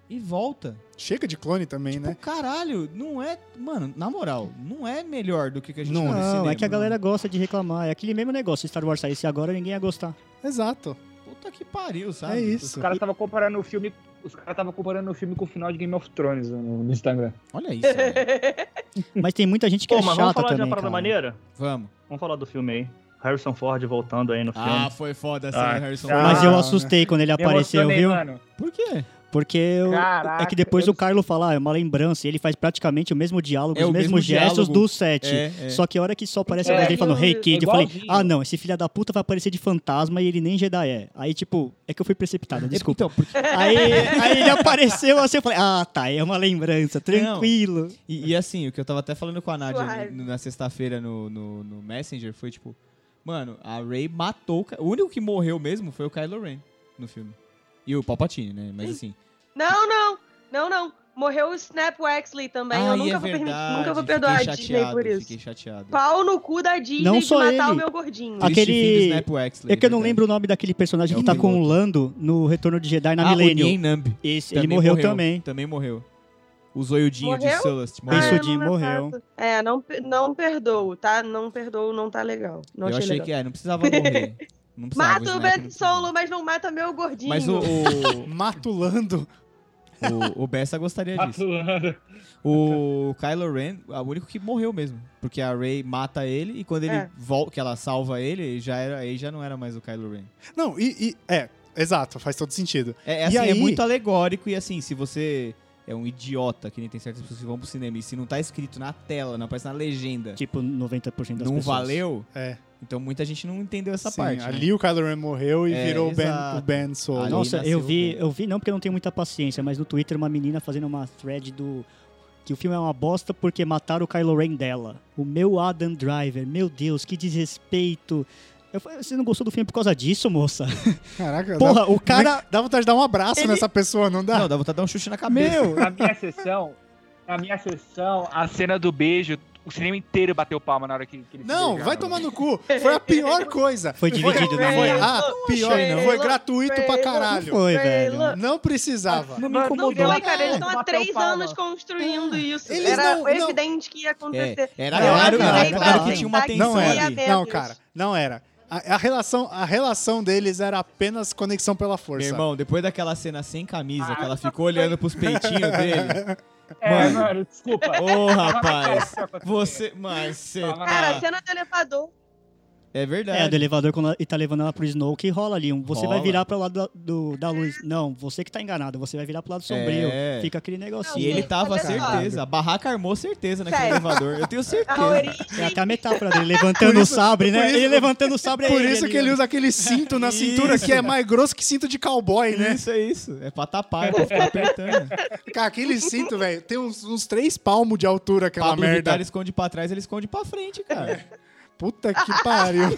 [SPEAKER 2] e volta.
[SPEAKER 1] Chega de clone também,
[SPEAKER 2] Tipo,
[SPEAKER 1] né?
[SPEAKER 2] caralho, não é. Mano, na moral, não é melhor do que o que a gente
[SPEAKER 1] Não,
[SPEAKER 2] viu no
[SPEAKER 5] Não,
[SPEAKER 2] cinema.
[SPEAKER 5] é que a galera gosta de reclamar. É aquele mesmo negócio. Se Star Wars saísse agora, ninguém ia gostar.
[SPEAKER 1] Exato.
[SPEAKER 2] Puta que pariu, sabe?
[SPEAKER 1] É
[SPEAKER 7] Os
[SPEAKER 1] isso.
[SPEAKER 7] caras estavam comparando o filme. Os caras estavam comparando o filme com o final de Game of Thrones no, no Instagram.
[SPEAKER 2] Olha isso. velho.
[SPEAKER 3] é.
[SPEAKER 5] Mas tem muita gente que
[SPEAKER 9] Pô,
[SPEAKER 5] é
[SPEAKER 9] mas
[SPEAKER 5] chata
[SPEAKER 9] vamos falar de
[SPEAKER 5] também,
[SPEAKER 9] uma parada
[SPEAKER 5] cara.
[SPEAKER 9] maneira?
[SPEAKER 2] Vamos.
[SPEAKER 9] Vamos falar do filme aí. Harrison Ford voltando aí no filme.
[SPEAKER 2] Ah, foi foda a cena
[SPEAKER 9] Tá Ah,
[SPEAKER 2] do Harrison
[SPEAKER 7] cara.
[SPEAKER 5] Mas
[SPEAKER 2] Ford.
[SPEAKER 5] eu
[SPEAKER 7] Ah,
[SPEAKER 5] assustei quando
[SPEAKER 2] Tá
[SPEAKER 5] ele
[SPEAKER 7] Me
[SPEAKER 5] apareceu,
[SPEAKER 7] emocionei,
[SPEAKER 5] viu?
[SPEAKER 7] Mano.
[SPEAKER 2] Por quê?
[SPEAKER 5] Porque eu-
[SPEAKER 7] Caraca,
[SPEAKER 5] é que depois
[SPEAKER 7] eu-
[SPEAKER 5] o Carlo fala, ah, é uma lembrança, e ele faz praticamente o mesmo diálogo,
[SPEAKER 2] É
[SPEAKER 5] os
[SPEAKER 2] o
[SPEAKER 5] mesmos
[SPEAKER 2] mesmo
[SPEAKER 5] gestos
[SPEAKER 2] diálogo.
[SPEAKER 5] do set.
[SPEAKER 2] É, é.
[SPEAKER 5] Só que a hora que só aparece
[SPEAKER 7] É,
[SPEAKER 5] a voz dele
[SPEAKER 3] igual-
[SPEAKER 5] falando, hey kid, eu falei,
[SPEAKER 7] igualzinho.
[SPEAKER 5] ah não, esse filho da puta vai aparecer de fantasma e ele nem Jedi é. Aí tipo, é que eu fui precipitado, desculpa.
[SPEAKER 2] Então, porque
[SPEAKER 5] aí, aí ele apareceu assim, eu falei, ah tá, é uma lembrança, tranquilo.
[SPEAKER 2] E, e assim, o que eu tava até falando com a Nádia
[SPEAKER 3] Suave.
[SPEAKER 2] no- na sexta-feira no, no, no Messenger foi tipo, mano, a Ray matou. o Ky- O único que morreu mesmo foi o Kylo Ren no filme. E o Palpatine, né? Mas assim.
[SPEAKER 3] Não, não. Não, não. Morreu o Snap Waxley também.
[SPEAKER 2] Ai,
[SPEAKER 3] eu nunca,
[SPEAKER 2] é
[SPEAKER 3] vou, permi-
[SPEAKER 2] verdade,
[SPEAKER 3] nunca vou
[SPEAKER 2] fiquei
[SPEAKER 3] perdoar a
[SPEAKER 2] chateado,
[SPEAKER 3] Disney por isso.
[SPEAKER 2] Fiquei chateado.
[SPEAKER 3] Pau no cu da Disney
[SPEAKER 5] Não
[SPEAKER 3] de
[SPEAKER 5] só
[SPEAKER 3] matar
[SPEAKER 5] ele.
[SPEAKER 3] o meu gordinho.
[SPEAKER 5] A-
[SPEAKER 2] Triste
[SPEAKER 5] aquele-
[SPEAKER 2] fim do Snap né, Wexley,
[SPEAKER 5] É que eu não
[SPEAKER 2] verdade.
[SPEAKER 5] lembro o nome daquele personagem
[SPEAKER 2] É
[SPEAKER 5] que
[SPEAKER 2] o
[SPEAKER 5] tá com o
[SPEAKER 2] piloto.
[SPEAKER 5] Lando no Retorno de Jedi na
[SPEAKER 2] Ah, o
[SPEAKER 5] Millennium.
[SPEAKER 2] Nien Namb.
[SPEAKER 5] Esse, ele
[SPEAKER 2] também
[SPEAKER 5] morreu, também.
[SPEAKER 2] Também morreu. O zoiudinho de
[SPEAKER 3] Morreu?
[SPEAKER 2] Sullust.
[SPEAKER 5] Ah, Isso
[SPEAKER 3] eu
[SPEAKER 5] o Jim
[SPEAKER 3] não
[SPEAKER 5] morreu.
[SPEAKER 3] refaço. É, não, pe- não perdoo, tá? Não perdoo, não tá legal. Não
[SPEAKER 2] eu achei
[SPEAKER 3] legal.
[SPEAKER 2] que né? é, não precisava morrer. Não precisava,
[SPEAKER 3] Mata o
[SPEAKER 2] Snap não
[SPEAKER 3] Ben
[SPEAKER 2] precisava.
[SPEAKER 3] Solo, mas não mata meu gordinho.
[SPEAKER 2] Mas o- o,
[SPEAKER 1] Matulando.
[SPEAKER 2] O, o Bessa
[SPEAKER 5] Ah,
[SPEAKER 2] gostaria disso.
[SPEAKER 7] Atuando.
[SPEAKER 1] Uhum.
[SPEAKER 2] O Kylo Ren é o único que morreu mesmo. Porque a Rey mata ele e quando ele
[SPEAKER 3] É.
[SPEAKER 2] volta, que ela salva ele, já era, aí já não era mais o Kylo Ren.
[SPEAKER 1] Não, e, e- É, exato, faz todo sentido.
[SPEAKER 2] É, é
[SPEAKER 1] E
[SPEAKER 2] assim, é
[SPEAKER 1] aí?
[SPEAKER 2] muito alegórico e assim, se você é um idiota, que nem tem certas pessoas que vão pro cinema, e se não tá escrito na tela, não aparece na legenda,
[SPEAKER 5] Tipo, 90% das pessoas.
[SPEAKER 2] não valeu,
[SPEAKER 1] É.
[SPEAKER 2] então muita gente não entendeu essa
[SPEAKER 1] Sim,
[SPEAKER 2] parte. né?
[SPEAKER 1] ali o Kylo Ren morreu e
[SPEAKER 2] É,
[SPEAKER 1] virou o ben,
[SPEAKER 2] exato.
[SPEAKER 1] o ben Solo.
[SPEAKER 2] Ali-
[SPEAKER 5] Ah, Nossa,
[SPEAKER 2] nasceu
[SPEAKER 5] eu vi,
[SPEAKER 2] o-
[SPEAKER 5] eu vi não porque eu não tenho muita paciência, mas no Twitter uma menina fazendo uma thread do que o filme é uma bosta porque mataram o Kylo Ren dela. O meu Adam Driver, meu Deus, que desrespeito. Eu falei, você não gostou do filme por causa disso, moça?
[SPEAKER 1] Caraca, dá,
[SPEAKER 5] Porra, o cara
[SPEAKER 1] dá, dá vontade de dar um abraço
[SPEAKER 5] Ele-
[SPEAKER 1] nessa pessoa, não dá?
[SPEAKER 2] Não, dá vontade de dar um chute na cabeça.
[SPEAKER 1] Meu!
[SPEAKER 7] Na minha sessão, na minha sessão, a cena do beijo, o cinema inteiro bateu palma na hora que, que ele se
[SPEAKER 1] Não,
[SPEAKER 7] beijava.
[SPEAKER 1] vai tomar no cu. Foi a pior coisa.
[SPEAKER 5] foi dividido,
[SPEAKER 1] Não foi
[SPEAKER 5] né?
[SPEAKER 1] a pior,
[SPEAKER 3] achei, não.
[SPEAKER 1] foi gratuito pra
[SPEAKER 3] Não
[SPEAKER 5] Não
[SPEAKER 1] caralho.
[SPEAKER 5] foi,
[SPEAKER 3] Foi,
[SPEAKER 5] velho.
[SPEAKER 3] Lan-
[SPEAKER 1] Não precisava.
[SPEAKER 7] Não
[SPEAKER 3] Não, não foi, cara. Eles estão há
[SPEAKER 7] Bateu
[SPEAKER 3] três
[SPEAKER 7] palma.
[SPEAKER 3] anos construindo
[SPEAKER 5] É.
[SPEAKER 3] isso.
[SPEAKER 1] Eles
[SPEAKER 3] era
[SPEAKER 1] não- não-
[SPEAKER 3] evidente que ia acontecer.
[SPEAKER 2] É, era
[SPEAKER 5] Não,
[SPEAKER 2] claro,
[SPEAKER 5] não,
[SPEAKER 2] era
[SPEAKER 5] não,
[SPEAKER 2] claro
[SPEAKER 5] não,
[SPEAKER 2] que tinha uma
[SPEAKER 3] não,
[SPEAKER 2] tensão
[SPEAKER 1] Não
[SPEAKER 3] Pensão
[SPEAKER 1] era.
[SPEAKER 3] e
[SPEAKER 2] ali.
[SPEAKER 3] abertas.
[SPEAKER 1] Não, cara, não era. A, a relação, a relação deles era apenas conexão pela
[SPEAKER 2] Meu
[SPEAKER 1] força.
[SPEAKER 2] irmão, depois daquela cena sem
[SPEAKER 3] Ah,
[SPEAKER 2] camisa, que ela ficou olhando pros peitinhos dele.
[SPEAKER 7] É,
[SPEAKER 2] Mano.
[SPEAKER 7] mano, desculpa.
[SPEAKER 2] Ô, rapaz, você. Mas você.
[SPEAKER 3] Cara, a
[SPEAKER 2] Tá...
[SPEAKER 3] cena do elevador.
[SPEAKER 2] É verdade.
[SPEAKER 5] É, do elevador quando ela- e tá levando ela pro Snow que rola ali. um Você vai
[SPEAKER 2] Rola.
[SPEAKER 5] virar pro lado da, do- da luz. Não, você que tá enganado, você vai virar pro lado sombrio.
[SPEAKER 2] É.
[SPEAKER 5] Fica aquele negocinho.
[SPEAKER 2] E ele tava
[SPEAKER 3] Olha só.
[SPEAKER 2] certeza. A barraca armou certeza naquele
[SPEAKER 3] Sério.
[SPEAKER 2] elevador. Eu tenho
[SPEAKER 3] A
[SPEAKER 2] certeza.
[SPEAKER 5] É
[SPEAKER 3] origem.
[SPEAKER 5] até a metáfora dele, levantando
[SPEAKER 1] Por
[SPEAKER 5] o
[SPEAKER 1] isso-
[SPEAKER 5] sabre, né?
[SPEAKER 1] por isso-
[SPEAKER 5] ele levantando o sabre é
[SPEAKER 1] Por isso
[SPEAKER 5] ali,
[SPEAKER 1] que ele
[SPEAKER 5] ó.
[SPEAKER 1] usa aquele cinto na cintura que é mais grosso que cinto de cowboy, né?
[SPEAKER 2] Isso, é isso. É pra tapar, é pra ficar apertando.
[SPEAKER 1] Cara, aquele cinto, velho, tem uns, uns três palmos de altura aquela
[SPEAKER 2] Pablo
[SPEAKER 1] merda.
[SPEAKER 2] Vittar esconde pra trás, ele esconde pra frente, cara.
[SPEAKER 1] Puta que pariu.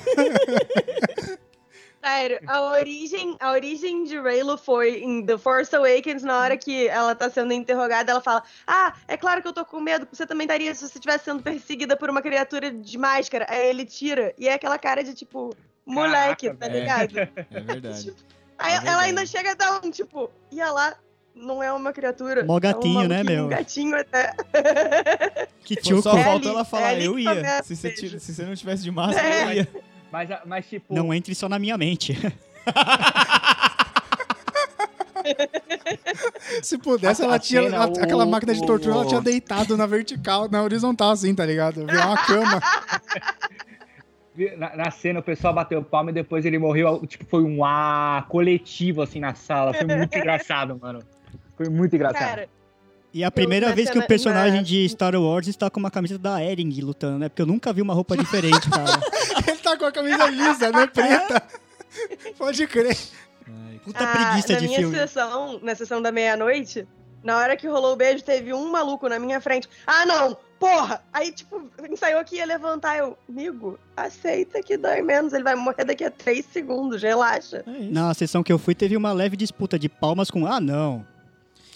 [SPEAKER 3] Sério, a origem, a origem de Raylo foi em The Force Awakens, na hora que ela tá sendo interrogada, ela fala: Ah, é claro que eu tô com medo, você também estaria se você estivesse sendo perseguida por uma criatura de máscara. Aí ele tira, e é aquela cara de tipo, moleque,
[SPEAKER 7] Caraca,
[SPEAKER 3] tá
[SPEAKER 2] velho.
[SPEAKER 3] ligado?
[SPEAKER 2] É verdade.
[SPEAKER 3] Tipo, Aí
[SPEAKER 2] É
[SPEAKER 3] ela
[SPEAKER 2] verdade.
[SPEAKER 3] ainda chega a dar um tipo, e ela não é uma criatura.
[SPEAKER 5] Mó gatinho,
[SPEAKER 3] é um
[SPEAKER 5] né,
[SPEAKER 3] maluquinho,
[SPEAKER 5] meu?
[SPEAKER 3] Um gatinho até.
[SPEAKER 5] Que
[SPEAKER 2] Pô,
[SPEAKER 5] tchuco.
[SPEAKER 2] só
[SPEAKER 3] É
[SPEAKER 2] falta
[SPEAKER 3] ali-
[SPEAKER 2] ela
[SPEAKER 3] é
[SPEAKER 2] falar,
[SPEAKER 3] ali
[SPEAKER 2] eu
[SPEAKER 3] que
[SPEAKER 2] ia.
[SPEAKER 3] começa, É.
[SPEAKER 2] Se você, tira-
[SPEAKER 3] beijo.
[SPEAKER 2] se você não tivesse de máscara, eu ia.
[SPEAKER 7] Mas, a- mas tipo,
[SPEAKER 5] Não entre só na minha mente.
[SPEAKER 1] Se pudesse, ela
[SPEAKER 7] A
[SPEAKER 1] tinha.
[SPEAKER 7] cena,
[SPEAKER 1] a- aquela
[SPEAKER 7] o-
[SPEAKER 1] máquina de
[SPEAKER 7] o-
[SPEAKER 1] tortura, ela tinha deitado na vertical, na horizontal, assim, tá ligado? Virar uma cama.
[SPEAKER 7] na, na cena o pessoal bateu palma e depois ele morreu. Tipo, foi um ah coletivo assim na sala. Foi muito engraçado, mano. Foi muito engraçado.
[SPEAKER 3] Cara,
[SPEAKER 5] E é a primeira
[SPEAKER 3] na
[SPEAKER 5] vez que o
[SPEAKER 3] cena-
[SPEAKER 5] personagem
[SPEAKER 3] na-
[SPEAKER 5] de Star Wars está com uma camisa da Ering lutando, né? Porque eu nunca vi uma roupa diferente, cara.
[SPEAKER 1] Ele tá com a camisa lisa, né? Preta. Pode crer.
[SPEAKER 5] Puta
[SPEAKER 3] Ah,
[SPEAKER 5] preguiça
[SPEAKER 3] na
[SPEAKER 5] de
[SPEAKER 3] minha
[SPEAKER 5] filme.
[SPEAKER 3] Sessão, na sessão da meia-noite, na hora que rolou o beijo, teve um maluco na minha frente. Ah, não! Porra! Aí, tipo, ensaiou que ia levantar. Eu, amigo, aceita que dói menos. Ele vai morrer daqui a três segundos, relaxa.
[SPEAKER 2] É
[SPEAKER 5] Na sessão que eu fui, teve uma leve disputa de palmas com. Ah, não.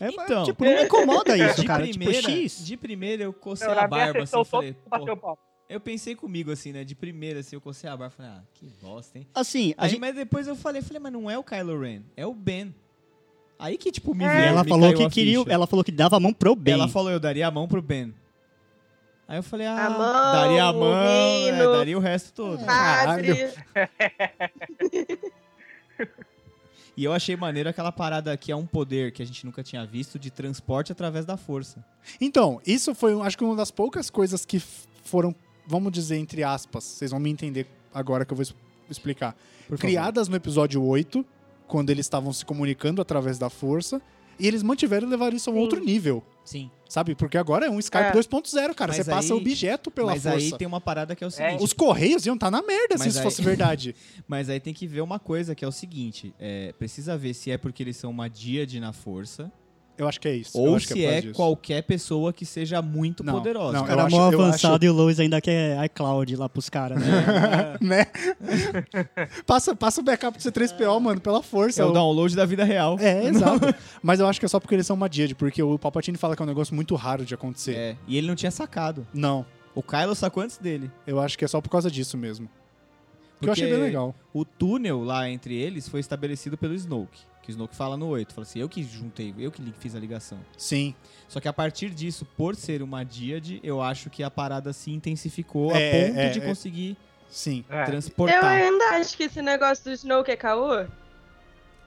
[SPEAKER 5] É, mas,
[SPEAKER 2] Então.
[SPEAKER 5] tipo, não me incomoda isso,
[SPEAKER 2] de,
[SPEAKER 5] cara.
[SPEAKER 2] primeira,
[SPEAKER 5] Tipo, X.
[SPEAKER 2] de primeira, eu cocei
[SPEAKER 7] Não,
[SPEAKER 2] a
[SPEAKER 7] na minha
[SPEAKER 2] barba, assim,
[SPEAKER 7] sessão
[SPEAKER 2] eu
[SPEAKER 7] todo
[SPEAKER 2] falei,
[SPEAKER 7] mundo
[SPEAKER 2] pô,
[SPEAKER 7] bateu palma.
[SPEAKER 2] Eu pensei comigo, assim, né? De primeira, assim, eu cocei a barba, falei, ah, que bosta, hein?
[SPEAKER 5] Assim, a
[SPEAKER 2] Aí,
[SPEAKER 5] gente...
[SPEAKER 2] Mas depois eu falei, falei, mas não é o Kylo Ren, é o Ben. Aí que, tipo, me
[SPEAKER 3] É.
[SPEAKER 2] veio,
[SPEAKER 5] e ela
[SPEAKER 2] me
[SPEAKER 5] falou
[SPEAKER 2] caiu
[SPEAKER 5] que
[SPEAKER 2] a
[SPEAKER 5] queria.
[SPEAKER 2] ficha.
[SPEAKER 5] Ela falou que dava a mão pro bem.
[SPEAKER 2] Ela falou, eu daria a mão pro Ben. Aí eu falei, ah,
[SPEAKER 3] A mão,
[SPEAKER 2] daria a
[SPEAKER 3] o Ah.
[SPEAKER 2] mão, é,
[SPEAKER 3] reino.
[SPEAKER 2] daria o resto todo.
[SPEAKER 1] Caralho.
[SPEAKER 3] Padre.
[SPEAKER 2] E eu achei maneiro aquela parada que é um poder que a gente nunca tinha visto de transporte através da força.
[SPEAKER 1] Então, isso foi, um- acho que uma das poucas coisas que f- foram, vamos dizer, entre aspas. Vocês vão me entender agora que eu vou es- explicar.
[SPEAKER 2] Por favor.
[SPEAKER 1] Criadas no episódio 8, quando eles estavam se comunicando através da força. E eles mantiveram e levaram isso a um
[SPEAKER 3] Sim.
[SPEAKER 1] outro nível.
[SPEAKER 2] Sim.
[SPEAKER 1] Sabe? Porque agora é um Skype
[SPEAKER 3] É.
[SPEAKER 1] 2.0, cara.
[SPEAKER 2] Mas
[SPEAKER 1] Você passa
[SPEAKER 2] aí-
[SPEAKER 1] objeto pela
[SPEAKER 2] Mas
[SPEAKER 1] força.
[SPEAKER 2] aí tem uma parada que é o seguinte.
[SPEAKER 1] Os correios iam estar na merda se
[SPEAKER 2] Mas
[SPEAKER 1] isso
[SPEAKER 2] aí-
[SPEAKER 1] fosse verdade.
[SPEAKER 2] Mas aí tem que ver uma coisa que é o seguinte: é, precisa ver se é porque eles são uma díade na força
[SPEAKER 1] Eu acho que é isso. eu
[SPEAKER 2] ou
[SPEAKER 1] acho que
[SPEAKER 2] se
[SPEAKER 1] por
[SPEAKER 2] é,
[SPEAKER 1] causa disso.
[SPEAKER 2] qualquer pessoa que seja muito
[SPEAKER 1] Não,
[SPEAKER 2] poderosa. um
[SPEAKER 1] não,
[SPEAKER 5] O
[SPEAKER 1] eu
[SPEAKER 5] cara
[SPEAKER 1] acho-
[SPEAKER 5] mó
[SPEAKER 1] eu
[SPEAKER 5] avançado
[SPEAKER 1] acho-
[SPEAKER 5] e o Lois ainda quer iCloud lá pros caras, né?
[SPEAKER 2] um.
[SPEAKER 1] Né? passa, passa o backup do C3PO, mano, pela força.
[SPEAKER 2] É o
[SPEAKER 1] Eu-
[SPEAKER 2] download da vida real.
[SPEAKER 1] É, exato. Mas eu acho que é só porque eles são uma díade, porque o Palpatine fala que é um negócio muito raro de acontecer.
[SPEAKER 2] É, E ele não tinha sacado.
[SPEAKER 1] Não,
[SPEAKER 2] O Kylo sacou antes dele.
[SPEAKER 1] eu acho que é só por causa disso mesmo. Que
[SPEAKER 2] Porque
[SPEAKER 1] eu achei bem legal.
[SPEAKER 2] O túnel lá entre eles foi estabelecido pelo Snoke. Que o Snoke fala no 8. Fala assim: eu que juntei, eu que li- fiz a ligação.
[SPEAKER 1] Sim.
[SPEAKER 2] Só que a partir disso, por ser uma díade, eu acho que a parada se intensificou a
[SPEAKER 1] É,
[SPEAKER 2] ponto
[SPEAKER 1] é,
[SPEAKER 2] de
[SPEAKER 1] é.
[SPEAKER 2] conseguir
[SPEAKER 1] Sim.
[SPEAKER 7] É.
[SPEAKER 2] transportar.
[SPEAKER 3] Eu ainda acho que esse negócio do Snoke é caô.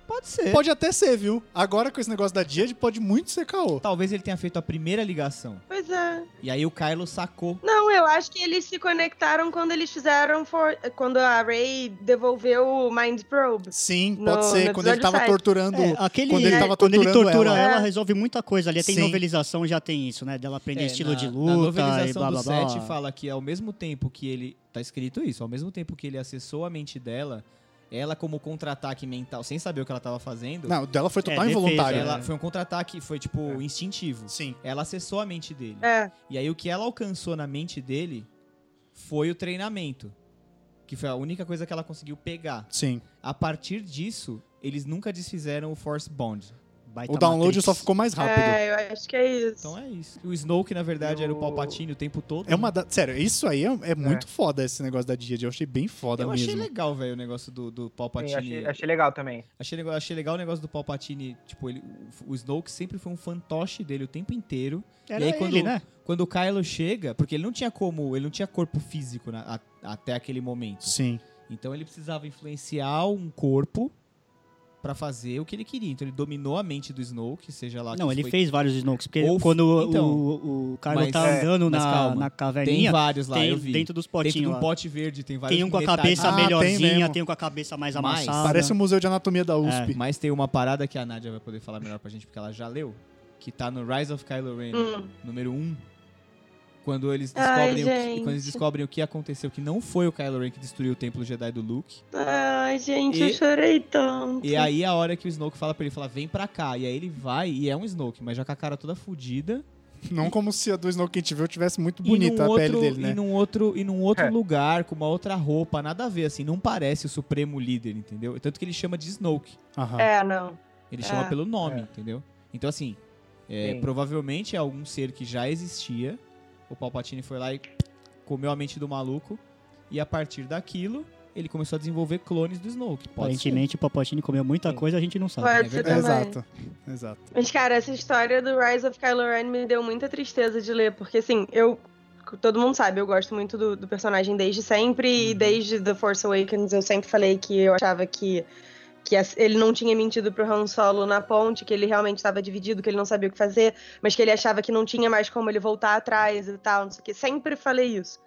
[SPEAKER 2] Pode ser.
[SPEAKER 1] Pode até ser, viu? Agora com esse negócio da Jade, pode muito ser caô.
[SPEAKER 2] Talvez ele tenha feito a primeira ligação.
[SPEAKER 3] Pois é.
[SPEAKER 2] E aí o Kylo sacou.
[SPEAKER 3] Não, eu acho que eles se conectaram quando eles fizeram. For... Quando a Ray devolveu o Mind Probe.
[SPEAKER 1] Sim,
[SPEAKER 3] No-
[SPEAKER 1] pode ser.
[SPEAKER 3] no
[SPEAKER 1] Quando ele
[SPEAKER 3] episódio
[SPEAKER 1] tava
[SPEAKER 3] sai.
[SPEAKER 1] torturando.
[SPEAKER 5] É, aquele,
[SPEAKER 1] quando ele tava
[SPEAKER 5] quando ele
[SPEAKER 1] torturando
[SPEAKER 5] tortura
[SPEAKER 1] ela.
[SPEAKER 5] ela, resolve muita coisa ali. Tem
[SPEAKER 1] Sim.
[SPEAKER 5] novelização, já tem isso, né? Dela aprender
[SPEAKER 2] É,
[SPEAKER 5] estilo
[SPEAKER 2] na-
[SPEAKER 5] de
[SPEAKER 2] Na
[SPEAKER 5] luta
[SPEAKER 2] novelização
[SPEAKER 5] e blá blá
[SPEAKER 2] do
[SPEAKER 5] blá.
[SPEAKER 2] 7 fala que ao mesmo tempo que ele. Tá escrito isso, ao mesmo tempo que ele acessou a mente dela, ela, como contra-ataque mental, sem saber o que ela tava fazendo,
[SPEAKER 1] Não, o dela foi total
[SPEAKER 5] defesa,
[SPEAKER 1] involuntário.
[SPEAKER 2] ela
[SPEAKER 5] é.
[SPEAKER 2] foi um contra-ataque, foi tipo
[SPEAKER 1] É.
[SPEAKER 2] instintivo.
[SPEAKER 1] Sim.
[SPEAKER 2] Ela acessou a mente dele.
[SPEAKER 3] É.
[SPEAKER 2] E aí o que ela alcançou na mente dele foi o treinamento. Que foi a única coisa que ela conseguiu pegar.
[SPEAKER 1] Sim.
[SPEAKER 2] A partir disso, eles nunca desfizeram o Force Bond. tá
[SPEAKER 5] Baita
[SPEAKER 1] O download
[SPEAKER 5] Matrix.
[SPEAKER 1] só ficou mais rápido. É,
[SPEAKER 3] É, eu acho que é isso.
[SPEAKER 2] Então é isso. O Snoke, na verdade, era o Palpatine o tempo todo.
[SPEAKER 1] É uma da... Sério, isso aí é, é muito foda esse negócio da Jade. Eu achei bem foda
[SPEAKER 2] Eu
[SPEAKER 1] mesmo.
[SPEAKER 2] achei legal, velho, o negócio do, do Palpatine.
[SPEAKER 4] Sim, achei, achei legal também.
[SPEAKER 2] Achei, legal, achei legal o negócio do Palpatine. Tipo, ele, o, o Snoke sempre foi um fantoche dele o tempo inteiro.
[SPEAKER 5] Era
[SPEAKER 2] E aí, quando-
[SPEAKER 5] ele, né?
[SPEAKER 2] Quando o Kylo chega, porque ele não tinha como, ele não tinha corpo físico na- a- até aquele momento.
[SPEAKER 1] Sim.
[SPEAKER 2] Então ele precisava influenciar um corpo pra fazer o que ele queria. Então ele dominou a mente do Snoke, seja lá
[SPEAKER 5] Não,
[SPEAKER 2] que
[SPEAKER 5] ele
[SPEAKER 2] foi-
[SPEAKER 5] fez vários Snokes, porque
[SPEAKER 2] Ou-
[SPEAKER 5] quando o-
[SPEAKER 2] então.
[SPEAKER 5] o, o Kylo
[SPEAKER 2] Mas-
[SPEAKER 5] tá
[SPEAKER 2] é,
[SPEAKER 5] andando
[SPEAKER 2] mas
[SPEAKER 5] na,
[SPEAKER 2] calma.
[SPEAKER 5] na
[SPEAKER 2] Tem
[SPEAKER 5] caverninha,
[SPEAKER 2] vários lá,
[SPEAKER 5] tem
[SPEAKER 2] eu vi.
[SPEAKER 5] dentro dos
[SPEAKER 2] dentro de
[SPEAKER 5] potinhos
[SPEAKER 2] um
[SPEAKER 5] lá.
[SPEAKER 2] pote verde, tem vários
[SPEAKER 5] Tem um com a
[SPEAKER 2] metades.
[SPEAKER 5] cabeça
[SPEAKER 1] Ah, tem
[SPEAKER 5] melhorzinha,
[SPEAKER 1] mesmo.
[SPEAKER 5] tem, um com a cabeça mais
[SPEAKER 2] Mas-
[SPEAKER 5] amassada.
[SPEAKER 1] Parece um o Museu de Anatomia da USP.
[SPEAKER 2] Mas tem uma parada que a Nadia vai poder falar melhor pra gente, porque ela já leu, que tá no Rise of Kylo Ren,
[SPEAKER 3] Hum.
[SPEAKER 2] número 1. Quando eles,
[SPEAKER 3] Ai,
[SPEAKER 2] descobrem o que,
[SPEAKER 3] gente.
[SPEAKER 2] quando eles descobrem o que aconteceu, que não foi o Kylo Ren que destruiu o templo Jedi do Luke.
[SPEAKER 3] Ai, gente,
[SPEAKER 2] E-
[SPEAKER 3] eu chorei tanto.
[SPEAKER 2] E aí a hora que o Snoke fala pra ele, fala, vem pra cá. E aí ele vai, e é um Snoke, mas já com a cara toda fudida.
[SPEAKER 1] Não como se a do Snow que a gente viu tivesse muito
[SPEAKER 2] E num
[SPEAKER 1] bonita a
[SPEAKER 2] outro-
[SPEAKER 1] pele dele, né?
[SPEAKER 2] E num outro, e num outro
[SPEAKER 4] É.
[SPEAKER 2] lugar, com uma outra roupa, nada a ver, assim, não parece o supremo líder, entendeu? Tanto que ele chama de Snoke.
[SPEAKER 1] Aham.
[SPEAKER 3] É, não.
[SPEAKER 2] Ele
[SPEAKER 3] É.
[SPEAKER 2] chama pelo nome, entendeu? Então, assim, é,
[SPEAKER 4] Sim.
[SPEAKER 2] provavelmente é algum ser que já existia. O Palpatine foi lá e comeu a mente do maluco. E a partir daquilo, ele começou a desenvolver clones do Snoke. Pode
[SPEAKER 5] Aparentemente o Palpatine comeu muita
[SPEAKER 2] Sim.
[SPEAKER 5] coisa, a gente não sabe.
[SPEAKER 3] Pode
[SPEAKER 2] é
[SPEAKER 3] ser
[SPEAKER 2] verdade.
[SPEAKER 3] também.
[SPEAKER 1] Exato. Exato.
[SPEAKER 3] Mas, cara, essa história do Rise of Kylo Ren me deu muita tristeza de ler, porque, assim, eu. Todo mundo sabe, eu gosto muito do, do personagem desde sempre, e desde The Force Awakens eu sempre falei que eu achava que, que as- ele não tinha mentido pro Han Solo na ponte, que ele realmente estava dividido, que ele não sabia o que fazer, mas que ele achava que não tinha mais como ele voltar atrás e tal, não sei o que. Sempre falei isso.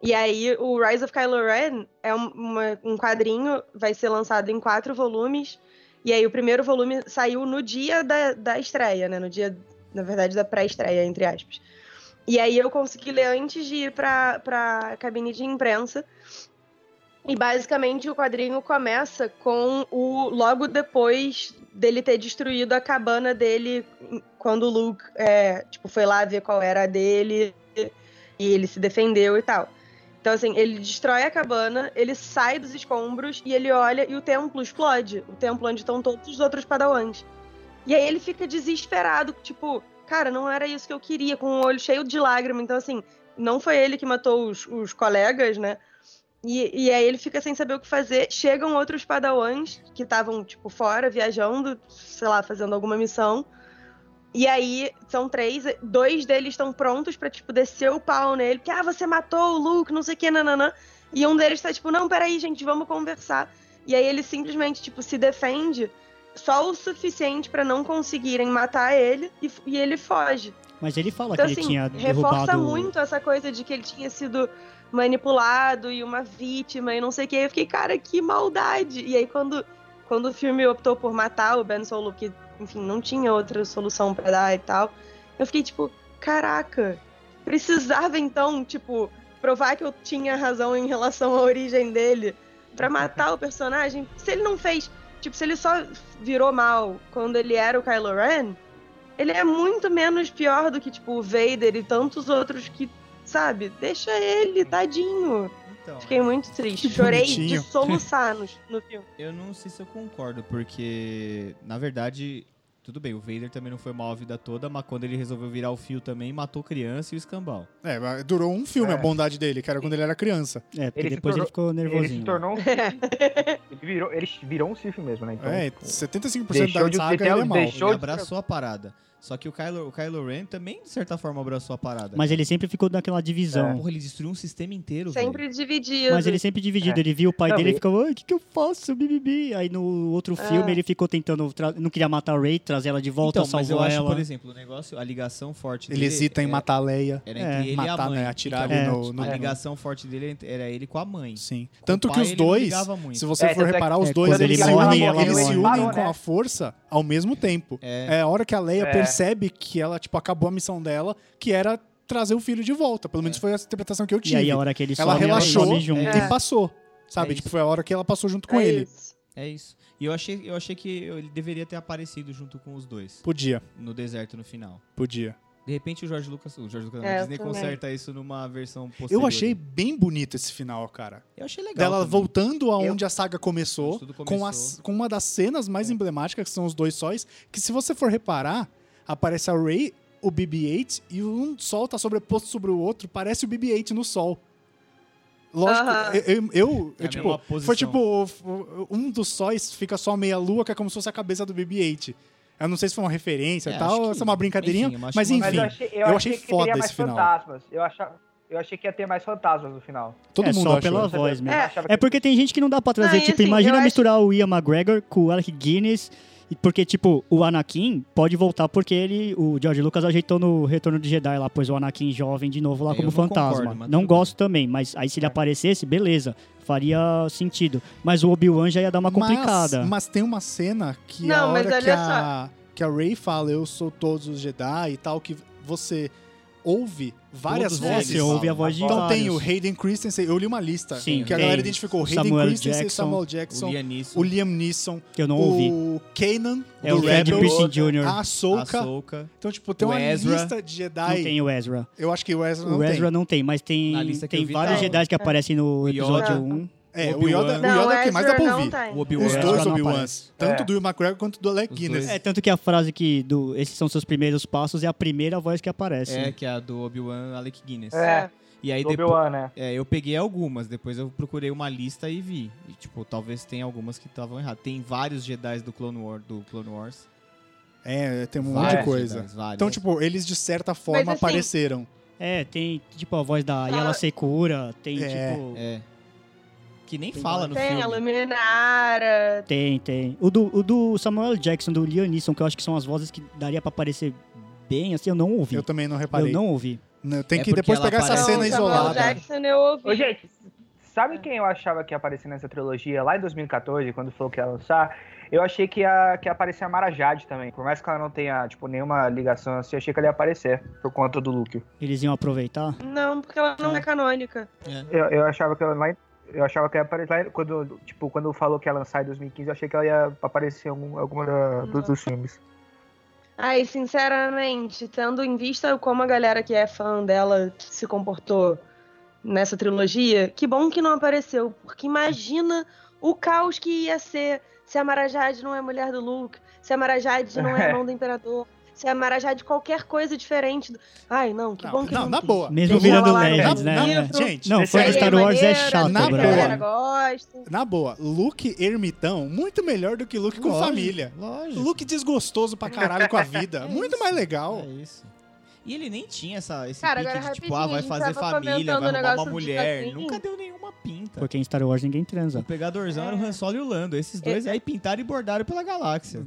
[SPEAKER 3] E aí, o Rise of Kylo Ren é um- uma- um quadrinho, vai ser lançado em quatro volumes. E aí o primeiro volume saiu no dia da, da estreia, né? No dia, na verdade, da pré-estreia, entre aspas. E aí eu consegui ler antes de ir pra, pra cabine de imprensa. E basicamente o quadrinho começa com o logo depois dele ter destruído a cabana dele quando o Luke é, tipo, foi lá ver qual era a dele e ele se defendeu e tal. Então, assim, ele destrói a cabana, ele sai dos escombros e ele olha e o templo explode. O templo onde estão todos os outros padawans. E aí ele fica desesperado, tipo, cara, não era isso que eu queria, com o olho cheio de lágrima. Então, assim, não foi ele que matou os, os colegas, né? E, e aí ele fica sem saber o que fazer. Chegam outros padawans que estavam, tipo, fora, viajando, sei lá, fazendo alguma missão. E aí, são três, dois deles estão prontos pra, tipo, descer o pau nele, porque, ah, você matou o Luke, não sei o que, nananã. E um deles tá, tipo, não, peraí, gente, vamos conversar. E aí ele simplesmente, tipo, se defende só o suficiente pra não conseguirem matar ele e, f- e ele foge.
[SPEAKER 5] Mas ele fala
[SPEAKER 3] Então,
[SPEAKER 5] que ele
[SPEAKER 3] assim,
[SPEAKER 5] tinha
[SPEAKER 3] reforça
[SPEAKER 5] derrubado...
[SPEAKER 3] muito essa coisa de que ele tinha sido manipulado e uma vítima e não sei o que. Eu fiquei, cara, que maldade. E aí, quando, quando o filme optou por matar o Ben Solo, que, enfim, não tinha outra solução pra dar e tal, eu fiquei tipo, caraca, precisava então, tipo, provar que eu tinha razão em relação à origem dele pra matar o personagem? Se ele não fez, tipo, se ele só virou mal quando ele era o Kylo Ren, ele é muito menos pior do que, tipo, o Vader e tantos outros que, sabe, deixa ele, tadinho.
[SPEAKER 2] ser. Então,
[SPEAKER 3] Fiquei muito triste.
[SPEAKER 1] Que
[SPEAKER 3] Chorei de
[SPEAKER 1] bonitinho.
[SPEAKER 3] soluçar no, no filme.
[SPEAKER 2] eu não sei se eu concordo, porque, na verdade, tudo bem, o Vader também não foi mal a vida toda, mas quando ele resolveu virar o fio também, matou criança e o escambau.
[SPEAKER 1] É, mas durou um filme
[SPEAKER 4] É.
[SPEAKER 1] a bondade dele, que era quando ele era criança.
[SPEAKER 5] É, porque
[SPEAKER 4] Ele se
[SPEAKER 5] depois ele
[SPEAKER 4] tornou-
[SPEAKER 5] ficou
[SPEAKER 4] Ele
[SPEAKER 5] nervosinho.
[SPEAKER 4] se tornou um Sith. ele, virou, ele virou um Sith mesmo, né? Então,
[SPEAKER 1] É, 75%
[SPEAKER 4] deixou
[SPEAKER 1] da
[SPEAKER 4] de-
[SPEAKER 1] saga
[SPEAKER 4] de-
[SPEAKER 1] ele é mal.
[SPEAKER 4] deixou- Show
[SPEAKER 2] ele
[SPEAKER 4] de-
[SPEAKER 2] abraçou a parada. Só que o Kylo, o Kylo Ren também, de certa forma, abraçou a parada.
[SPEAKER 5] Mas ele sempre ficou naquela
[SPEAKER 1] É.
[SPEAKER 5] divisão.
[SPEAKER 2] Porra, ele destruiu um sistema inteiro,
[SPEAKER 3] Sempre
[SPEAKER 2] velho.
[SPEAKER 3] dividido.
[SPEAKER 5] Mas ele sempre dividido. Ele viu o
[SPEAKER 4] É.
[SPEAKER 5] pai
[SPEAKER 4] Não,
[SPEAKER 5] dele e
[SPEAKER 4] e-
[SPEAKER 5] ficava, "Ai, o que, que eu faço? Bibibi. Aí no outro
[SPEAKER 3] É.
[SPEAKER 5] filme ele ficou tentando. tra- Não queria matar a Ray, trazer ela de volta,
[SPEAKER 2] então, mas
[SPEAKER 5] salvou
[SPEAKER 2] eu acho,
[SPEAKER 5] ela.
[SPEAKER 2] por exemplo, o negócio, a ligação forte
[SPEAKER 1] Ele
[SPEAKER 2] dele
[SPEAKER 1] hesita em
[SPEAKER 2] é-
[SPEAKER 1] matar a Leia.
[SPEAKER 2] Era
[SPEAKER 5] É,
[SPEAKER 2] entre ele e a
[SPEAKER 1] matar,
[SPEAKER 2] mãe.
[SPEAKER 1] né? Atirar
[SPEAKER 2] Então,
[SPEAKER 1] ali
[SPEAKER 5] É,
[SPEAKER 1] no. no-
[SPEAKER 2] A ligação forte dele era ele com a mãe.
[SPEAKER 1] Sim.
[SPEAKER 2] Com
[SPEAKER 1] Tanto
[SPEAKER 2] o
[SPEAKER 1] que
[SPEAKER 2] pai,
[SPEAKER 1] os
[SPEAKER 2] ele não
[SPEAKER 1] dois,
[SPEAKER 2] ligava muito.
[SPEAKER 1] se você
[SPEAKER 4] É,
[SPEAKER 1] for
[SPEAKER 4] tanto é
[SPEAKER 1] reparar,
[SPEAKER 5] que-
[SPEAKER 1] os
[SPEAKER 5] é,
[SPEAKER 1] dois
[SPEAKER 5] quando
[SPEAKER 1] eles,
[SPEAKER 5] ele
[SPEAKER 1] se
[SPEAKER 5] morre,
[SPEAKER 1] unem,
[SPEAKER 5] ela
[SPEAKER 1] eles se
[SPEAKER 5] morre.
[SPEAKER 1] unem
[SPEAKER 4] Parou,
[SPEAKER 1] com
[SPEAKER 4] né?
[SPEAKER 1] a força ao mesmo tempo.
[SPEAKER 2] É,
[SPEAKER 1] É a hora que a Leia
[SPEAKER 4] É.
[SPEAKER 1] percebe que ela tipo, acabou a missão dela, que era trazer o filho de volta. Pelo menos foi a interpretação que eu
[SPEAKER 5] E aí a
[SPEAKER 1] tive.
[SPEAKER 5] hora que ele
[SPEAKER 1] Ela
[SPEAKER 5] some,
[SPEAKER 1] relaxou.
[SPEAKER 5] ela some junto. É.
[SPEAKER 1] E passou. Sabe?
[SPEAKER 2] É
[SPEAKER 1] tipo,
[SPEAKER 2] isso.
[SPEAKER 1] foi a hora que ela passou junto com
[SPEAKER 3] É
[SPEAKER 1] ele.
[SPEAKER 3] isso.
[SPEAKER 2] é isso. E eu achei, eu achei que ele deveria ter aparecido junto com os dois
[SPEAKER 1] Podia,
[SPEAKER 2] no deserto no final.
[SPEAKER 1] podia.
[SPEAKER 2] De repente o Jorge Lucas, o Jorge Lucas não,
[SPEAKER 3] É,
[SPEAKER 2] a
[SPEAKER 3] eu
[SPEAKER 2] Disney
[SPEAKER 3] também.
[SPEAKER 2] conserta isso numa versão posterior.
[SPEAKER 1] Eu achei bem bonito esse final, cara.
[SPEAKER 2] Eu achei legal.
[SPEAKER 1] Dela
[SPEAKER 2] também.
[SPEAKER 1] voltando aonde a saga começou,
[SPEAKER 2] né? Tudo É.
[SPEAKER 1] Com, as- com uma das cenas mais emblemáticas, que são os dois sóis, que se você for reparar, aparece a Ray, o BB-8, e um sol tá sobreposto sobre o outro, parece o BB-8 no sol. Lógico,
[SPEAKER 3] Aham.
[SPEAKER 1] eu, eu- eu-
[SPEAKER 2] É
[SPEAKER 1] eu,
[SPEAKER 2] a
[SPEAKER 1] tipo,
[SPEAKER 2] mesma
[SPEAKER 1] foi
[SPEAKER 2] posição.
[SPEAKER 1] tipo, o- o- um dos sóis fica só meia lua, que é como se fosse a cabeça do BB-8. Eu não sei se foi uma referência e
[SPEAKER 2] É,
[SPEAKER 1] tal,
[SPEAKER 2] acho que-
[SPEAKER 1] essa é uma brincadeirinha,
[SPEAKER 2] enfim, eu acho
[SPEAKER 1] mas
[SPEAKER 2] uma-
[SPEAKER 1] enfim,
[SPEAKER 4] Mas eu achei, eu
[SPEAKER 1] eu
[SPEAKER 4] achei
[SPEAKER 1] achei
[SPEAKER 4] que
[SPEAKER 1] foda
[SPEAKER 4] teria
[SPEAKER 1] esse
[SPEAKER 4] mais
[SPEAKER 1] final.
[SPEAKER 4] fantasmas. Eu, achava, eu achei que ia ter mais fantasmas no final.
[SPEAKER 1] todo
[SPEAKER 5] é
[SPEAKER 1] mundo
[SPEAKER 5] só
[SPEAKER 1] achou.
[SPEAKER 5] pela
[SPEAKER 4] Sabe?
[SPEAKER 5] voz mesmo.
[SPEAKER 4] Eu achava
[SPEAKER 5] É porque tem gente que não dá pra trazer.
[SPEAKER 3] Não, e
[SPEAKER 5] tipo,
[SPEAKER 3] assim,
[SPEAKER 5] imagina
[SPEAKER 3] eu
[SPEAKER 5] misturar o Ian McGregor com o Alec Guinness. e- Porque, tipo, o Anakin pode voltar porque ele, o George Lucas ajeitou no Retorno de Jedi lá, pôs o Anakin jovem de novo lá
[SPEAKER 2] É,
[SPEAKER 5] como
[SPEAKER 2] eu não
[SPEAKER 5] fantasma.
[SPEAKER 2] concordo, mas
[SPEAKER 5] não
[SPEAKER 2] tudo bem. É.
[SPEAKER 5] gosto também, mas aí se ele aparecesse, beleza, faria sentido. Mas o Obi-Wan já ia dar uma complicada.
[SPEAKER 1] Mas, mas tem uma cena que a
[SPEAKER 3] Não, mas
[SPEAKER 1] hora
[SPEAKER 3] olha
[SPEAKER 1] que a, que a Ray fala, eu sou todos os Jedi e tal, que você ouve várias
[SPEAKER 2] Todos
[SPEAKER 5] É,
[SPEAKER 1] vozes.
[SPEAKER 5] você ouve a voz de
[SPEAKER 1] então tem o
[SPEAKER 5] vários.
[SPEAKER 1] Hayden Christensen, eu li uma lista
[SPEAKER 5] Sim,
[SPEAKER 1] que a galera
[SPEAKER 5] tem
[SPEAKER 1] identificou o Hayden
[SPEAKER 5] Samuel
[SPEAKER 1] Christensen,
[SPEAKER 5] Jackson,
[SPEAKER 1] Samuel
[SPEAKER 2] O
[SPEAKER 1] Jackson,
[SPEAKER 2] Liam Neeson,
[SPEAKER 1] o Liam Neeson,
[SPEAKER 5] que eu não ouvi.
[SPEAKER 1] o Kanan,
[SPEAKER 5] É
[SPEAKER 1] do
[SPEAKER 5] o Fred
[SPEAKER 1] Rebels,
[SPEAKER 5] Pearson Jr.
[SPEAKER 1] a Ahsoka.
[SPEAKER 2] Ahsoka.
[SPEAKER 1] Então, tipo, tem
[SPEAKER 2] o
[SPEAKER 1] uma
[SPEAKER 2] Ezra.
[SPEAKER 1] lista de
[SPEAKER 5] Não
[SPEAKER 1] Jedi.
[SPEAKER 5] tem o Ezra.
[SPEAKER 1] Eu acho que o Ezra não
[SPEAKER 5] o Ezra
[SPEAKER 1] tem.
[SPEAKER 5] não tem, mas tem,
[SPEAKER 2] Na lista que
[SPEAKER 5] tem
[SPEAKER 2] eu vi,
[SPEAKER 5] vários
[SPEAKER 2] tá.
[SPEAKER 3] É.
[SPEAKER 5] Jedi que aparecem no
[SPEAKER 2] O Yoda.
[SPEAKER 5] episódio 1.
[SPEAKER 1] É, o
[SPEAKER 2] Obi-Wan.
[SPEAKER 1] Yoda, o
[SPEAKER 3] Não,
[SPEAKER 1] Yoda é o que mais dá pra
[SPEAKER 3] Ezra
[SPEAKER 1] ouvir.
[SPEAKER 3] Não tá.
[SPEAKER 2] O
[SPEAKER 3] tem.
[SPEAKER 2] Obi-Wan.
[SPEAKER 1] Os
[SPEAKER 5] É.
[SPEAKER 1] dois
[SPEAKER 5] Ezra não
[SPEAKER 1] Obi-Wans. Tanto
[SPEAKER 4] É.
[SPEAKER 1] do Ian McGregor quanto do Alec
[SPEAKER 2] Os
[SPEAKER 1] Guinness.
[SPEAKER 2] dois.
[SPEAKER 5] É, tanto que a frase que do, esses são seus primeiros passos é a primeira voz que aparece.
[SPEAKER 2] É, que é a do Obi-Wan Alec Guinness.
[SPEAKER 4] É,
[SPEAKER 2] E aí
[SPEAKER 4] do
[SPEAKER 2] depois.
[SPEAKER 4] Obi-Wan, né?
[SPEAKER 2] É, eu peguei algumas, depois eu procurei uma lista e vi. E, tipo, talvez tenha algumas que estavam erradas. Tem vários Jedi do Clone, War, do Clone Wars.
[SPEAKER 1] É, tem um monte de
[SPEAKER 2] Vários
[SPEAKER 1] coisa.
[SPEAKER 2] Jedis, vários.
[SPEAKER 1] Então, tipo, eles de certa forma
[SPEAKER 3] Mas, assim,
[SPEAKER 1] apareceram.
[SPEAKER 5] É, tem tipo a voz da Yala
[SPEAKER 3] Ah.
[SPEAKER 5] Secura, tem
[SPEAKER 1] É.
[SPEAKER 5] tipo.
[SPEAKER 2] É. Que nem fala no
[SPEAKER 3] Tem a
[SPEAKER 2] filme.
[SPEAKER 3] Luminara.
[SPEAKER 5] Tem, tem. O do, o do Samuel Jackson, do Liam Neeson, que eu acho que são as vozes que daria pra aparecer bem, assim, eu não ouvi.
[SPEAKER 1] Eu também não
[SPEAKER 5] Eu
[SPEAKER 1] reparei.
[SPEAKER 5] não ouvi.
[SPEAKER 1] Não, Tem
[SPEAKER 2] É
[SPEAKER 1] que
[SPEAKER 2] porque
[SPEAKER 1] depois
[SPEAKER 2] ela
[SPEAKER 1] pegar essa
[SPEAKER 2] aparece-
[SPEAKER 1] cena
[SPEAKER 3] Não, Samuel
[SPEAKER 1] isolada.
[SPEAKER 3] tá Jackson eu ouvi.
[SPEAKER 4] Ô, gente,
[SPEAKER 3] É.
[SPEAKER 4] sabe quem eu achava que ia aparecer nessa trilogia lá em 2014, quando falou que ia lançar? Eu achei que ia, que ia aparecer a Mara Jade também. Por mais que ela não tenha, tipo, nenhuma ligação assim, eu achei que ela ia aparecer por conta do Luke.
[SPEAKER 5] Eles iam aproveitar.
[SPEAKER 3] Não, porque ela não é canônica.
[SPEAKER 4] Eu, eu achava que ela lá em- Eu achava que ia aparecer lá em- quando, tipo, quando falou que ia lançar em 2015, eu achei que ela ia aparecer em algum, alguma da- dos, dos filmes.
[SPEAKER 3] Ai, sinceramente, tendo em vista como a galera que é fã dela se comportou nessa trilogia, que bom que não apareceu, porque imagina o caos que ia ser se a Marajade não é mulher do Luke, se a Marajade não é a mão do Imperador, se a Marajade qualquer coisa diferente. do- Ai, não, que bom
[SPEAKER 1] Não,
[SPEAKER 3] que
[SPEAKER 1] não,
[SPEAKER 3] não
[SPEAKER 1] na
[SPEAKER 3] tem.
[SPEAKER 1] boa.
[SPEAKER 5] Mesmo
[SPEAKER 1] Eu
[SPEAKER 5] virando
[SPEAKER 1] vou falar no-
[SPEAKER 5] Legends,
[SPEAKER 1] na-
[SPEAKER 5] né?
[SPEAKER 1] na- Gente,
[SPEAKER 5] Não, fã de
[SPEAKER 1] sério,
[SPEAKER 3] Aí
[SPEAKER 5] Star
[SPEAKER 3] é
[SPEAKER 5] Wars é
[SPEAKER 3] maneira,
[SPEAKER 5] chato,
[SPEAKER 1] Na
[SPEAKER 3] A
[SPEAKER 1] boa.
[SPEAKER 5] brother.
[SPEAKER 3] galera gosta.
[SPEAKER 1] na boa, Luke ermitão, muito melhor do que Luke com
[SPEAKER 2] Lógico,
[SPEAKER 1] família.
[SPEAKER 2] Lógico.
[SPEAKER 1] Luke desgostoso pra caralho com a vida.
[SPEAKER 2] É
[SPEAKER 1] muito
[SPEAKER 2] isso,
[SPEAKER 1] mais legal.
[SPEAKER 2] É isso. E ele nem tinha essa, esse
[SPEAKER 3] Cara,
[SPEAKER 2] pique
[SPEAKER 3] agora
[SPEAKER 2] de tipo,
[SPEAKER 3] rapidinho,
[SPEAKER 2] ah,
[SPEAKER 3] a
[SPEAKER 2] vai
[SPEAKER 3] gente
[SPEAKER 2] fazer
[SPEAKER 3] tava
[SPEAKER 2] família,
[SPEAKER 3] comentando
[SPEAKER 2] vai
[SPEAKER 3] um
[SPEAKER 2] arrumar uma
[SPEAKER 3] negócio de
[SPEAKER 2] mulher.
[SPEAKER 3] assim.
[SPEAKER 2] Nunca deu nenhuma pinta.
[SPEAKER 5] Porque em Star Wars ninguém
[SPEAKER 2] O
[SPEAKER 5] transa.
[SPEAKER 2] pegadorzão
[SPEAKER 3] É.
[SPEAKER 2] era o Han Solo e o Lando. Esses dois aí pintaram e bordaram pela galáxia.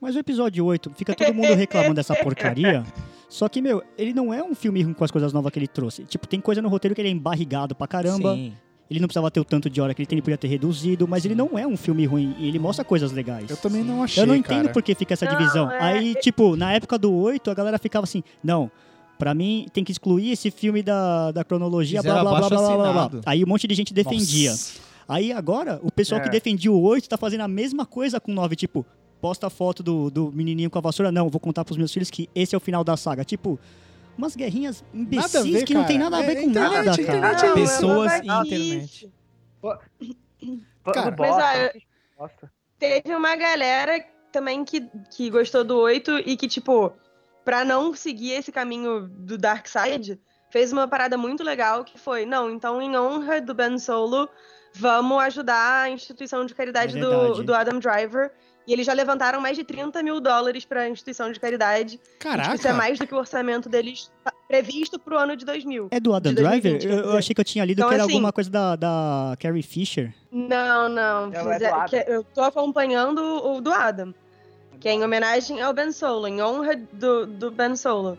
[SPEAKER 5] Mas o episódio 8, fica todo mundo reclamando dessa porcaria. Só que, meu, ele não é um filme ruim com as coisas novas que ele trouxe. Tipo, tem coisa no roteiro que ele é embarrigado pra caramba.
[SPEAKER 2] Sim.
[SPEAKER 5] Ele não precisava ter o tanto de hora que ele tem, ele podia ter reduzido, mas ele não é um filme ruim e ele mostra coisas legais.
[SPEAKER 1] Eu também não achei,
[SPEAKER 5] Eu não entendo
[SPEAKER 1] cara.
[SPEAKER 5] por que fica essa
[SPEAKER 3] Não,
[SPEAKER 5] divisão.
[SPEAKER 3] é-
[SPEAKER 5] Aí, tipo, na época do 8, a galera ficava assim, não. Pra mim, tem que excluir esse filme da, da cronologia, blá
[SPEAKER 2] Fizeram
[SPEAKER 5] blá blá, blá blá blá blá.
[SPEAKER 2] abaixo-assinado.
[SPEAKER 5] Aí um monte de gente defendia.
[SPEAKER 1] Nossa.
[SPEAKER 5] Aí agora, o pessoal
[SPEAKER 4] É.
[SPEAKER 5] que defendia o 8 tá fazendo a mesma coisa com o 9, tipo, posta a foto do, do menininho com a vassoura. Não, vou contar pros meus filhos que esse é o final da saga. Tipo, umas guerrinhas
[SPEAKER 1] Nada a
[SPEAKER 5] imbecis
[SPEAKER 1] ver,
[SPEAKER 5] que não tem
[SPEAKER 1] cara.
[SPEAKER 5] nada a
[SPEAKER 1] É,
[SPEAKER 5] ver com
[SPEAKER 1] internet,
[SPEAKER 5] nada, cara.
[SPEAKER 1] internet
[SPEAKER 3] Não, é uma
[SPEAKER 2] Pessoas e
[SPEAKER 3] babaquice.
[SPEAKER 2] internet.
[SPEAKER 1] Cara,
[SPEAKER 4] Bota,
[SPEAKER 3] mas, ah,
[SPEAKER 4] que bosta.
[SPEAKER 3] Teve uma galera também que, que gostou do 8 e que, tipo, pra não seguir esse caminho do Dark Side, fez uma parada muito legal que foi, não, então em honra do Ben Solo, vamos ajudar a instituição de caridade
[SPEAKER 5] É
[SPEAKER 3] do,
[SPEAKER 5] verdade.
[SPEAKER 3] do Adam Driver E eles já levantaram mais de 30 mil dólares pra instituição de caridade.
[SPEAKER 1] Caraca.
[SPEAKER 3] Isso é mais do que o orçamento deles tá previsto pro ano de 2000.
[SPEAKER 5] É do Adam
[SPEAKER 3] De
[SPEAKER 5] Driver?
[SPEAKER 3] 2020,
[SPEAKER 5] Eu, eu
[SPEAKER 3] quer dizer.
[SPEAKER 5] achei que eu tinha lido
[SPEAKER 3] Então,
[SPEAKER 5] que era
[SPEAKER 3] assim-
[SPEAKER 5] alguma coisa da, da Carrie Fisher.
[SPEAKER 3] Não, não.
[SPEAKER 7] Não,
[SPEAKER 3] Mas
[SPEAKER 7] é do
[SPEAKER 3] é-
[SPEAKER 7] Adam.
[SPEAKER 3] que- eu tô acompanhando o do Adam. Que é em homenagem ao Ben Solo, em honra do, do Ben Solo.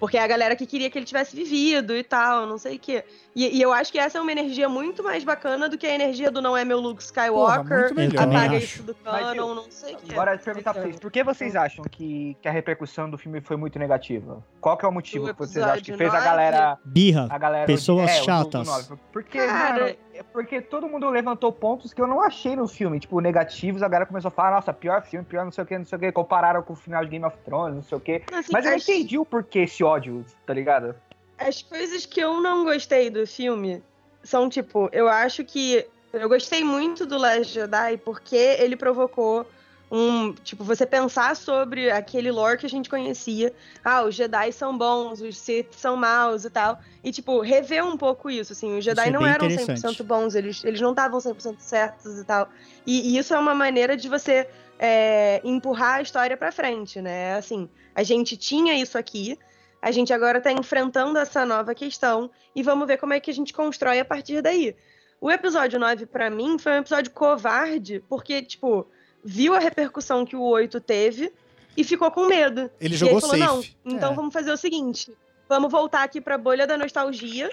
[SPEAKER 3] Porque é a galera que queria que ele tivesse vivido e tal, não sei o quê. E, e eu acho que essa é uma energia muito mais bacana do que a energia do não é meu Luke
[SPEAKER 1] Porra,
[SPEAKER 3] Skywalker,
[SPEAKER 1] muito melhor. né?
[SPEAKER 5] também
[SPEAKER 3] apaga
[SPEAKER 5] acho.
[SPEAKER 3] isso do
[SPEAKER 7] Mas eu-
[SPEAKER 3] canon, não sei o quê.
[SPEAKER 7] Agora, deixa eu perguntar pra vocês, por que vocês acham que, que a repercussão do filme foi muito negativa? Qual que é o motivo
[SPEAKER 3] Do
[SPEAKER 7] que vocês acham que
[SPEAKER 3] episódio
[SPEAKER 7] fez a
[SPEAKER 3] nove?
[SPEAKER 7] galera...
[SPEAKER 5] Birra.
[SPEAKER 3] Ah,
[SPEAKER 7] A galera
[SPEAKER 5] Pessoas
[SPEAKER 7] é, o do- do
[SPEAKER 5] chatas.
[SPEAKER 7] nove? Porque,
[SPEAKER 3] Cara,
[SPEAKER 7] mano, é porque todo mundo levantou pontos que eu não achei no filme, tipo, negativos, a galera começou a falar, nossa, pior filme, pior não sei o que, não sei o que, compararam com o final de Game of Thrones, não sei o que.
[SPEAKER 3] Assim,
[SPEAKER 7] Mas eu não
[SPEAKER 3] as-
[SPEAKER 7] entendi o porquê esse ódio, tá ligado?
[SPEAKER 3] As coisas que eu não gostei do filme são, tipo, eu acho que. Eu gostei muito do Last Jedi porque ele provocou um. Tipo, você pensar sobre aquele lore que a gente conhecia. Ah, os Jedi são bons, os Sith são maus e tal. E, tipo, rever um pouco isso, assim. Os Jedi
[SPEAKER 5] é
[SPEAKER 3] não
[SPEAKER 5] bem
[SPEAKER 3] eram
[SPEAKER 5] interessante.
[SPEAKER 3] 100% bons, eles, eles não estavam 100% certos e tal. E, e isso é uma maneira de você é, empurrar a história pra frente, né? Assim, a gente tinha isso aqui, a gente agora tá enfrentando essa nova questão e vamos ver como é que a gente constrói a partir daí. O episódio 9, pra mim, foi um episódio covarde, porque, tipo, viu a repercussão que o 8 teve e ficou com medo.
[SPEAKER 1] Ele
[SPEAKER 3] E
[SPEAKER 1] jogou
[SPEAKER 3] aí falou,
[SPEAKER 1] safe.
[SPEAKER 3] Não, então
[SPEAKER 1] É.
[SPEAKER 3] vamos fazer o seguinte: vamos voltar aqui pra bolha da nostalgia,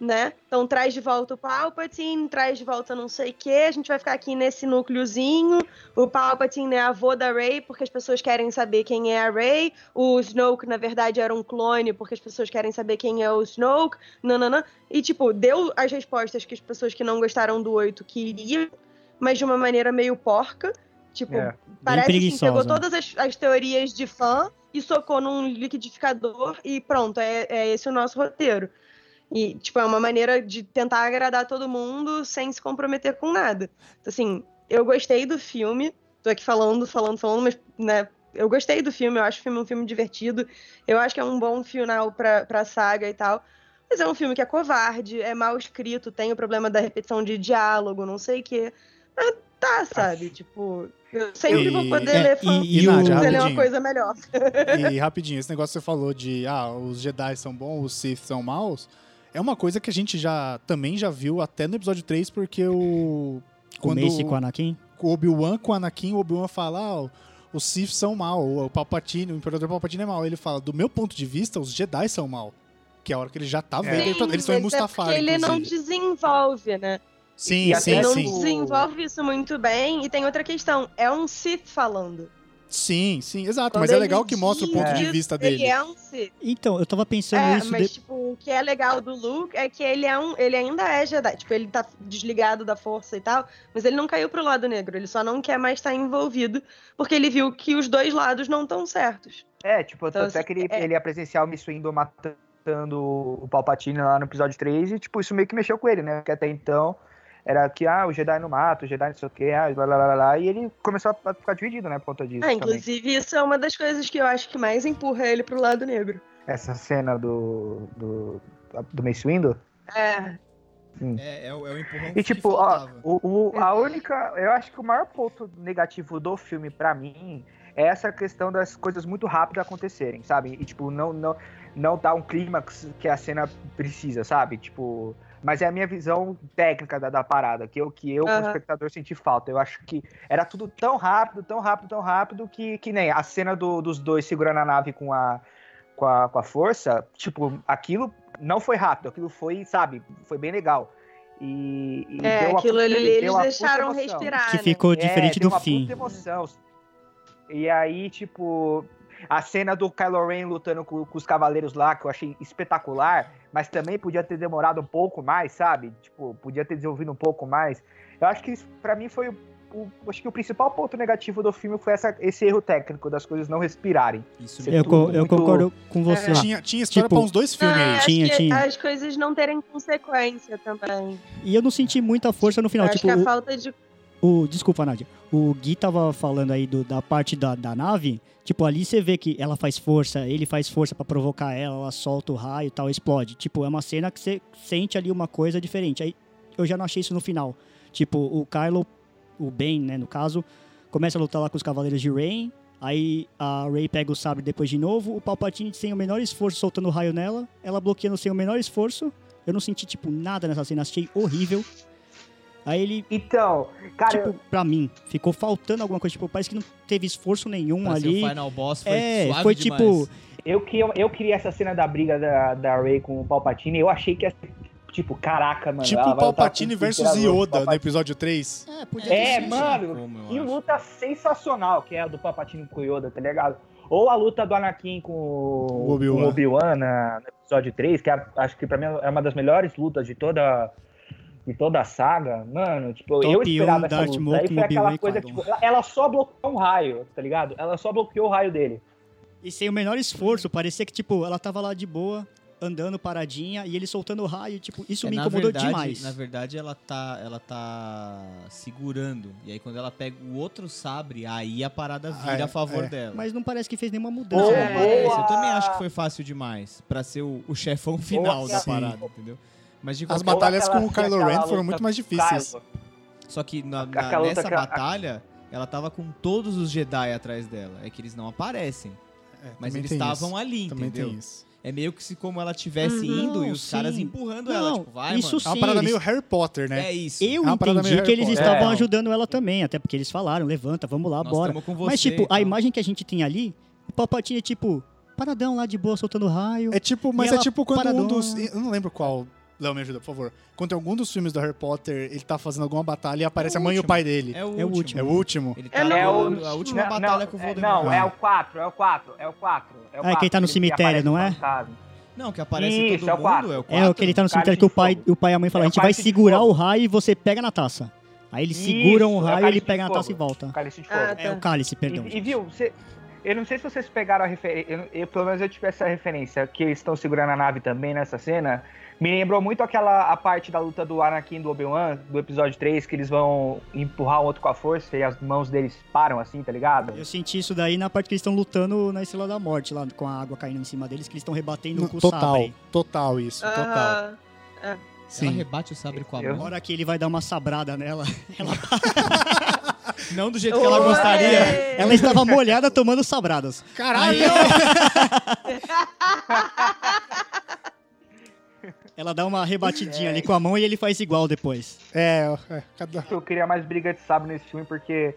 [SPEAKER 3] né? Então traz de volta o Palpatine, traz de volta não sei o quê, a gente vai ficar aqui nesse núcleozinho. O Palpatine é avô da Rey, porque as pessoas querem saber quem é a Rey. O Snoke, na verdade, era um clone, porque as pessoas querem saber quem é o Snoke. Nananã. E, tipo, deu as respostas que as pessoas que não gostaram do 8 queriam, mas de uma maneira meio porca. Tipo,
[SPEAKER 7] É.
[SPEAKER 3] parece que
[SPEAKER 5] preguiçosa.
[SPEAKER 3] pegou todas as, as teorias de fã e socou num liquidificador e pronto, é, é esse o nosso roteiro. E, tipo, é uma maneira de tentar agradar todo mundo sem se comprometer com nada. Então, assim, eu gostei do filme. Tô aqui falando, falando, falando, mas, né, eu gostei do filme, eu acho o filme um filme divertido. Eu acho que é um bom final pra, pra saga e tal. Mas é um filme que é covarde, é mal escrito, tem o problema da repetição de diálogo, não sei o quê. Mas tá, sabe? Tipo, eu sempre
[SPEAKER 1] E-
[SPEAKER 3] vou poder
[SPEAKER 5] é,
[SPEAKER 3] ler fã
[SPEAKER 5] e, e
[SPEAKER 1] E
[SPEAKER 5] o...
[SPEAKER 1] Nádia,
[SPEAKER 3] dizer
[SPEAKER 1] rapidinho.
[SPEAKER 3] uma coisa melhor.
[SPEAKER 1] E rapidinho, esse negócio que você falou de ah, os Jedi são bons, os Sith são maus, é uma coisa que a gente já também já viu até no episódio 3, porque o.
[SPEAKER 5] Com o
[SPEAKER 1] Quando
[SPEAKER 5] Mace e com o Anakin?
[SPEAKER 1] o Obi-Wan com o Anakin, o Obi-Wan fala, ah, o- os Sith são mal, o Palpatine, o Imperador Palpatine é mal. Ele fala, do meu ponto de vista, os Jedi são mal. Que é a hora que ele já tá vendo. Ele tá- eles estão em
[SPEAKER 3] mas é porque
[SPEAKER 1] Mustafar,
[SPEAKER 3] ele não
[SPEAKER 1] inclusive.
[SPEAKER 3] desenvolve, né?
[SPEAKER 1] Sim,
[SPEAKER 7] e
[SPEAKER 1] sim,
[SPEAKER 7] até
[SPEAKER 3] não
[SPEAKER 1] sim.
[SPEAKER 3] desenvolve isso muito bem. E tem outra questão: é um Sith falando.
[SPEAKER 1] Sim, sim, exato.
[SPEAKER 3] Quando
[SPEAKER 1] mas é
[SPEAKER 3] ele
[SPEAKER 1] legal que mostra o ponto
[SPEAKER 3] diz
[SPEAKER 1] de vista
[SPEAKER 3] Ele
[SPEAKER 1] dele.
[SPEAKER 3] é um Sith.
[SPEAKER 5] Então, eu tava pensando
[SPEAKER 3] É,
[SPEAKER 5] isso...
[SPEAKER 3] mas
[SPEAKER 5] de-
[SPEAKER 3] tipo, o que é legal do Luke é que ele é um, ele ainda é Jedi, tipo, ele tá desligado da força e tal, mas ele não caiu pro lado negro, ele só não quer mais estar envolvido, porque ele viu que os dois lados não estão certos.
[SPEAKER 7] É, tipo,
[SPEAKER 3] Então,
[SPEAKER 7] tanto é que ele,
[SPEAKER 3] é-
[SPEAKER 7] ele ia presenciar o Miss Windu matando o Palpatine lá no episódio 3 e, tipo, isso meio que mexeu com ele, né? Porque até então era que, ah, o Jedi não mata, o Jedi não sei o que, ah, blá, blá, blá, blá, e ele começou a ficar dividido, né, por conta disso
[SPEAKER 3] É,
[SPEAKER 7] também.
[SPEAKER 3] inclusive, isso é uma das coisas que eu acho que mais empurra ele pro lado negro.
[SPEAKER 7] Essa cena do, do, do Mace Windu.
[SPEAKER 3] É,
[SPEAKER 2] É, é, o- é o empurrão
[SPEAKER 7] E,
[SPEAKER 2] que
[SPEAKER 7] tipo, ó,
[SPEAKER 2] faltava.
[SPEAKER 7] o, o- a única... Eu acho que o maior ponto negativo do filme, pra mim, é essa questão das coisas muito rápido acontecerem, sabe? E, tipo, não, não, não dá um clímax que a cena precisa, sabe? Tipo. Mas é a minha visão técnica da, da parada, que eu, que eu como
[SPEAKER 3] Aham.
[SPEAKER 7] espectador, senti falta. Eu acho que era tudo tão rápido, tão rápido, tão rápido, que, que nem a cena do- dos dois segurando a nave com a, com, a, com a força, tipo, aquilo não foi rápido, aquilo foi, sabe, foi bem legal. E, e
[SPEAKER 3] é
[SPEAKER 7] deu uma
[SPEAKER 3] aquilo
[SPEAKER 7] puta-
[SPEAKER 3] ali,
[SPEAKER 7] deu
[SPEAKER 3] eles
[SPEAKER 7] uma puta
[SPEAKER 3] deixaram
[SPEAKER 7] emoção.
[SPEAKER 3] respirar.
[SPEAKER 5] que
[SPEAKER 3] né?
[SPEAKER 5] ficou
[SPEAKER 7] É,
[SPEAKER 5] diferente
[SPEAKER 7] deu
[SPEAKER 5] do
[SPEAKER 7] uma
[SPEAKER 5] fim.
[SPEAKER 7] Puta emoção. E aí, tipo, a cena do Kylo Ren lutando com, com os cavaleiros lá, que eu achei espetacular, mas também podia ter demorado um pouco mais, sabe? Tipo, podia ter desenvolvido um pouco mais. Eu acho que isso, pra mim, foi o. o- acho que o principal ponto negativo do filme foi essa, esse erro técnico das coisas não respirarem.
[SPEAKER 2] Isso
[SPEAKER 7] Você
[SPEAKER 2] mesmo.
[SPEAKER 5] Eu, co- eu
[SPEAKER 7] muito-
[SPEAKER 5] concordo com você.
[SPEAKER 3] É.
[SPEAKER 5] lá.
[SPEAKER 1] Tinha, tinha história
[SPEAKER 5] Tipo,
[SPEAKER 1] pra uns dois filmes
[SPEAKER 3] Ah,
[SPEAKER 1] aí.
[SPEAKER 3] acho
[SPEAKER 5] Tinha,
[SPEAKER 3] que
[SPEAKER 5] tinha.
[SPEAKER 3] As coisas não terem consequência também.
[SPEAKER 5] E eu não senti muita força no final.
[SPEAKER 3] acho
[SPEAKER 5] Tipo,
[SPEAKER 3] que a
[SPEAKER 5] o-
[SPEAKER 3] falta de.
[SPEAKER 5] O, desculpa, Nádia. O Gui tava falando aí do- da parte da, da nave. Tipo, ali você vê que ela faz força, ele faz força pra provocar ela, ela solta o raio e tal, explode. Tipo, é uma cena que você sente ali uma coisa diferente. Aí eu já não achei isso no final. Tipo, o Kylo, o Ben, né, no caso, começa a lutar lá com os Cavaleiros de Rain. Aí a Rey pega o sabre depois de novo. O Palpatine sem o menor esforço soltando o raio nela. Ela bloqueando sem o menor esforço. Eu não senti, tipo, nada nessa cena. Achei horrível. Aí ele,
[SPEAKER 4] Então, cara,
[SPEAKER 5] tipo, pra mim, ficou faltando alguma coisa. Tipo, parece que não teve esforço nenhum
[SPEAKER 2] Pra ser
[SPEAKER 5] Um ali.
[SPEAKER 2] o Tá, final boss foi
[SPEAKER 5] É,
[SPEAKER 2] suave
[SPEAKER 5] foi
[SPEAKER 2] demais.
[SPEAKER 5] tipo-
[SPEAKER 7] Eu, que- eu, eu queria essa cena da briga da, da Ray com o Palpatine. Eu achei que ia ser, tipo, caraca, mano.
[SPEAKER 2] ah,
[SPEAKER 1] Tipo
[SPEAKER 7] ela
[SPEAKER 1] o
[SPEAKER 7] vai lutar
[SPEAKER 1] Palpatine
[SPEAKER 7] com o
[SPEAKER 1] versus
[SPEAKER 7] Imperador,
[SPEAKER 1] Yoda né? no
[SPEAKER 7] Palpatine.
[SPEAKER 1] episódio 3.
[SPEAKER 2] É, podia
[SPEAKER 7] É,
[SPEAKER 2] sido,
[SPEAKER 7] mano,
[SPEAKER 2] não como, eu
[SPEAKER 7] Que
[SPEAKER 2] acho.
[SPEAKER 7] luta sensacional que é a do Palpatine com o Yoda, tá ligado? Ou a luta do Anakin com
[SPEAKER 1] O
[SPEAKER 7] o
[SPEAKER 1] Obi-Wan.
[SPEAKER 7] com o Obi-Wan na- no episódio 3, que é a- acho que pra mim é uma das melhores lutas de toda de toda a saga. Mano, tipo,
[SPEAKER 5] Top
[SPEAKER 7] eu esperava
[SPEAKER 5] um,
[SPEAKER 7] essa
[SPEAKER 5] Darth
[SPEAKER 7] luta.
[SPEAKER 5] Maul
[SPEAKER 7] Aí
[SPEAKER 5] com
[SPEAKER 7] foi
[SPEAKER 5] Obi-Wan e
[SPEAKER 7] aquela coisa,
[SPEAKER 5] Qui-Gon.
[SPEAKER 7] tipo, ela- ela só bloqueou um raio, tá ligado? Ela só bloqueou o raio dele.
[SPEAKER 5] E sem o menor esforço, parecia que, tipo, ela tava lá de boa, andando paradinha, e ele soltando raio, tipo, isso
[SPEAKER 2] É,
[SPEAKER 5] me
[SPEAKER 2] na
[SPEAKER 5] incomodou
[SPEAKER 2] verdade-
[SPEAKER 5] demais.
[SPEAKER 2] Na verdade, ela tá, ela tá segurando. E aí, quando ela pega o outro sabre, aí a parada
[SPEAKER 1] Ah,
[SPEAKER 2] vira
[SPEAKER 1] é,
[SPEAKER 2] a favor
[SPEAKER 1] é.
[SPEAKER 2] dela.
[SPEAKER 5] Mas não parece que fez nenhuma
[SPEAKER 2] Não,
[SPEAKER 5] mudança.
[SPEAKER 7] Ou-
[SPEAKER 2] é,
[SPEAKER 5] né?
[SPEAKER 7] boa.
[SPEAKER 2] eu também acho que foi fácil demais pra ser o, o chefão final
[SPEAKER 7] Boa,
[SPEAKER 2] da
[SPEAKER 1] sim.
[SPEAKER 2] parada, entendeu? Mas de
[SPEAKER 1] As
[SPEAKER 2] qualquer...
[SPEAKER 1] batalhas
[SPEAKER 7] aquela-
[SPEAKER 1] com o Kylo
[SPEAKER 7] aquela
[SPEAKER 1] Ren
[SPEAKER 7] luta
[SPEAKER 1] foram muito mais difíceis.
[SPEAKER 7] Kylo.
[SPEAKER 2] Só que na- na-
[SPEAKER 7] Aquela outra
[SPEAKER 2] nessa
[SPEAKER 7] que-
[SPEAKER 2] batalha, ela tava com todos os Jedi atrás dela. É que eles não aparecem.
[SPEAKER 1] É,
[SPEAKER 2] Mas
[SPEAKER 1] também
[SPEAKER 2] eles
[SPEAKER 1] tem
[SPEAKER 2] estavam
[SPEAKER 1] isso.
[SPEAKER 2] ali,
[SPEAKER 1] Também
[SPEAKER 2] entendeu?
[SPEAKER 1] tem isso.
[SPEAKER 2] É meio que se como ela tivesse
[SPEAKER 5] Uhum.
[SPEAKER 2] indo e
[SPEAKER 5] Não,
[SPEAKER 2] os caras
[SPEAKER 5] sim.
[SPEAKER 2] empurrando
[SPEAKER 5] Não,
[SPEAKER 2] ela, tipo, vai,
[SPEAKER 5] isso
[SPEAKER 2] mano.
[SPEAKER 1] É uma
[SPEAKER 5] Sim,
[SPEAKER 1] parada
[SPEAKER 5] eles-
[SPEAKER 1] meio Harry Potter, né?
[SPEAKER 2] É isso.
[SPEAKER 5] Eu
[SPEAKER 1] É uma parada meio
[SPEAKER 5] entendi que eles
[SPEAKER 1] Harry
[SPEAKER 2] Potter.
[SPEAKER 5] estavam
[SPEAKER 2] É.
[SPEAKER 5] ajudando ela também, até porque eles falaram, levanta, vamos lá,
[SPEAKER 2] Nós
[SPEAKER 5] bora.
[SPEAKER 2] tamo com você. então. tá."
[SPEAKER 5] Mas, tipo,
[SPEAKER 2] e tal.
[SPEAKER 5] a imagem que a gente tem ali, o Palpatine é, tipo, paradão lá de boa, soltando raio.
[SPEAKER 1] É tipo, mas
[SPEAKER 5] E
[SPEAKER 1] é
[SPEAKER 5] ela
[SPEAKER 1] tipo quando um
[SPEAKER 5] paradona.
[SPEAKER 1] dos. Eu não lembro qual. Léo, me ajuda, por favor. Quando em algum dos filmes do Harry Potter, ele tá fazendo alguma batalha e aparece
[SPEAKER 2] É o
[SPEAKER 1] a mãe e o
[SPEAKER 2] último.
[SPEAKER 1] pai dele.
[SPEAKER 2] É o
[SPEAKER 5] é o
[SPEAKER 2] último.
[SPEAKER 1] É o último.
[SPEAKER 2] Ele tá
[SPEAKER 3] É, não,
[SPEAKER 2] rolando
[SPEAKER 7] é
[SPEAKER 2] a
[SPEAKER 7] o-
[SPEAKER 2] última
[SPEAKER 7] não,
[SPEAKER 2] batalha
[SPEAKER 7] não,
[SPEAKER 2] com o
[SPEAKER 7] é-
[SPEAKER 2] Voldemort.
[SPEAKER 7] Não, é o 4, é o 4, é o 4. É, o
[SPEAKER 5] Ah, é que ele tá no
[SPEAKER 7] quatro,
[SPEAKER 5] cemitério,
[SPEAKER 7] aparece
[SPEAKER 5] não é?
[SPEAKER 7] no passado.
[SPEAKER 2] Não, que aparece
[SPEAKER 7] Isso,
[SPEAKER 2] todo
[SPEAKER 7] é o
[SPEAKER 2] mundo.
[SPEAKER 7] quatro.
[SPEAKER 2] É o 4.
[SPEAKER 5] É, o que ele tá no cemitério que o pai, o pai e a mãe falam,
[SPEAKER 7] É
[SPEAKER 5] a
[SPEAKER 7] o
[SPEAKER 5] gente vai
[SPEAKER 7] cálice de
[SPEAKER 5] segurar
[SPEAKER 7] fogo.
[SPEAKER 5] o raio e você pega na taça. Aí eles
[SPEAKER 7] Isso,
[SPEAKER 5] seguram o
[SPEAKER 7] é o
[SPEAKER 5] raio,
[SPEAKER 7] cálice
[SPEAKER 5] ele
[SPEAKER 7] de
[SPEAKER 5] pega na
[SPEAKER 7] fogo.
[SPEAKER 5] taça e volta.
[SPEAKER 7] Cálice de
[SPEAKER 3] Ah,
[SPEAKER 7] Fogo.
[SPEAKER 3] tá.
[SPEAKER 5] É o cálice, perdão.
[SPEAKER 7] E, e
[SPEAKER 5] gente.
[SPEAKER 7] viu, você- eu não sei se vocês pegaram a referência, eu, eu- pelo menos eu tive essa referência, que eles estão segurando a nave também nessa cena. Me lembrou muito aquela a parte da luta do Anakin e do Obi-Wan, do episódio 3, que eles vão empurrar o outro com a força e as mãos deles param assim, tá ligado?
[SPEAKER 5] Eu senti isso daí na parte que eles estão lutando na Estrela da Morte, lá com a água caindo em cima deles, que eles estão rebatendo
[SPEAKER 1] No-
[SPEAKER 5] com o
[SPEAKER 1] total,
[SPEAKER 5] sabre.
[SPEAKER 1] total isso, total.
[SPEAKER 3] Aham.
[SPEAKER 2] Ela
[SPEAKER 1] Sim.
[SPEAKER 2] rebate o sabre com a
[SPEAKER 7] Eu-
[SPEAKER 5] Na
[SPEAKER 2] mão.
[SPEAKER 5] hora que ele vai dar uma sabrada nela,
[SPEAKER 2] Não do jeito que ela gostaria.
[SPEAKER 3] Olê!
[SPEAKER 5] ela estava molhada tomando sabradas.
[SPEAKER 1] Caralho!
[SPEAKER 5] Ela dá uma rebatidinha ali com a mão e ele faz igual depois.
[SPEAKER 1] É, é, cada.
[SPEAKER 7] Eu queria mais briga de sábado nesse filme porque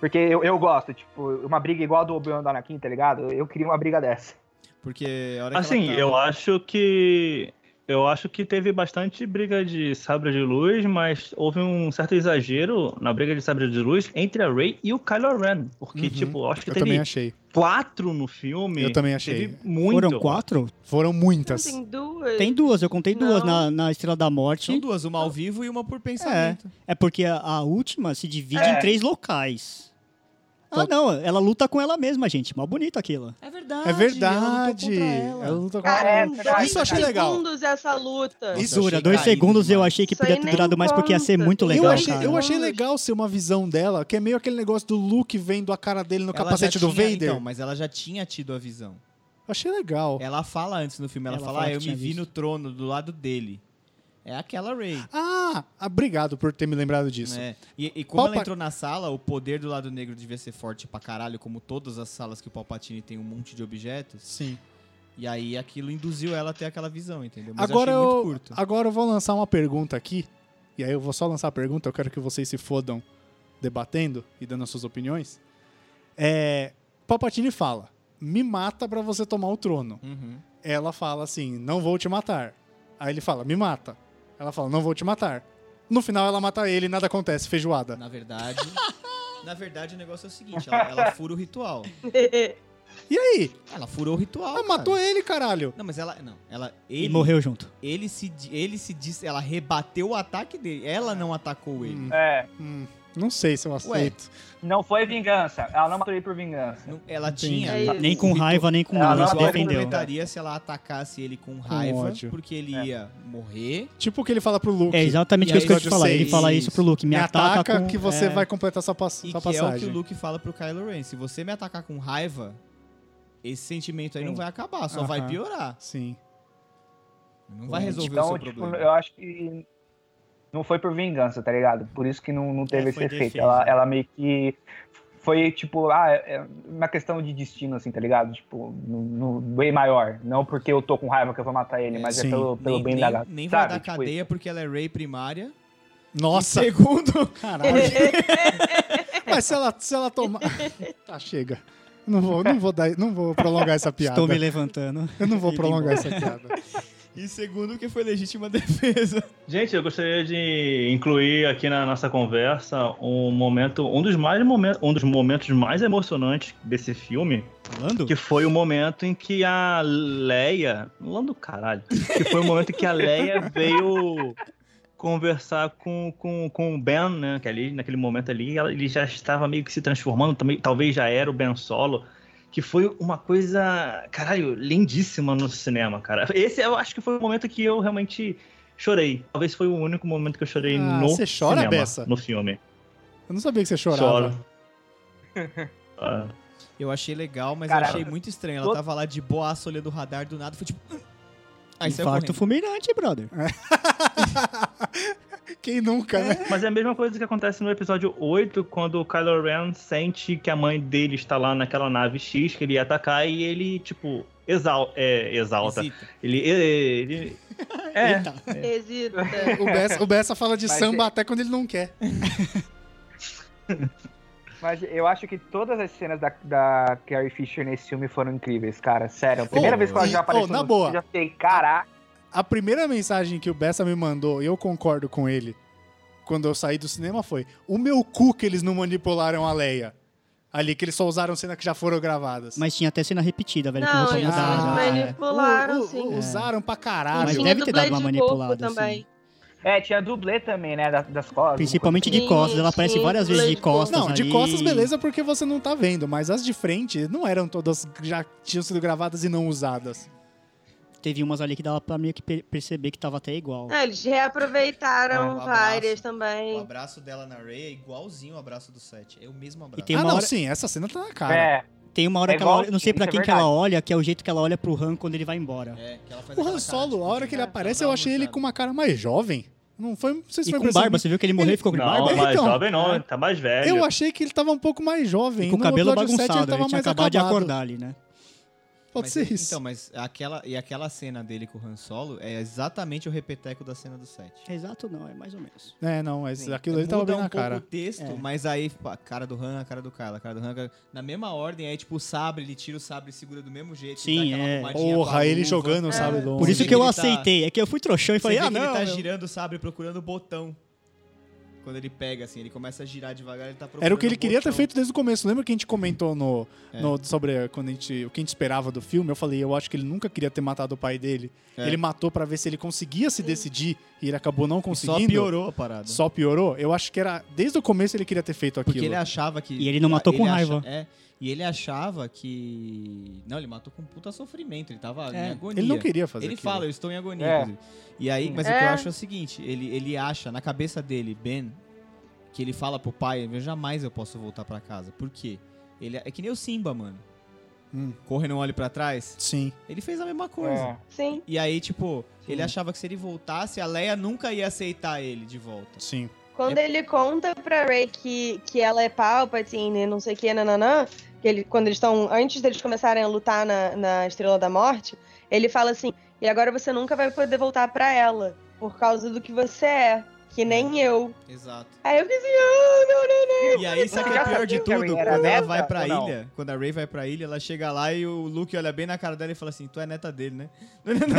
[SPEAKER 7] porque eu, eu gosto, tipo, uma briga igual a do Obi-Wan e do Anakin, tá ligado? Eu queria uma briga dessa.
[SPEAKER 2] Porque a hora
[SPEAKER 9] Assim,
[SPEAKER 2] que ela tá-
[SPEAKER 9] eu acho que. Eu acho que teve bastante briga de sabre de luz, mas houve um certo exagero na briga de sabre de luz entre a Rey e o Kylo Ren. Porque,
[SPEAKER 1] Uhum.
[SPEAKER 9] tipo, eu acho que
[SPEAKER 1] Eu
[SPEAKER 9] teve
[SPEAKER 1] também achei.
[SPEAKER 9] quatro no filme.
[SPEAKER 1] Eu também achei.
[SPEAKER 9] Teve muito.
[SPEAKER 5] Foram quatro?
[SPEAKER 1] Foram
[SPEAKER 3] Não,
[SPEAKER 1] muitas.
[SPEAKER 3] tem duas.
[SPEAKER 5] Tem duas, eu contei duas
[SPEAKER 3] Não.
[SPEAKER 5] na, na Estrela da Morte.
[SPEAKER 2] São duas, uma ao vivo e uma por pensamento.
[SPEAKER 5] É porque a, a última se divide
[SPEAKER 7] É.
[SPEAKER 5] em três locais. Ah,
[SPEAKER 1] Então-
[SPEAKER 5] não, ela luta com ela mesma, gente. Mó bonito aquilo.
[SPEAKER 2] É, verdade.
[SPEAKER 1] É verdade. Ela luta com ela.
[SPEAKER 7] É,
[SPEAKER 3] dois
[SPEAKER 1] isso eu achei legal.
[SPEAKER 3] segundos essa luta.
[SPEAKER 1] Isso
[SPEAKER 5] Dura,
[SPEAKER 2] achei
[SPEAKER 5] dois
[SPEAKER 2] caído
[SPEAKER 5] segundos eu
[SPEAKER 2] demais.
[SPEAKER 5] achei que
[SPEAKER 3] Isso
[SPEAKER 5] podia
[SPEAKER 3] aí
[SPEAKER 5] ter
[SPEAKER 3] nem
[SPEAKER 5] durado mais, porque ia ser
[SPEAKER 3] conta.
[SPEAKER 5] muito
[SPEAKER 3] Eu
[SPEAKER 5] legal,
[SPEAKER 1] eu, achei,
[SPEAKER 5] cara.
[SPEAKER 1] eu achei legal ser uma visão dela, que é meio aquele negócio do Luke vendo a cara dele no
[SPEAKER 2] Ela já
[SPEAKER 1] capacete do
[SPEAKER 2] tinha-
[SPEAKER 1] Vader.
[SPEAKER 2] Então, É. mas ela já tinha tido a visão.
[SPEAKER 1] Achei legal.
[SPEAKER 2] Ela fala antes no filme, ela,
[SPEAKER 5] Ela
[SPEAKER 2] fala,
[SPEAKER 5] fala
[SPEAKER 2] ah,
[SPEAKER 5] que
[SPEAKER 2] eu
[SPEAKER 5] tinha
[SPEAKER 2] me vi
[SPEAKER 5] visto."
[SPEAKER 2] no trono do lado dele. É aquela Rey.
[SPEAKER 1] Ah, obrigado por ter me lembrado disso.
[SPEAKER 2] né? E, e como ela
[SPEAKER 1] Palpa-
[SPEAKER 2] entrou na sala, o poder do lado negro devia ser forte pra caralho, como todas as salas que o Palpatine tem um monte de objetos.
[SPEAKER 1] Sim.
[SPEAKER 2] E aí aquilo induziu ela a ter aquela visão, entendeu? Mas
[SPEAKER 1] Agora
[SPEAKER 2] eu achei
[SPEAKER 1] eu,
[SPEAKER 2] muito curto.
[SPEAKER 1] agora eu vou lançar uma pergunta aqui. E aí eu vou só lançar a pergunta, eu quero que vocês se fodam debatendo e dando as suas opiniões. É, Palpatine fala: "Me mata pra você tomar o trono".
[SPEAKER 2] Uhum.
[SPEAKER 1] Ela fala assim: "Não vou te matar". Aí ele fala: "Me mata". Ela fala: "Não vou te matar". No final ela mata ele e nada acontece, feijoada.
[SPEAKER 2] Na verdade. na verdade, o negócio é o seguinte: ela, ela fura o ritual.
[SPEAKER 1] E aí?
[SPEAKER 2] Ela furou o ritual.
[SPEAKER 1] Ela
[SPEAKER 2] cara.
[SPEAKER 1] matou ele, caralho.
[SPEAKER 2] Não, mas ela. Não, ela.
[SPEAKER 5] E
[SPEAKER 2] Ele,
[SPEAKER 5] morreu junto.
[SPEAKER 2] Ele se, di- ele se disse. Ela rebateu o ataque dele. Ela não atacou ele.
[SPEAKER 1] Hum.
[SPEAKER 7] É,
[SPEAKER 1] Hum, não sei se eu aceito.
[SPEAKER 7] não foi vingança. Ela não matou ele por vingança.
[SPEAKER 2] Não- ela
[SPEAKER 1] Entendi.
[SPEAKER 2] Ah, tinha. Ah,
[SPEAKER 3] É isso.
[SPEAKER 5] Nem com raiva, nem com
[SPEAKER 7] Ela
[SPEAKER 5] nada,
[SPEAKER 7] não
[SPEAKER 5] se
[SPEAKER 2] Ela
[SPEAKER 7] pode
[SPEAKER 5] defendeu.
[SPEAKER 7] aproveitar.
[SPEAKER 2] aproveitaria se ela atacasse ele com raiva,
[SPEAKER 1] ódio.
[SPEAKER 2] porque ele ia morrer.
[SPEAKER 1] Tipo o que ele fala pro Luke.
[SPEAKER 5] É exatamente
[SPEAKER 2] E
[SPEAKER 5] o que eu
[SPEAKER 2] aí,
[SPEAKER 5] ia te falar. Ele
[SPEAKER 1] seis.
[SPEAKER 5] fala isso pro Luke,
[SPEAKER 1] me
[SPEAKER 5] me,
[SPEAKER 1] ataca,
[SPEAKER 5] com-
[SPEAKER 1] que você
[SPEAKER 5] é,
[SPEAKER 1] vai completar sua, pass- sua
[SPEAKER 2] E que é o que
[SPEAKER 1] passagem.
[SPEAKER 2] o Luke fala pro Kylo Ren. Se você me atacar com raiva, esse sentimento aí não
[SPEAKER 7] Sim.
[SPEAKER 2] vai acabar, só vai
[SPEAKER 1] Aham.
[SPEAKER 2] piorar.
[SPEAKER 1] Sim.
[SPEAKER 2] Não vai resolver o
[SPEAKER 7] Então,
[SPEAKER 2] seu
[SPEAKER 7] tipo,
[SPEAKER 2] problema.
[SPEAKER 7] eu acho que não foi por vingança, tá ligado? Por isso que não, não teve
[SPEAKER 5] É,
[SPEAKER 7] esse
[SPEAKER 5] foi
[SPEAKER 7] efeito.
[SPEAKER 5] defesa.
[SPEAKER 7] Ela, ela meio que foi tipo, ah, é uma questão de destino, assim, tá ligado? Tipo, no, no bem maior. Não porque eu tô com raiva que eu vou matar ele, mas
[SPEAKER 1] Sim,
[SPEAKER 7] é pelo, pelo
[SPEAKER 2] nem,
[SPEAKER 7] bem
[SPEAKER 2] nem-
[SPEAKER 7] da gata.
[SPEAKER 2] nem vai
[SPEAKER 7] sabe?
[SPEAKER 2] dar
[SPEAKER 7] Tipo,
[SPEAKER 2] cadeia porque ela é Ray primária.
[SPEAKER 1] Nossa,
[SPEAKER 2] E segundo,
[SPEAKER 1] caralho. Mas se ela, se ela tomar. Tá, chega. Não vou, não vou, dar, não vou prolongar essa piada.
[SPEAKER 5] Estou me levantando.
[SPEAKER 1] Eu não vou
[SPEAKER 5] Indo
[SPEAKER 1] prolongar essa piada.
[SPEAKER 2] e segundo que foi legítima defesa.
[SPEAKER 9] Gente, eu gostaria de incluir aqui na nossa conversa um momento, um dos mais momentos, um dos momentos mais emocionantes desse filme,
[SPEAKER 5] Falando?
[SPEAKER 9] que foi o momento em que a Leia, lá do caralho, que foi o momento em que a Leia veio conversar com, com, com o Ben, né, que ali, naquele momento ali, ela- ele já estava meio que se transformando, também, talvez já era o Ben Solo, que foi uma coisa, caralho, lindíssima no cinema, cara. Esse eu acho que foi o momento que eu realmente chorei. Talvez foi o único momento que eu chorei
[SPEAKER 1] Ah,
[SPEAKER 9] no
[SPEAKER 1] você chora,
[SPEAKER 9] cinema,
[SPEAKER 1] Bessa?
[SPEAKER 9] no filme.
[SPEAKER 1] Eu não sabia que você chorava.
[SPEAKER 9] Choro. Ah,
[SPEAKER 2] Eu achei legal, mas
[SPEAKER 4] Cara,
[SPEAKER 2] eu achei muito estranho. Ela
[SPEAKER 4] todo-
[SPEAKER 2] tava lá de boaço olhando o radar do nada, foi tipo. Aí saiu
[SPEAKER 5] Infarto
[SPEAKER 2] correndo.
[SPEAKER 5] fulminante, brother.
[SPEAKER 1] É. Quem nunca, né?
[SPEAKER 9] Mas é a mesma coisa que acontece no episódio 8, quando o Kylo Ren sente que a mãe dele está lá naquela nave X que ele ia atacar e ele, tipo, exal é, exalta.
[SPEAKER 2] Visita.
[SPEAKER 9] Ele, ele, ele- É,
[SPEAKER 3] Hesita.
[SPEAKER 5] É.
[SPEAKER 1] O Bessa, o Bessa fala de
[SPEAKER 4] Mas
[SPEAKER 1] samba
[SPEAKER 4] é-
[SPEAKER 1] até quando ele não quer.
[SPEAKER 4] Mas eu acho que todas as cenas da, da Carrie Fisher nesse filme foram incríveis, cara. Sério, a primeira
[SPEAKER 1] Oh,
[SPEAKER 4] vez que ela
[SPEAKER 1] e-
[SPEAKER 4] já apareceu
[SPEAKER 1] oh, na
[SPEAKER 4] no
[SPEAKER 1] boa.
[SPEAKER 4] filme, eu já fiquei, caraca.
[SPEAKER 1] A primeira mensagem que o Bessa me mandou, e eu concordo com ele, quando eu saí do cinema foi: o meu cu que eles não manipularam a Leia. Ali, que eles só usaram cena que já foram gravadas.
[SPEAKER 5] Mas tinha até cena repetida, velho. que
[SPEAKER 3] Não,
[SPEAKER 5] começou a
[SPEAKER 3] eles
[SPEAKER 5] mudar.
[SPEAKER 1] Ah, é.
[SPEAKER 3] manipularam,
[SPEAKER 1] U- u-
[SPEAKER 3] sim.
[SPEAKER 1] Usaram pra
[SPEAKER 5] Mas
[SPEAKER 1] caralho.
[SPEAKER 5] deve
[SPEAKER 3] Tinha
[SPEAKER 5] ter dado
[SPEAKER 3] dublê
[SPEAKER 5] uma
[SPEAKER 3] de
[SPEAKER 5] manipulada, assim,
[SPEAKER 3] corpo também.
[SPEAKER 4] É, tinha dublê também, né? da- Das
[SPEAKER 7] um
[SPEAKER 4] costas.
[SPEAKER 5] Principalmente de
[SPEAKER 3] Sim,
[SPEAKER 5] costas. Ela aparece
[SPEAKER 3] sim,
[SPEAKER 5] várias vezes de
[SPEAKER 3] leite com-
[SPEAKER 5] costas.
[SPEAKER 1] Não, de
[SPEAKER 5] ali.
[SPEAKER 1] costas, beleza, porque você não tá vendo, mas as de frente não eram todas que já tinham sido gravadas e não usadas.
[SPEAKER 5] Teve umas ali que dava pra meio que per- perceber que tava até igual.
[SPEAKER 3] Ah, eles reaproveitaram
[SPEAKER 2] Ah, um
[SPEAKER 3] várias
[SPEAKER 2] abraço.
[SPEAKER 3] também.
[SPEAKER 2] O abraço dela na Ray é igualzinho o abraço do Seth. É o mesmo abraço.
[SPEAKER 5] tem
[SPEAKER 1] ah,
[SPEAKER 5] uma
[SPEAKER 1] não,
[SPEAKER 5] hora-
[SPEAKER 1] sim, essa cena tá na cara.
[SPEAKER 4] É.
[SPEAKER 5] Tem uma hora
[SPEAKER 4] É
[SPEAKER 5] que ela
[SPEAKER 4] igual-
[SPEAKER 5] olha, não sei pra
[SPEAKER 4] isso é
[SPEAKER 5] quem que ela olha, que é o jeito que ela olha pro Han quando ele vai embora.
[SPEAKER 2] É, que ela faz
[SPEAKER 1] O
[SPEAKER 2] aquela
[SPEAKER 1] Han
[SPEAKER 2] cara,
[SPEAKER 1] Solo,
[SPEAKER 2] tipo,
[SPEAKER 1] a hora que ele
[SPEAKER 2] "Ah,
[SPEAKER 1] aparece,
[SPEAKER 2] tá
[SPEAKER 1] eu
[SPEAKER 2] dá
[SPEAKER 1] achei
[SPEAKER 2] uma
[SPEAKER 1] ele
[SPEAKER 2] murchada."
[SPEAKER 1] com uma cara mais jovem. Não foi, não sei se
[SPEAKER 5] E
[SPEAKER 1] foi
[SPEAKER 5] com
[SPEAKER 1] impressão
[SPEAKER 5] barba, você viu que ele morreu e ficou com
[SPEAKER 9] não,
[SPEAKER 5] barba? É.
[SPEAKER 9] mais
[SPEAKER 1] então.
[SPEAKER 9] jovem não, ele tá mais velho.
[SPEAKER 1] Eu achei que ele tava um pouco mais jovem.
[SPEAKER 5] E com o
[SPEAKER 1] No
[SPEAKER 5] cabelo
[SPEAKER 1] episódio sete,
[SPEAKER 5] bagunçado, ele tinha acabado de
[SPEAKER 1] acabado.
[SPEAKER 5] acordar ali, né?
[SPEAKER 1] Pode
[SPEAKER 2] Mas
[SPEAKER 1] ser
[SPEAKER 2] ele-
[SPEAKER 1] isso.
[SPEAKER 2] Então, mas aquela, e aquela cena dele com o Han Solo é exatamente o repeteco da cena do Seth.
[SPEAKER 5] Exato não, é mais ou menos.
[SPEAKER 1] É, não, mas
[SPEAKER 2] Sim.
[SPEAKER 1] aquilo ali
[SPEAKER 2] Muda
[SPEAKER 1] tava bem
[SPEAKER 2] um
[SPEAKER 1] na
[SPEAKER 2] pouco
[SPEAKER 1] cara.
[SPEAKER 2] o texto,
[SPEAKER 5] É.
[SPEAKER 2] mas aí, pô, a cara do Han, a cara do Kylo, a cara do Han, a cara- na mesma ordem, aí tipo o sabre, ele tira o sabre e segura do mesmo jeito.
[SPEAKER 5] Sim,
[SPEAKER 2] dá aquela
[SPEAKER 5] é.
[SPEAKER 2] arrumadinha com a
[SPEAKER 1] Porra, ele
[SPEAKER 2] luva.
[SPEAKER 1] jogando o
[SPEAKER 2] Você
[SPEAKER 1] sabre longe.
[SPEAKER 5] Por isso
[SPEAKER 2] vê
[SPEAKER 5] que eu
[SPEAKER 2] que ele tá-
[SPEAKER 5] aceitei, é que eu fui trouxão e falei,
[SPEAKER 2] vê
[SPEAKER 5] ah,
[SPEAKER 2] que ele
[SPEAKER 5] não.
[SPEAKER 2] tá
[SPEAKER 5] meu."
[SPEAKER 2] girando o sabre procurando o botão. Quando ele pega, assim, ele começa a girar devagar, ele tá procurando
[SPEAKER 1] Era o que ele
[SPEAKER 2] o
[SPEAKER 1] queria ter
[SPEAKER 2] botão.
[SPEAKER 1] feito desde o começo. Lembra que a gente comentou no,
[SPEAKER 2] É.
[SPEAKER 1] no- sobre quando a gente, o que a gente esperava do filme? Eu falei, eu acho que ele nunca queria ter matado o pai dele.
[SPEAKER 2] É.
[SPEAKER 1] Ele matou pra ver se ele conseguia se decidir e ele acabou não conseguindo.
[SPEAKER 2] Só piorou a parada.
[SPEAKER 1] Só piorou? Eu acho que era desde o começo ele queria ter feito aquilo.
[SPEAKER 2] Porque ele achava que.
[SPEAKER 5] E ele não matou com
[SPEAKER 2] acha-
[SPEAKER 5] raiva.
[SPEAKER 2] é, e ele achava que. Não, ele matou com puta sofrimento, ele tava
[SPEAKER 5] É,
[SPEAKER 2] em agonia.
[SPEAKER 1] Ele não queria fazer
[SPEAKER 2] Ele
[SPEAKER 1] aquilo.
[SPEAKER 2] fala, eu estou em agonia.
[SPEAKER 4] É.
[SPEAKER 2] inclusive. E aí, mas o que
[SPEAKER 3] É.
[SPEAKER 2] eu acho é o seguinte: ele, ele acha, na cabeça dele, Ben, que ele fala pro pai, "Eu jamais eu posso voltar pra casa. Por quê? Ele é que nem o Simba, mano.
[SPEAKER 1] Hum.
[SPEAKER 2] Corre não olhe pra trás.
[SPEAKER 1] Sim.
[SPEAKER 2] Ele fez a mesma coisa.
[SPEAKER 4] É.
[SPEAKER 3] Sim.
[SPEAKER 2] E aí, tipo, ele achava que se ele voltasse, a Leia nunca ia aceitar ele de volta.
[SPEAKER 1] Sim.
[SPEAKER 3] Quando
[SPEAKER 2] É.
[SPEAKER 3] ele conta pra Ray que, que ela é Palpatine, não sei o que, nananã, que ele, quando eles estão. Antes deles começarem a lutar na, na Estrela da Morte, ele fala assim: e agora você nunca vai poder voltar pra ela, por causa do que você é, que nem eu.
[SPEAKER 2] Exato.
[SPEAKER 3] Aí eu fiquei assim: ah, não, não, não.
[SPEAKER 2] E aí, sabe o que é
[SPEAKER 4] Já
[SPEAKER 2] pior de
[SPEAKER 4] sabia que a Rey
[SPEAKER 2] tudo?
[SPEAKER 4] era
[SPEAKER 2] Quando ela
[SPEAKER 4] neta,
[SPEAKER 2] vai pra
[SPEAKER 4] ou não?
[SPEAKER 2] ilha, quando a Ray vai pra ilha, ela chega lá e o Luke olha bem na cara dela e fala assim: Tu é neta dele, né?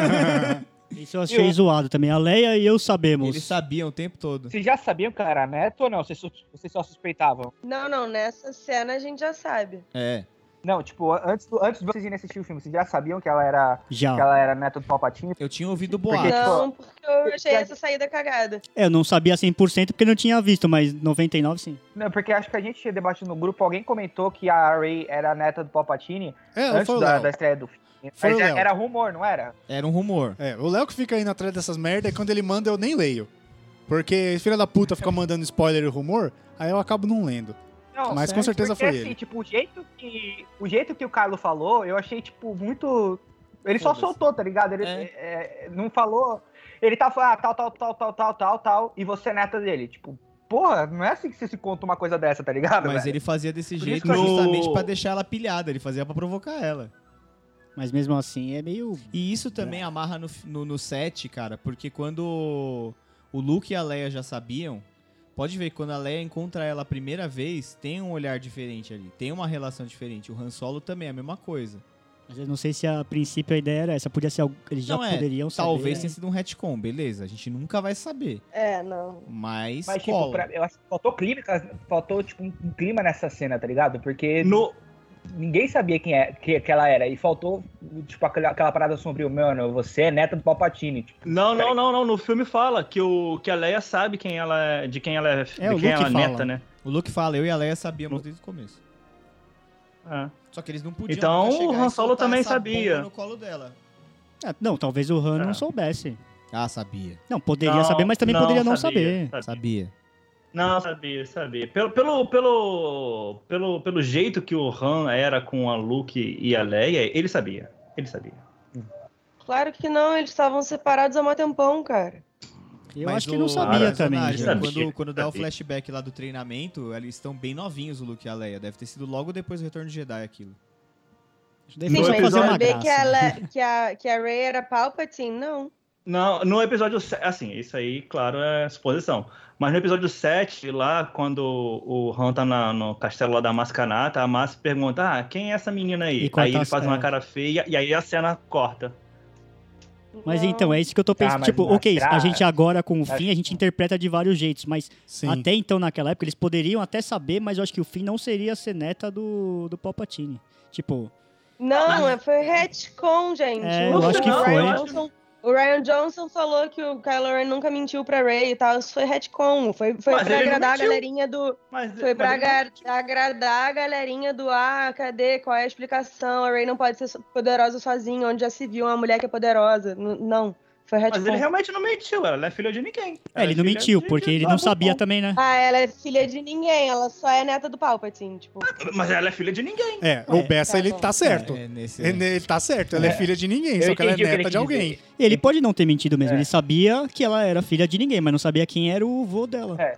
[SPEAKER 5] Isso eu achei zoado também. A Leia e eu sabemos.
[SPEAKER 2] Eles sabiam o tempo todo.
[SPEAKER 4] Vocês já sabiam que ela era neto ou não? Vocês, su- vocês só suspeitavam?
[SPEAKER 3] Não, não, nessa cena a gente já sabe.
[SPEAKER 2] É.
[SPEAKER 4] Não, tipo, antes, do- antes de vocês irem assistir o filme, vocês já sabiam que ela era,
[SPEAKER 1] Ah.
[SPEAKER 4] que
[SPEAKER 5] Já.
[SPEAKER 4] ela era neto do Palpatine?
[SPEAKER 2] Eu tinha ouvido
[SPEAKER 4] Porque,
[SPEAKER 2] boato.
[SPEAKER 4] tipo,
[SPEAKER 3] não, porque eu achei essa saída cagada.
[SPEAKER 5] É, Eu não sabia 100% porque não tinha visto, mas 99 sim.
[SPEAKER 4] Não, porque acho que a gente tinha debatido no grupo, alguém comentou que a Rey era neta do Palpatine
[SPEAKER 1] É, foi
[SPEAKER 4] antes
[SPEAKER 1] o
[SPEAKER 4] da,
[SPEAKER 1] Léo.
[SPEAKER 4] da estreia do filme.
[SPEAKER 1] Foi
[SPEAKER 4] Mas
[SPEAKER 1] o
[SPEAKER 4] é-
[SPEAKER 1] Léo.
[SPEAKER 4] era rumor, não era?
[SPEAKER 2] Era um rumor.
[SPEAKER 1] É, o Léo que fica indo atrás dessas merda e quando ele manda eu nem leio. Porque filha da puta fica mandando spoiler e rumor, aí eu acabo não lendo.
[SPEAKER 4] Não,
[SPEAKER 1] Mas com certeza
[SPEAKER 4] porque,
[SPEAKER 1] foi
[SPEAKER 4] assim,
[SPEAKER 1] ele.
[SPEAKER 4] tipo, o jeito que o jeito que o Carlos falou, eu achei tipo muito ele só
[SPEAKER 2] Foda-se.
[SPEAKER 4] soltou, tá ligado? Ele
[SPEAKER 2] É.
[SPEAKER 4] é, é, não falou, ele tá falando ah, tal, tal, tal, tal, tal, tal, tal, e você é neta dele, tipo, porra, não é assim que você se conta uma coisa dessa, tá ligado?
[SPEAKER 2] Mas
[SPEAKER 4] velho?
[SPEAKER 2] ele fazia
[SPEAKER 4] Por
[SPEAKER 2] desse
[SPEAKER 4] isso
[SPEAKER 2] jeito
[SPEAKER 4] que eu acho-
[SPEAKER 2] justamente pra deixar ela pilhada, ele fazia pra provocar ela.
[SPEAKER 5] Mas mesmo assim é meio.
[SPEAKER 2] E isso também amarra no, no, no set, cara, porque quando o Luke e a Leia já sabiam, pode ver que quando a Leia encontra ela a primeira vez, tem um olhar diferente ali, tem uma relação diferente. O Han Solo também é a mesma coisa.
[SPEAKER 5] Mas eu não sei se a princípio a ideia era essa. Podia ser. algo- Eles já
[SPEAKER 2] Não, é,
[SPEAKER 5] poderiam saber.
[SPEAKER 4] né?
[SPEAKER 5] né?
[SPEAKER 2] Talvez tenha sido um retcon, beleza, a gente nunca vai saber,
[SPEAKER 3] É, não.
[SPEAKER 2] mas,
[SPEAKER 7] Mas, tipo,
[SPEAKER 2] cola.
[SPEAKER 7] pra- eu acho que faltou clima, faltou, tipo, um clima nessa cena, tá ligado? Porque
[SPEAKER 9] No,
[SPEAKER 7] ninguém sabia quem é, que, que ela era. E faltou, tipo, aquela, aquela parada sombrio, mano, você é neta do Palpatine. Tipo,
[SPEAKER 9] não, não, não, não, no filme fala que, o, que a Leia sabe quem ela é, de quem ela é, de
[SPEAKER 5] É, o
[SPEAKER 9] quem
[SPEAKER 5] Luke
[SPEAKER 9] ela é
[SPEAKER 5] fala.
[SPEAKER 9] neta, né?
[SPEAKER 2] O Luke fala, eu e a Leia sabíamos desde o começo.
[SPEAKER 9] É.
[SPEAKER 2] Só que eles não podiam
[SPEAKER 9] Então,
[SPEAKER 2] nunca chegar
[SPEAKER 9] o Han
[SPEAKER 2] e
[SPEAKER 9] Solo
[SPEAKER 2] soltar
[SPEAKER 9] também
[SPEAKER 2] essa
[SPEAKER 9] sabia.
[SPEAKER 2] bomba no colo dela.
[SPEAKER 5] É, não, talvez o Han
[SPEAKER 9] É.
[SPEAKER 5] não soubesse.
[SPEAKER 2] Ah, sabia,
[SPEAKER 5] Não, poderia
[SPEAKER 9] Não,
[SPEAKER 5] saber, mas também poderia não saber.
[SPEAKER 2] sabia.
[SPEAKER 9] Não, sabia, sabia. Pelo, pelo, pelo, pelo, pelo jeito que o Han era com a Luke e a Leia, ele sabia. Ele sabia.
[SPEAKER 3] Claro que não, eles estavam separados há mó tempão, cara.
[SPEAKER 5] Eu
[SPEAKER 2] Mas
[SPEAKER 5] acho que não
[SPEAKER 2] o-
[SPEAKER 5] sabia
[SPEAKER 2] o
[SPEAKER 5] também.
[SPEAKER 2] personagem,
[SPEAKER 9] Sabia,
[SPEAKER 2] Quando, quando dá o
[SPEAKER 9] sabia.
[SPEAKER 2] flashback lá do treinamento, eles estão bem novinhos, o Luke e a Leia. Deve ter sido logo depois do Retorno de Jedi aquilo.
[SPEAKER 5] Daí
[SPEAKER 9] Sim,
[SPEAKER 5] foi só
[SPEAKER 9] mas né?
[SPEAKER 5] fazer uma
[SPEAKER 3] saber
[SPEAKER 5] graça.
[SPEAKER 3] que, ela, que, a, que a Ray era Palpatine, não.
[SPEAKER 9] Não, no episódio. se- Assim, isso aí, claro, é suposição. Mas no episódio 7, lá, quando o Han tá na- no castelo lá da Mascanata, a Massa pergunta: Ah, quem é essa menina aí?
[SPEAKER 5] E corta
[SPEAKER 9] aí ele
[SPEAKER 5] as-
[SPEAKER 9] faz
[SPEAKER 5] é.
[SPEAKER 9] uma cara feia e aí a cena corta.
[SPEAKER 5] Mas
[SPEAKER 3] Não.
[SPEAKER 5] então, é isso que eu tô pensando.
[SPEAKER 7] mas
[SPEAKER 5] tipo,
[SPEAKER 7] na
[SPEAKER 5] ok, a
[SPEAKER 7] cara-
[SPEAKER 5] gente agora com o fim, a gente interpreta de vários jeitos, mas
[SPEAKER 1] Sim.
[SPEAKER 5] até então, naquela época, eles poderiam até saber, mas eu acho que o fim não seria ser neta do, do Palpatine. Tipo,
[SPEAKER 3] Não, é- foi retcon, gente.
[SPEAKER 5] É,
[SPEAKER 9] eu acho que
[SPEAKER 3] o
[SPEAKER 9] foi.
[SPEAKER 3] Ryan Johnson, o Ryan Johnson falou que o Kylo Ren nunca mentiu pra Ray e tal. Isso foi retcon. Foi, foi
[SPEAKER 9] Mas
[SPEAKER 3] pra
[SPEAKER 9] ele não
[SPEAKER 3] agradar a
[SPEAKER 9] mentiu.
[SPEAKER 3] galerinha do.
[SPEAKER 9] Mas,
[SPEAKER 3] Foi pra
[SPEAKER 9] mas ele-
[SPEAKER 3] agra- agradar a galerinha do. Ah, cadê? Qual é a explicação? A Ray não pode ser so- poderosa sozinha, onde já se viu uma mulher que é poderosa. N- não, foi
[SPEAKER 9] Mas ele
[SPEAKER 3] retcon.
[SPEAKER 9] realmente não mentiu, ela não é filha de ninguém.
[SPEAKER 5] é, ele não mentiu, porque ele não sabia também, né?
[SPEAKER 3] Ah, ela é filha de ninguém, ela só é neta do Palpatine, tipo.
[SPEAKER 9] também. Mas ela é filha de ninguém.
[SPEAKER 1] É, o
[SPEAKER 5] É,
[SPEAKER 1] Bessa,
[SPEAKER 3] tá
[SPEAKER 1] ele
[SPEAKER 3] bom.
[SPEAKER 1] tá certo.
[SPEAKER 2] É, nesse-
[SPEAKER 1] Ele, ele tá certo, ela é, filha de ninguém,
[SPEAKER 7] Eu
[SPEAKER 1] só que ela é
[SPEAKER 7] entendi o que ele
[SPEAKER 1] neta de
[SPEAKER 7] quis
[SPEAKER 1] alguém.
[SPEAKER 7] dizer.
[SPEAKER 5] Ele pode não ter mentido mesmo,
[SPEAKER 7] É.
[SPEAKER 5] ele sabia que ela era filha de ninguém, mas não sabia quem era o vô dela.
[SPEAKER 7] É.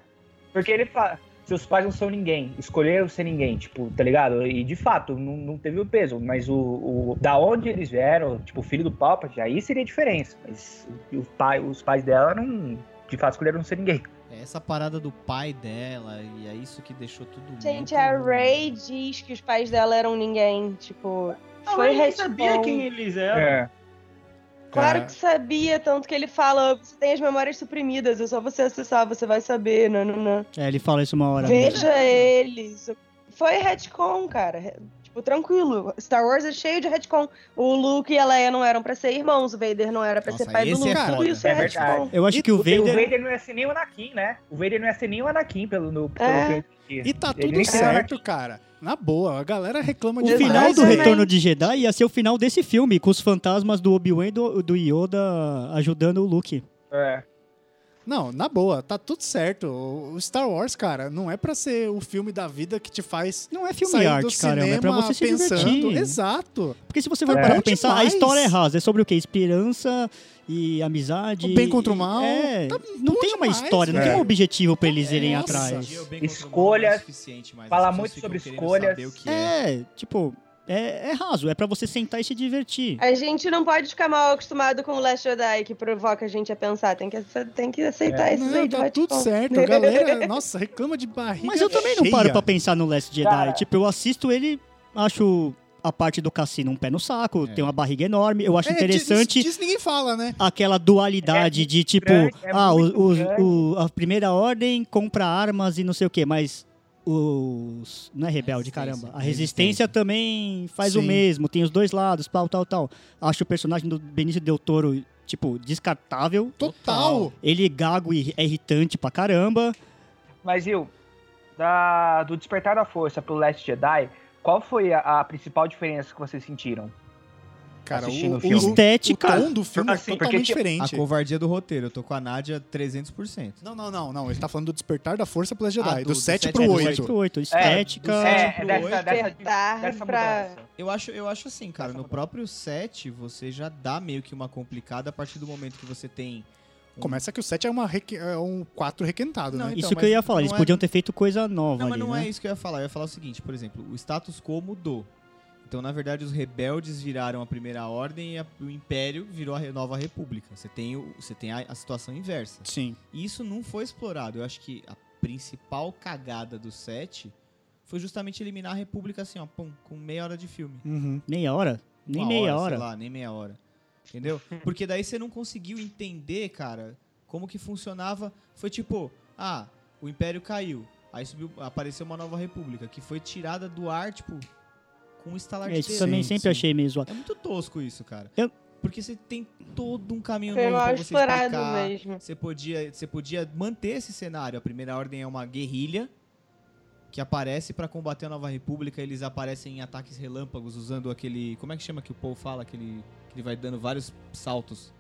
[SPEAKER 7] Porque ele fala, seus pais não são ninguém, escolheram ser ninguém, tipo, tá ligado? E de fato, não, não teve o peso, mas o, o- da onde eles vieram, tipo, o filho do Palpatine, aí seria a diferença. Mas o pai, os pais dela não, de fato, escolheram não ser ninguém.
[SPEAKER 2] É essa parada do pai dela, e é isso que deixou tudo
[SPEAKER 3] Gente, é
[SPEAKER 2] muito-
[SPEAKER 3] a Ray diz que os pais dela eram ninguém, tipo.
[SPEAKER 9] Ela
[SPEAKER 3] foi
[SPEAKER 9] nem
[SPEAKER 3] retcon.
[SPEAKER 9] Ah, sabia quem eles eram.
[SPEAKER 7] É.
[SPEAKER 3] Claro
[SPEAKER 1] É.
[SPEAKER 3] que sabia, tanto que ele fala, você tem as memórias suprimidas, é só você acessar, você vai saber, nananã.
[SPEAKER 5] É, ele fala isso uma hora. mesmo.
[SPEAKER 3] Veja eles. Foi retcon, cara. Re- Tipo, tranquilo. Star Wars é cheio de retcon. O Luke e a Leia não eram pra ser irmãos, o Vader não era pra
[SPEAKER 2] Nossa,
[SPEAKER 3] ser pai do
[SPEAKER 2] esse é
[SPEAKER 3] Luke.
[SPEAKER 2] foda.
[SPEAKER 3] Tudo isso é,
[SPEAKER 7] É verdade.
[SPEAKER 3] retcon.
[SPEAKER 5] Eu acho que o
[SPEAKER 7] Porque
[SPEAKER 5] Vader.
[SPEAKER 7] não ia ser nem o Anakin, né? O Vader não ia ser nem o Anakin pelo, no, pelo
[SPEAKER 3] É.
[SPEAKER 7] que eu entendi.
[SPEAKER 1] E tá
[SPEAKER 7] Ele nem
[SPEAKER 1] tudo
[SPEAKER 7] era
[SPEAKER 1] certo, cara. Na boa, a galera reclama
[SPEAKER 5] O
[SPEAKER 1] de um
[SPEAKER 5] final do
[SPEAKER 3] Exatamente.
[SPEAKER 5] Retorno de Jedi ia ser o final desse filme, com os fantasmas do Obi-Wan e do, do Yoda ajudando o Luke.
[SPEAKER 7] É.
[SPEAKER 1] Não, na boa, tá tudo certo. O o Star Wars, cara, não é pra ser o filme da vida que te faz
[SPEAKER 5] Não é filme
[SPEAKER 1] sair do
[SPEAKER 5] arte,
[SPEAKER 1] cinema
[SPEAKER 5] caramba. É pra você se
[SPEAKER 1] pensando.
[SPEAKER 5] divertir.
[SPEAKER 1] Exato.
[SPEAKER 5] Porque se você for
[SPEAKER 7] É.
[SPEAKER 5] parar
[SPEAKER 1] Bom
[SPEAKER 5] pra pensar,
[SPEAKER 1] demais.
[SPEAKER 5] a história é rasa. É sobre o quê? Esperança e amizade.
[SPEAKER 1] O bem contra o mal.
[SPEAKER 5] É,
[SPEAKER 1] Tá
[SPEAKER 5] não
[SPEAKER 1] bom
[SPEAKER 5] tem uma
[SPEAKER 1] demais,
[SPEAKER 5] história, não tem um
[SPEAKER 1] velho.
[SPEAKER 5] objetivo pra eles
[SPEAKER 1] É,
[SPEAKER 5] irem
[SPEAKER 1] nossa.
[SPEAKER 5] atrás.
[SPEAKER 2] Hoje em dia, o bem contra o mal não é
[SPEAKER 7] Escolhas,
[SPEAKER 2] o suficiente, mas as
[SPEAKER 7] fala
[SPEAKER 2] pessoas
[SPEAKER 7] muito
[SPEAKER 2] ficam
[SPEAKER 7] sobre
[SPEAKER 2] querendo
[SPEAKER 7] escolhas.
[SPEAKER 2] saber o que é.
[SPEAKER 5] É, tipo, é, é raso. É pra você sentar e se divertir.
[SPEAKER 3] A gente não pode ficar mal acostumado com o Last Jedi, que provoca a gente a pensar. Tem que, ace- tem que
[SPEAKER 7] É.
[SPEAKER 3] aceitar esses
[SPEAKER 1] Não,
[SPEAKER 3] aí de
[SPEAKER 1] tá
[SPEAKER 3] retcon.
[SPEAKER 1] tudo certo. A galera, nossa, reclama de barriga.
[SPEAKER 5] Mas eu também não
[SPEAKER 1] é cheia.
[SPEAKER 5] paro pra pensar no Last Jedi.
[SPEAKER 7] Cara.
[SPEAKER 5] Tipo, eu assisto ele, acho a parte do cassino um pé no saco,
[SPEAKER 2] É.
[SPEAKER 5] tem uma barriga enorme. Eu acho
[SPEAKER 1] É,
[SPEAKER 5] interessante
[SPEAKER 1] Disso, disso ninguém fala, né?
[SPEAKER 5] aquela dualidade de tipo,
[SPEAKER 7] grande, é
[SPEAKER 5] ah,
[SPEAKER 7] muito
[SPEAKER 5] o- o-
[SPEAKER 7] grande.
[SPEAKER 5] o- a primeira ordem compra armas e não sei o que, mas os. Não é rebelde,
[SPEAKER 2] Resistência,
[SPEAKER 5] caramba. A
[SPEAKER 2] resistência.
[SPEAKER 5] resistência também faz o
[SPEAKER 1] Sim.
[SPEAKER 5] mesmo, tem os dois lados, tal, tal, tal. Acho o personagem do Benício Del Toro, tipo, descartável.
[SPEAKER 1] Total.
[SPEAKER 5] Ele é gago e é irritante pra caramba.
[SPEAKER 7] Mas, Will, da, do Despertar da Força pro Last Jedi, qual foi a, a principal diferença que vocês sentiram?
[SPEAKER 1] Cara,
[SPEAKER 7] Assistindo
[SPEAKER 1] o,
[SPEAKER 7] o
[SPEAKER 1] o,
[SPEAKER 7] filme.
[SPEAKER 1] o,
[SPEAKER 5] Estética.
[SPEAKER 1] tom do filme
[SPEAKER 9] assim,
[SPEAKER 1] é
[SPEAKER 9] porque
[SPEAKER 1] totalmente
[SPEAKER 7] tinha-
[SPEAKER 1] diferente.
[SPEAKER 2] A covardia do roteiro. Eu tô com a Nádia 300%.
[SPEAKER 1] Não, não, não, não. Ele tá falando do despertar da força pelas Jedi.
[SPEAKER 2] Ah,
[SPEAKER 1] do,
[SPEAKER 2] do- do
[SPEAKER 1] 7
[SPEAKER 2] sete
[SPEAKER 1] pro
[SPEAKER 2] pro
[SPEAKER 1] 8.
[SPEAKER 5] é pro 8. Estética.
[SPEAKER 2] É,
[SPEAKER 7] é,
[SPEAKER 2] tipo,
[SPEAKER 7] dessa,
[SPEAKER 2] oito.
[SPEAKER 7] dessa,
[SPEAKER 3] Despertar
[SPEAKER 7] dessa
[SPEAKER 3] pra-
[SPEAKER 7] mudança.
[SPEAKER 2] Eu acho, eu acho assim,
[SPEAKER 5] Tá
[SPEAKER 2] cara, no próprio set você já dá meio que uma complicada a partir do momento que você tem
[SPEAKER 1] Começa que o 7 é, uma reque- é um 4 requentado,
[SPEAKER 2] Não,
[SPEAKER 1] né?
[SPEAKER 2] então,
[SPEAKER 5] Isso que
[SPEAKER 2] mas
[SPEAKER 5] eu ia falar, eles
[SPEAKER 2] não é-
[SPEAKER 5] podiam ter feito coisa nova
[SPEAKER 2] Não, mas
[SPEAKER 5] ali,
[SPEAKER 2] não
[SPEAKER 5] né?
[SPEAKER 2] é isso que eu ia falar. Eu ia falar o seguinte, por exemplo, o status quo mudou. Então, na verdade, os rebeldes viraram a primeira ordem e a- o império virou a re- nova república. Você tem, o- você tem a, a situação inversa.
[SPEAKER 5] Sim.
[SPEAKER 2] E isso não foi explorado. Eu acho que a principal cagada do 7 foi justamente eliminar a república assim, ó, pum, com meia hora de filme.
[SPEAKER 1] Uhum.
[SPEAKER 5] Meia hora? Nem
[SPEAKER 2] Uma
[SPEAKER 5] meia
[SPEAKER 2] hora,
[SPEAKER 5] hora.
[SPEAKER 2] sei lá, nem meia hora. Entendeu? Porque daí você não conseguiu entender, cara, como que funcionava. Foi tipo, ah, o Império caiu. Aí subiu, apareceu uma nova república, que foi tirada do ar, tipo, com um estalar
[SPEAKER 5] É,
[SPEAKER 2] de
[SPEAKER 5] isso
[SPEAKER 2] dedo.
[SPEAKER 5] também
[SPEAKER 1] Sim,
[SPEAKER 5] sempre
[SPEAKER 1] sim.
[SPEAKER 5] achei meio zoado.
[SPEAKER 2] É muito tosco isso, cara.
[SPEAKER 5] Eu-
[SPEAKER 2] Porque você tem todo um caminho
[SPEAKER 3] Foi
[SPEAKER 2] novo
[SPEAKER 3] mal
[SPEAKER 2] pra você
[SPEAKER 3] explorado
[SPEAKER 2] explicar.
[SPEAKER 3] mesmo.
[SPEAKER 2] Você podia, você podia manter esse cenário. A Primeira Ordem é uma guerrilha que aparece pra combater a Nova República. Eles aparecem em ataques relâmpagos usando aquele. Como é que chama que o Paul fala? Aquele, que ele vai dando vários saltos.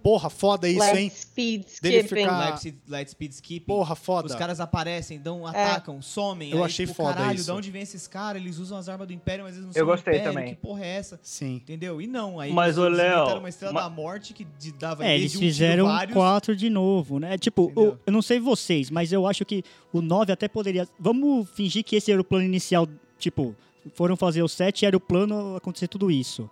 [SPEAKER 1] Porra, foda isso, hein?
[SPEAKER 3] Light speed
[SPEAKER 1] Dele
[SPEAKER 3] skipping.
[SPEAKER 1] ficar- Ah.
[SPEAKER 2] Light, speed, light Speed Skipping.
[SPEAKER 1] Porra, foda. É.
[SPEAKER 2] Os caras aparecem, dão, atacam, somem.
[SPEAKER 1] Eu
[SPEAKER 2] aí,
[SPEAKER 1] achei
[SPEAKER 2] tipo,
[SPEAKER 1] foda
[SPEAKER 2] caralho,
[SPEAKER 1] isso.
[SPEAKER 2] de onde vem esses caras? Eles usam as armas do Império, mas eles não
[SPEAKER 4] Eu
[SPEAKER 2] são do
[SPEAKER 4] gostei
[SPEAKER 2] Império.
[SPEAKER 4] também.
[SPEAKER 2] Que porra é essa?
[SPEAKER 1] Sim.
[SPEAKER 2] Entendeu? E não, aí eles
[SPEAKER 9] Mas, ô, Léo,
[SPEAKER 2] inventaram uma Estrela
[SPEAKER 9] ma-
[SPEAKER 2] da Morte que de- dava
[SPEAKER 5] É,
[SPEAKER 2] desde
[SPEAKER 5] eles
[SPEAKER 2] um tiro
[SPEAKER 5] fizeram
[SPEAKER 2] vários.
[SPEAKER 5] quatro de novo, né? Tipo,
[SPEAKER 2] Entendeu?
[SPEAKER 5] eu, eu não sei vocês, mas eu acho que o 9 até poderia. Vamos fingir que esse era o plano inicial. Tipo, foram fazer o 7 e era o plano acontecer tudo isso.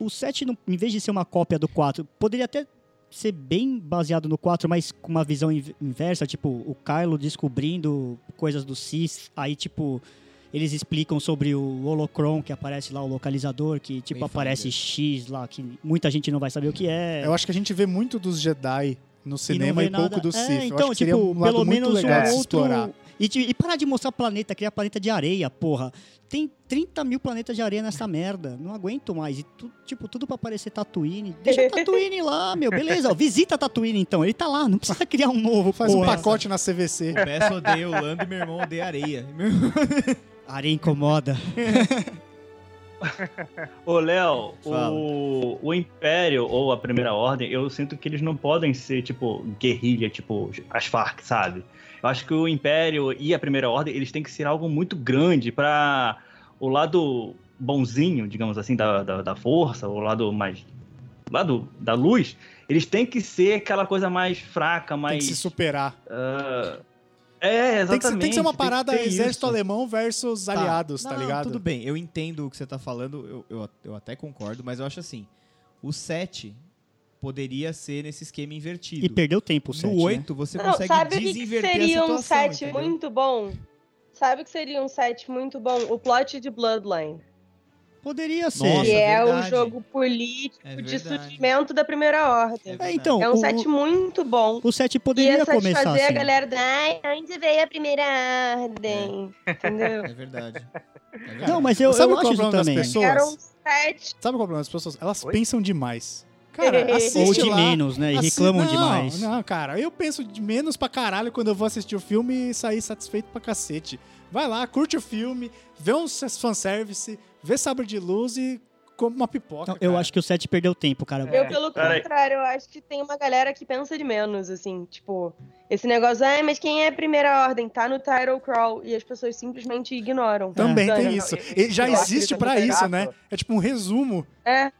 [SPEAKER 5] O 7, não- em vez de ser uma cópia do 4, poderia até ser bem baseado no 4, mas com uma visão in- inversa, tipo, o Kylo descobrindo coisas do Cis, aí, tipo, eles explicam sobre o Holocron, que aparece lá, o localizador, que, tipo,
[SPEAKER 2] Wayfinder.
[SPEAKER 5] aparece X lá, que muita gente não vai saber o que é.
[SPEAKER 1] Eu acho que a gente vê muito dos Jedi no cinema
[SPEAKER 5] vê
[SPEAKER 1] e, pouco
[SPEAKER 5] nada.
[SPEAKER 1] do
[SPEAKER 5] É,
[SPEAKER 1] Sith. Eu
[SPEAKER 5] então,
[SPEAKER 1] acho que seria
[SPEAKER 5] tipo,
[SPEAKER 1] um
[SPEAKER 5] pelo
[SPEAKER 1] lado muito
[SPEAKER 5] menos
[SPEAKER 1] legal
[SPEAKER 5] um
[SPEAKER 1] de se
[SPEAKER 5] outro-
[SPEAKER 1] explorar.
[SPEAKER 5] E, te- e parar de mostrar planeta, criar planeta de areia, porra. Tem 30 mil planetas de areia nessa merda. Não aguento mais. E tu- tipo, tudo pra aparecer Tatooine. Deixa Tatooine lá, meu. Beleza, ó, visita Tatooine então. Ele tá lá, não precisa criar um novo.
[SPEAKER 1] Faz um
[SPEAKER 5] porra.
[SPEAKER 1] pacote na
[SPEAKER 5] É,
[SPEAKER 1] CVC.
[SPEAKER 2] O Bess odeia o Lando e meu irmão odeia areia. Meu irmão-
[SPEAKER 5] Areia incomoda.
[SPEAKER 9] Ô, Léo,
[SPEAKER 2] Fala.
[SPEAKER 9] o, o Império ou a Primeira Ordem, eu sinto que eles não podem ser, tipo, guerrilha, tipo, as Farc, sabe? Eu acho que o Império e a Primeira Ordem, eles têm que ser algo muito grande pra o lado bonzinho, digamos assim, da, da, da força, o lado mais. lado da luz, eles têm que ser aquela coisa mais fraca,
[SPEAKER 1] Tem
[SPEAKER 9] mais.
[SPEAKER 1] que se superar.
[SPEAKER 9] ah, é,
[SPEAKER 1] Tem que,
[SPEAKER 9] exatamente.
[SPEAKER 1] ser- tem que ser uma parada
[SPEAKER 9] ter
[SPEAKER 1] exército
[SPEAKER 9] isso.
[SPEAKER 1] alemão versus
[SPEAKER 2] Tá.
[SPEAKER 1] aliados, tá
[SPEAKER 2] Não,
[SPEAKER 1] ligado?
[SPEAKER 2] Tudo bem, eu entendo o que você tá falando, eu, eu, eu até concordo, mas eu acho assim: o 7 poderia ser nesse esquema invertido.
[SPEAKER 5] E perdeu tempo, o
[SPEAKER 2] no
[SPEAKER 5] 7, né?
[SPEAKER 2] 8, você
[SPEAKER 3] Não,
[SPEAKER 2] consegue
[SPEAKER 3] sabe o que que
[SPEAKER 2] desinverter
[SPEAKER 3] seria
[SPEAKER 2] a
[SPEAKER 3] um
[SPEAKER 2] situação.
[SPEAKER 3] set
[SPEAKER 2] entendeu?
[SPEAKER 3] muito bom? Sabe o que seria um set muito bom? O plot de Bloodline.
[SPEAKER 5] Poderia ser.
[SPEAKER 2] Nossa,
[SPEAKER 3] que é o
[SPEAKER 2] verdade.
[SPEAKER 3] jogo político
[SPEAKER 2] É
[SPEAKER 3] de
[SPEAKER 2] verdade.
[SPEAKER 3] surgimento da Primeira Ordem.
[SPEAKER 5] É, então,
[SPEAKER 3] É um
[SPEAKER 5] o,
[SPEAKER 3] set muito bom.
[SPEAKER 5] o 7
[SPEAKER 3] E ia
[SPEAKER 5] poderia
[SPEAKER 3] satisfazer
[SPEAKER 5] começar assim.
[SPEAKER 3] a galera da Ai, onde veio a Primeira Ordem? Entendeu?
[SPEAKER 2] É verdade. É verdade.
[SPEAKER 5] Não, mas eu,
[SPEAKER 1] Sabe
[SPEAKER 5] eu
[SPEAKER 1] qual é
[SPEAKER 5] acho
[SPEAKER 1] o
[SPEAKER 5] isso
[SPEAKER 1] problema das
[SPEAKER 5] também.
[SPEAKER 1] pessoas?
[SPEAKER 3] Era um set.
[SPEAKER 1] Sabe qual é o problema das pessoas? Elas
[SPEAKER 4] Oi?
[SPEAKER 1] pensam demais. Cara, assiste
[SPEAKER 5] Ou de
[SPEAKER 1] lá,
[SPEAKER 5] menos, né? E
[SPEAKER 1] assi-
[SPEAKER 5] reclamam
[SPEAKER 1] Não,
[SPEAKER 5] demais.
[SPEAKER 1] Não, cara, eu penso de menos pra caralho quando eu vou assistir o filme e sair satisfeito pra cacete. Vai lá, curte o filme, vê um fanservice, vê Sabre de Luz e come uma pipoca.
[SPEAKER 5] Não, eu acho que o 7 perdeu tempo, cara.
[SPEAKER 3] Eu, pelo
[SPEAKER 9] Peraí.
[SPEAKER 3] contrário, eu acho que tem uma galera que pensa de menos, assim, tipo, esse negócio, ai, mas quem é a primeira ordem? Tá no title crawl e as pessoas simplesmente ignoram. Então, é
[SPEAKER 1] Também
[SPEAKER 3] Não, não,
[SPEAKER 1] tem
[SPEAKER 3] não,
[SPEAKER 1] isso.
[SPEAKER 4] eu-
[SPEAKER 1] E já
[SPEAKER 4] eu acho
[SPEAKER 1] existe
[SPEAKER 4] isso
[SPEAKER 1] pra
[SPEAKER 4] muito
[SPEAKER 1] isso,
[SPEAKER 4] chato.
[SPEAKER 1] né? É tipo um resumo.
[SPEAKER 3] É.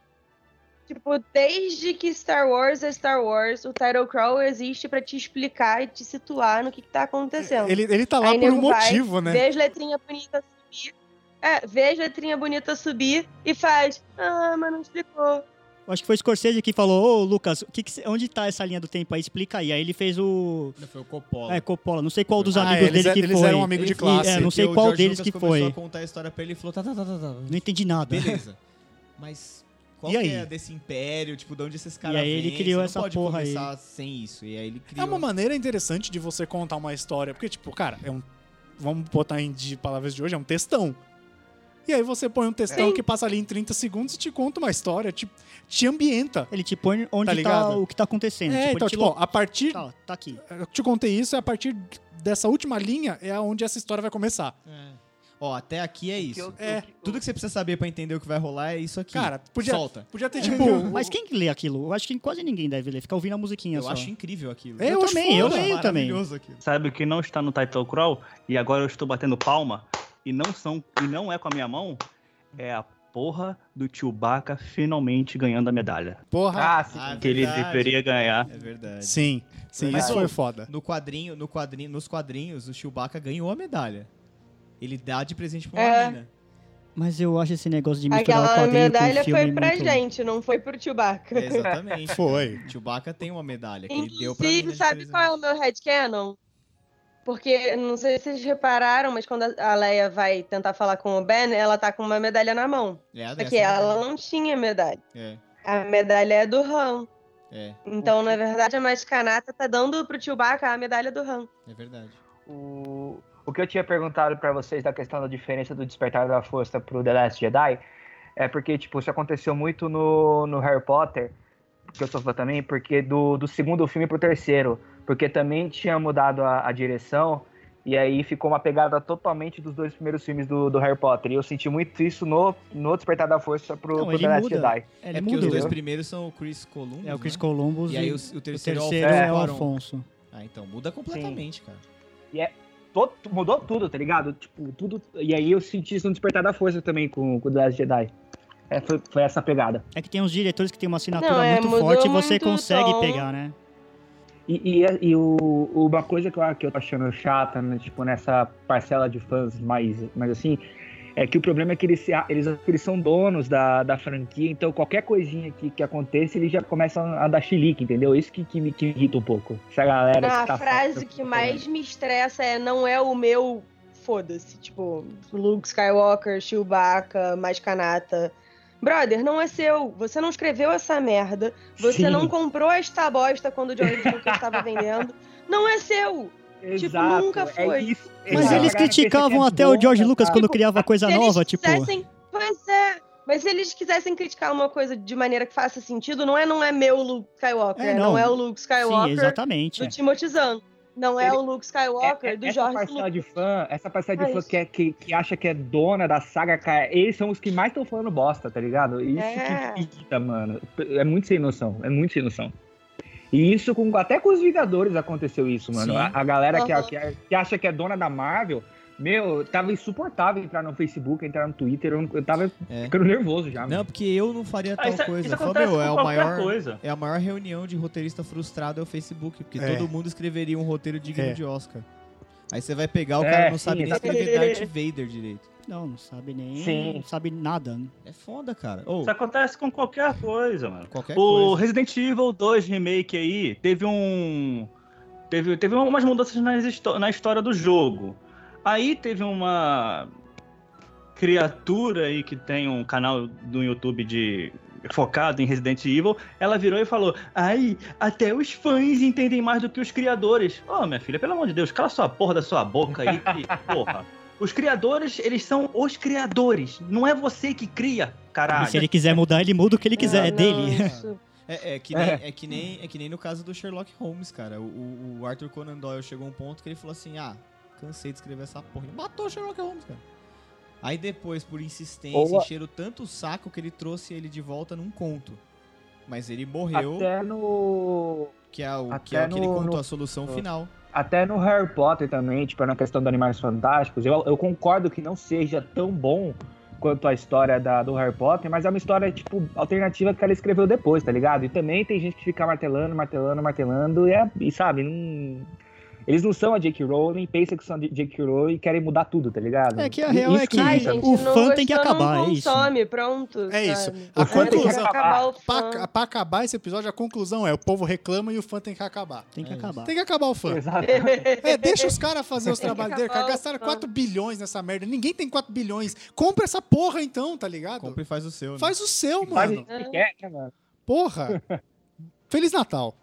[SPEAKER 3] Tipo, desde que Star Wars é Star Wars, o title crawl existe pra te explicar e te situar no que, que tá acontecendo.
[SPEAKER 1] Ele, ele tá lá
[SPEAKER 3] Aí
[SPEAKER 1] por um
[SPEAKER 3] nego vai,
[SPEAKER 1] motivo, né?
[SPEAKER 3] Vê as letrinhas bonitas subir. É, vê as letrinhas bonitas subir e faz. Ah, mas não explicou.
[SPEAKER 5] Eu acho que foi o Scorsese que falou, ô Lucas, o que que cê- onde tá essa linha do tempo aí? Explica aí. Aí ele fez o.
[SPEAKER 2] Não, foi o Coppola.
[SPEAKER 5] É, Coppola, não sei qual dos
[SPEAKER 1] Ah,
[SPEAKER 5] amigos
[SPEAKER 1] eles
[SPEAKER 5] dele
[SPEAKER 1] é-
[SPEAKER 5] que
[SPEAKER 1] eles
[SPEAKER 5] foi.
[SPEAKER 1] eram amigos de
[SPEAKER 5] E-
[SPEAKER 1] classe.
[SPEAKER 5] é, não sei
[SPEAKER 2] Porque o
[SPEAKER 5] qual
[SPEAKER 2] George
[SPEAKER 5] deles
[SPEAKER 2] Lucas
[SPEAKER 5] que
[SPEAKER 2] começou
[SPEAKER 5] foi.
[SPEAKER 2] a contar a história pra ele e falou: tá, tá, tá, tá, tá.
[SPEAKER 5] Não entendi nada.
[SPEAKER 2] Beleza. Mas qual
[SPEAKER 5] E
[SPEAKER 2] que
[SPEAKER 5] aí?
[SPEAKER 2] é desse império? Tipo, de onde esses caras
[SPEAKER 5] aí ele
[SPEAKER 2] vêm? Você
[SPEAKER 5] criou
[SPEAKER 2] não
[SPEAKER 5] essa
[SPEAKER 2] pode
[SPEAKER 5] porra aí.
[SPEAKER 2] começar sem isso. E aí ele
[SPEAKER 1] É
[SPEAKER 2] criou.
[SPEAKER 1] uma maneira interessante de você contar uma história, porque, tipo, cara, é um. Vamos botar em de palavras de hoje, é um textão. E aí você põe um textão
[SPEAKER 3] Sim.
[SPEAKER 1] que passa ali em 30 segundos e te conta uma história, te, te ambienta.
[SPEAKER 5] Ele te põe
[SPEAKER 1] Tá
[SPEAKER 5] onde tá,
[SPEAKER 1] ligado?
[SPEAKER 5] o que tá acontecendo.
[SPEAKER 1] É,
[SPEAKER 5] tipo,
[SPEAKER 1] então,
[SPEAKER 5] ele te
[SPEAKER 1] tipo, ó, a partir.
[SPEAKER 5] tá, tá aqui.
[SPEAKER 1] Eu te contei isso, é a partir dessa última linha é onde essa história vai começar.
[SPEAKER 2] É. Ó, até aqui é isso.
[SPEAKER 1] É,
[SPEAKER 2] Tudo que você precisa saber pra entender o que vai rolar é isso aqui.
[SPEAKER 1] Cara, podia,
[SPEAKER 2] Solta.
[SPEAKER 1] podia ter, tipo.
[SPEAKER 5] Mas quem que lê aquilo? Eu acho que quase ninguém deve ler. Fica ouvindo a musiquinha
[SPEAKER 2] Eu
[SPEAKER 5] só.
[SPEAKER 2] acho incrível aquilo.
[SPEAKER 1] É, eu acho
[SPEAKER 5] também, eu
[SPEAKER 1] foda.
[SPEAKER 5] leio também.
[SPEAKER 2] Maravilhoso aquilo.
[SPEAKER 9] Sabe o que não está no title crawl? E agora eu estou batendo palma e não são e não é com a minha mão? É a porra do Chewbacca finalmente ganhando a medalha.
[SPEAKER 1] Porra.
[SPEAKER 4] Ah, sim.
[SPEAKER 2] Ah,
[SPEAKER 9] que ele
[SPEAKER 2] verdade.
[SPEAKER 9] deveria ganhar.
[SPEAKER 2] É verdade.
[SPEAKER 1] Sim, sim,
[SPEAKER 2] Mas,
[SPEAKER 1] isso
[SPEAKER 2] ô,
[SPEAKER 1] foi foda.
[SPEAKER 2] No quadrinho, no quadrinho, nos quadrinhos, o Chewbacca ganhou a medalha. Ele dá de presente pra uma
[SPEAKER 3] É.
[SPEAKER 2] mina.
[SPEAKER 5] Mas eu acho esse negócio de misturar o
[SPEAKER 3] Aquela
[SPEAKER 5] quadrinho
[SPEAKER 3] medalha
[SPEAKER 5] com filme é
[SPEAKER 3] foi pra
[SPEAKER 5] muito...
[SPEAKER 3] gente, não foi pro Chewbacca.
[SPEAKER 2] É, exatamente.
[SPEAKER 1] Foi.
[SPEAKER 2] O Chewbacca tem uma medalha que ele deu pra mina
[SPEAKER 3] Inclusive,
[SPEAKER 2] de
[SPEAKER 3] sabe qual é o
[SPEAKER 2] presente.
[SPEAKER 3] meu headcanon? Porque, não sei se vocês repararam, mas quando a Leia vai tentar falar com o Ben, ela tá com uma medalha na mão.
[SPEAKER 2] É a
[SPEAKER 3] Só
[SPEAKER 2] dessa
[SPEAKER 3] que ela
[SPEAKER 2] medalha.
[SPEAKER 3] não tinha medalha.
[SPEAKER 2] É,
[SPEAKER 3] A medalha é do Han.
[SPEAKER 2] é,
[SPEAKER 3] Então, na verdade, a Mascanata tá dando pro Chewbacca a medalha do Han.
[SPEAKER 2] é verdade.
[SPEAKER 4] O, o que eu tinha perguntado pra vocês da questão da diferença do Despertar da Força pro The Last Jedi é porque, tipo, isso aconteceu muito no, no Harry Potter, que eu sou fã também, porque do, do segundo filme pro terceiro, porque também tinha mudado a, a direção e aí ficou uma pegada totalmente dos dois primeiros filmes do, do Harry Potter. E eu senti muito isso no, no Despertar da Força pro,
[SPEAKER 5] Não,
[SPEAKER 4] pro
[SPEAKER 5] ele
[SPEAKER 4] The Last
[SPEAKER 5] muda.
[SPEAKER 4] Jedi.
[SPEAKER 5] Ele
[SPEAKER 2] é porque
[SPEAKER 5] mudou.
[SPEAKER 2] os dois primeiros são o Chris Columbus,
[SPEAKER 5] É o Chris
[SPEAKER 2] né?
[SPEAKER 5] Columbus
[SPEAKER 2] E
[SPEAKER 5] e,
[SPEAKER 2] aí o,
[SPEAKER 5] o,
[SPEAKER 2] o terceiro,
[SPEAKER 5] terceiro,
[SPEAKER 2] é
[SPEAKER 5] é
[SPEAKER 2] o
[SPEAKER 5] o
[SPEAKER 2] Alfonso.
[SPEAKER 5] Alfonso.
[SPEAKER 2] Ah, então muda completamente, cara.
[SPEAKER 4] Todo,
[SPEAKER 7] Mudou tudo, tá ligado? Tipo, tudo. E aí eu senti isso no Despertar da Força também com, com The Last Jedi. É, foi, foi essa pegada.
[SPEAKER 5] É que tem uns diretores que tem uma assinatura
[SPEAKER 3] Não, é,
[SPEAKER 5] muito
[SPEAKER 3] mudou
[SPEAKER 5] forte e você
[SPEAKER 3] muito o
[SPEAKER 5] consegue
[SPEAKER 3] tom.
[SPEAKER 5] pegar, né?
[SPEAKER 7] E, e, e o, uma coisa que eu, que eu tô achando chata, né, tipo, nessa parcela de fãs mais, mais assim, é que o problema é que eles, se a- eles, eles são donos da, da franquia, então qualquer coisinha que, que aconteça, eles já começam a dar chilique, entendeu? Isso que, que, me, que me irrita um pouco. Essa galera que tá
[SPEAKER 3] Ah, A frase que mais me estressa é não é o meu, foda-se. Tipo, Luke Skywalker, Chewbacca, Mascanata. Brother, não é seu. Você não escreveu essa merda. Você
[SPEAKER 7] é Sim.
[SPEAKER 3] não comprou esta bosta quando o George Lucas estava vendendo. Não é seu.
[SPEAKER 7] Exato, é
[SPEAKER 3] nunca foi.
[SPEAKER 7] isso.
[SPEAKER 5] Mas
[SPEAKER 7] Essa
[SPEAKER 5] eles
[SPEAKER 7] galera pensa que é
[SPEAKER 5] criticavam até o
[SPEAKER 7] dono,
[SPEAKER 5] George Lucas
[SPEAKER 7] tá?
[SPEAKER 5] quando criava coisa
[SPEAKER 3] Se eles
[SPEAKER 5] nova, tipo...
[SPEAKER 3] quisessem- Pois é. Mas se eles quisessem criticar uma coisa de maneira que faça sentido, não é não é meu Luke Skywalker,
[SPEAKER 5] É,
[SPEAKER 3] não.
[SPEAKER 5] não.
[SPEAKER 3] é o Luke
[SPEAKER 5] Sim,
[SPEAKER 3] Skywalker
[SPEAKER 5] exatamente. é.
[SPEAKER 3] do Timothy Zahn, não é
[SPEAKER 7] Ele-
[SPEAKER 3] o Luke
[SPEAKER 7] É-
[SPEAKER 3] Skywalker
[SPEAKER 7] é-
[SPEAKER 3] do
[SPEAKER 7] essa
[SPEAKER 3] George
[SPEAKER 7] parcela
[SPEAKER 3] Lucas.
[SPEAKER 7] de fã, essa parcela de
[SPEAKER 3] Ah,
[SPEAKER 7] fã
[SPEAKER 3] isso.
[SPEAKER 7] que, é- que, que acha que é dona da saga, cara, eles são os que mais estão falando bosta, tá ligado? Isso
[SPEAKER 3] É.
[SPEAKER 7] que irrita, mano. É muito sem noção, é muito sem noção. E isso com até com os Vingadores aconteceu isso, mano.
[SPEAKER 2] Sim.
[SPEAKER 7] A, a galera que, a-
[SPEAKER 3] Aham.
[SPEAKER 7] que, a- que acha que é dona da Marvel, meu, tava insuportável entrar no Facebook, entrar no Twitter, eu, não- eu tava
[SPEAKER 2] É.
[SPEAKER 7] ficando nervoso já.
[SPEAKER 2] Não,
[SPEAKER 7] mano.
[SPEAKER 2] porque eu não faria
[SPEAKER 9] Ah,
[SPEAKER 2] tal
[SPEAKER 9] isso,
[SPEAKER 2] coisa.
[SPEAKER 9] isso
[SPEAKER 2] Fala,
[SPEAKER 9] acontece
[SPEAKER 2] meu,
[SPEAKER 9] com
[SPEAKER 2] é o
[SPEAKER 9] qualquer
[SPEAKER 2] maior
[SPEAKER 9] coisa.
[SPEAKER 2] É a maior reunião de roteirista frustrado é o Facebook, porque
[SPEAKER 1] É.
[SPEAKER 2] todo mundo escreveria um roteiro digno
[SPEAKER 1] É.
[SPEAKER 2] de Oscar. Aí você vai pegar, o
[SPEAKER 7] É,
[SPEAKER 2] cara não
[SPEAKER 7] sim,
[SPEAKER 2] sabe nem escrever
[SPEAKER 3] exatamente.
[SPEAKER 2] Darth Vader direito.
[SPEAKER 5] Não, não sabe nem...
[SPEAKER 4] Sim.
[SPEAKER 5] Não sabe nada. né?
[SPEAKER 2] É foda, cara. Ou
[SPEAKER 9] Isso acontece com qualquer coisa, mano.
[SPEAKER 2] qualquer
[SPEAKER 9] O
[SPEAKER 2] coisa.
[SPEAKER 9] Resident Evil 2 Remake aí teve um. Teve, teve algumas mudanças nas histó- na história do jogo. Aí teve uma criatura aí que tem um canal do YouTube de focado em Resident Evil, ela virou e falou: "Ai, até os fãs entendem mais do que os criadores". Ô, minha filha, pelo amor de Deus, cala sua porra da sua boca aí, que, porra. Os criadores, eles são os criadores, não é você que cria,
[SPEAKER 5] E se
[SPEAKER 9] caralho.
[SPEAKER 5] ele quiser mudar, ele muda o que ele quiser, é
[SPEAKER 3] Não,
[SPEAKER 5] dele.
[SPEAKER 3] isso.
[SPEAKER 2] É, é que nem, é. que nem, é que nem no caso do Sherlock Holmes, cara. O- O, o Arthur Conan Doyle chegou a um ponto que ele falou assim: ah, cansei de escrever essa porra. Ele matou o Sherlock Holmes, cara. Aí depois, por insistência,
[SPEAKER 7] Ou a-
[SPEAKER 2] encheram tanto o saco que ele trouxe ele de volta num conto. Mas ele morreu,
[SPEAKER 7] Até no.
[SPEAKER 2] que é o que,
[SPEAKER 7] até
[SPEAKER 2] é o que ele
[SPEAKER 7] no-
[SPEAKER 2] contou
[SPEAKER 7] no-
[SPEAKER 2] a solução final.
[SPEAKER 7] Até no Harry Potter também, tipo, na questão dos Animais Fantásticos, eu, eu concordo que não seja tão bom quanto a história da- do Harry Potter, mas é uma história, tipo, alternativa que ela escreveu depois, tá ligado? E também tem gente que fica martelando, martelando, martelando, e, é- e sabe, não- Eles não são a J.K. Rowling, pensam que são a J.K. Rowling e querem mudar tudo, tá ligado?
[SPEAKER 5] É que a real é que-
[SPEAKER 3] Ai,
[SPEAKER 7] irrita.
[SPEAKER 3] gente,
[SPEAKER 5] O
[SPEAKER 3] não
[SPEAKER 5] fã tem que
[SPEAKER 3] gostou, não
[SPEAKER 5] acabar, é isso.
[SPEAKER 3] Consome, pronto.
[SPEAKER 1] É isso.
[SPEAKER 3] sabe?
[SPEAKER 1] A
[SPEAKER 3] O fã tem que
[SPEAKER 1] conclusão-
[SPEAKER 3] acabar o fã.
[SPEAKER 1] Pra, pra acabar esse episódio, a conclusão é: o povo reclama e o fã tem que acabar.
[SPEAKER 5] Tem que
[SPEAKER 2] É isso.
[SPEAKER 5] acabar.
[SPEAKER 1] Tem que acabar o fã.
[SPEAKER 7] Exato.
[SPEAKER 1] É, deixa os caras fazer os
[SPEAKER 3] Tem que
[SPEAKER 1] trabalhos dele, cara.
[SPEAKER 3] acabar o
[SPEAKER 1] Gastaram
[SPEAKER 3] fã.
[SPEAKER 1] 4 bilhões nessa merda. Ninguém tem 4 bilhões. Compra essa porra então, tá ligado?
[SPEAKER 2] Compre e faz o seu, né?
[SPEAKER 1] Faz o seu,
[SPEAKER 7] Faz
[SPEAKER 1] mano.
[SPEAKER 7] o que quer, né, mano?
[SPEAKER 1] Porra. Feliz Natal.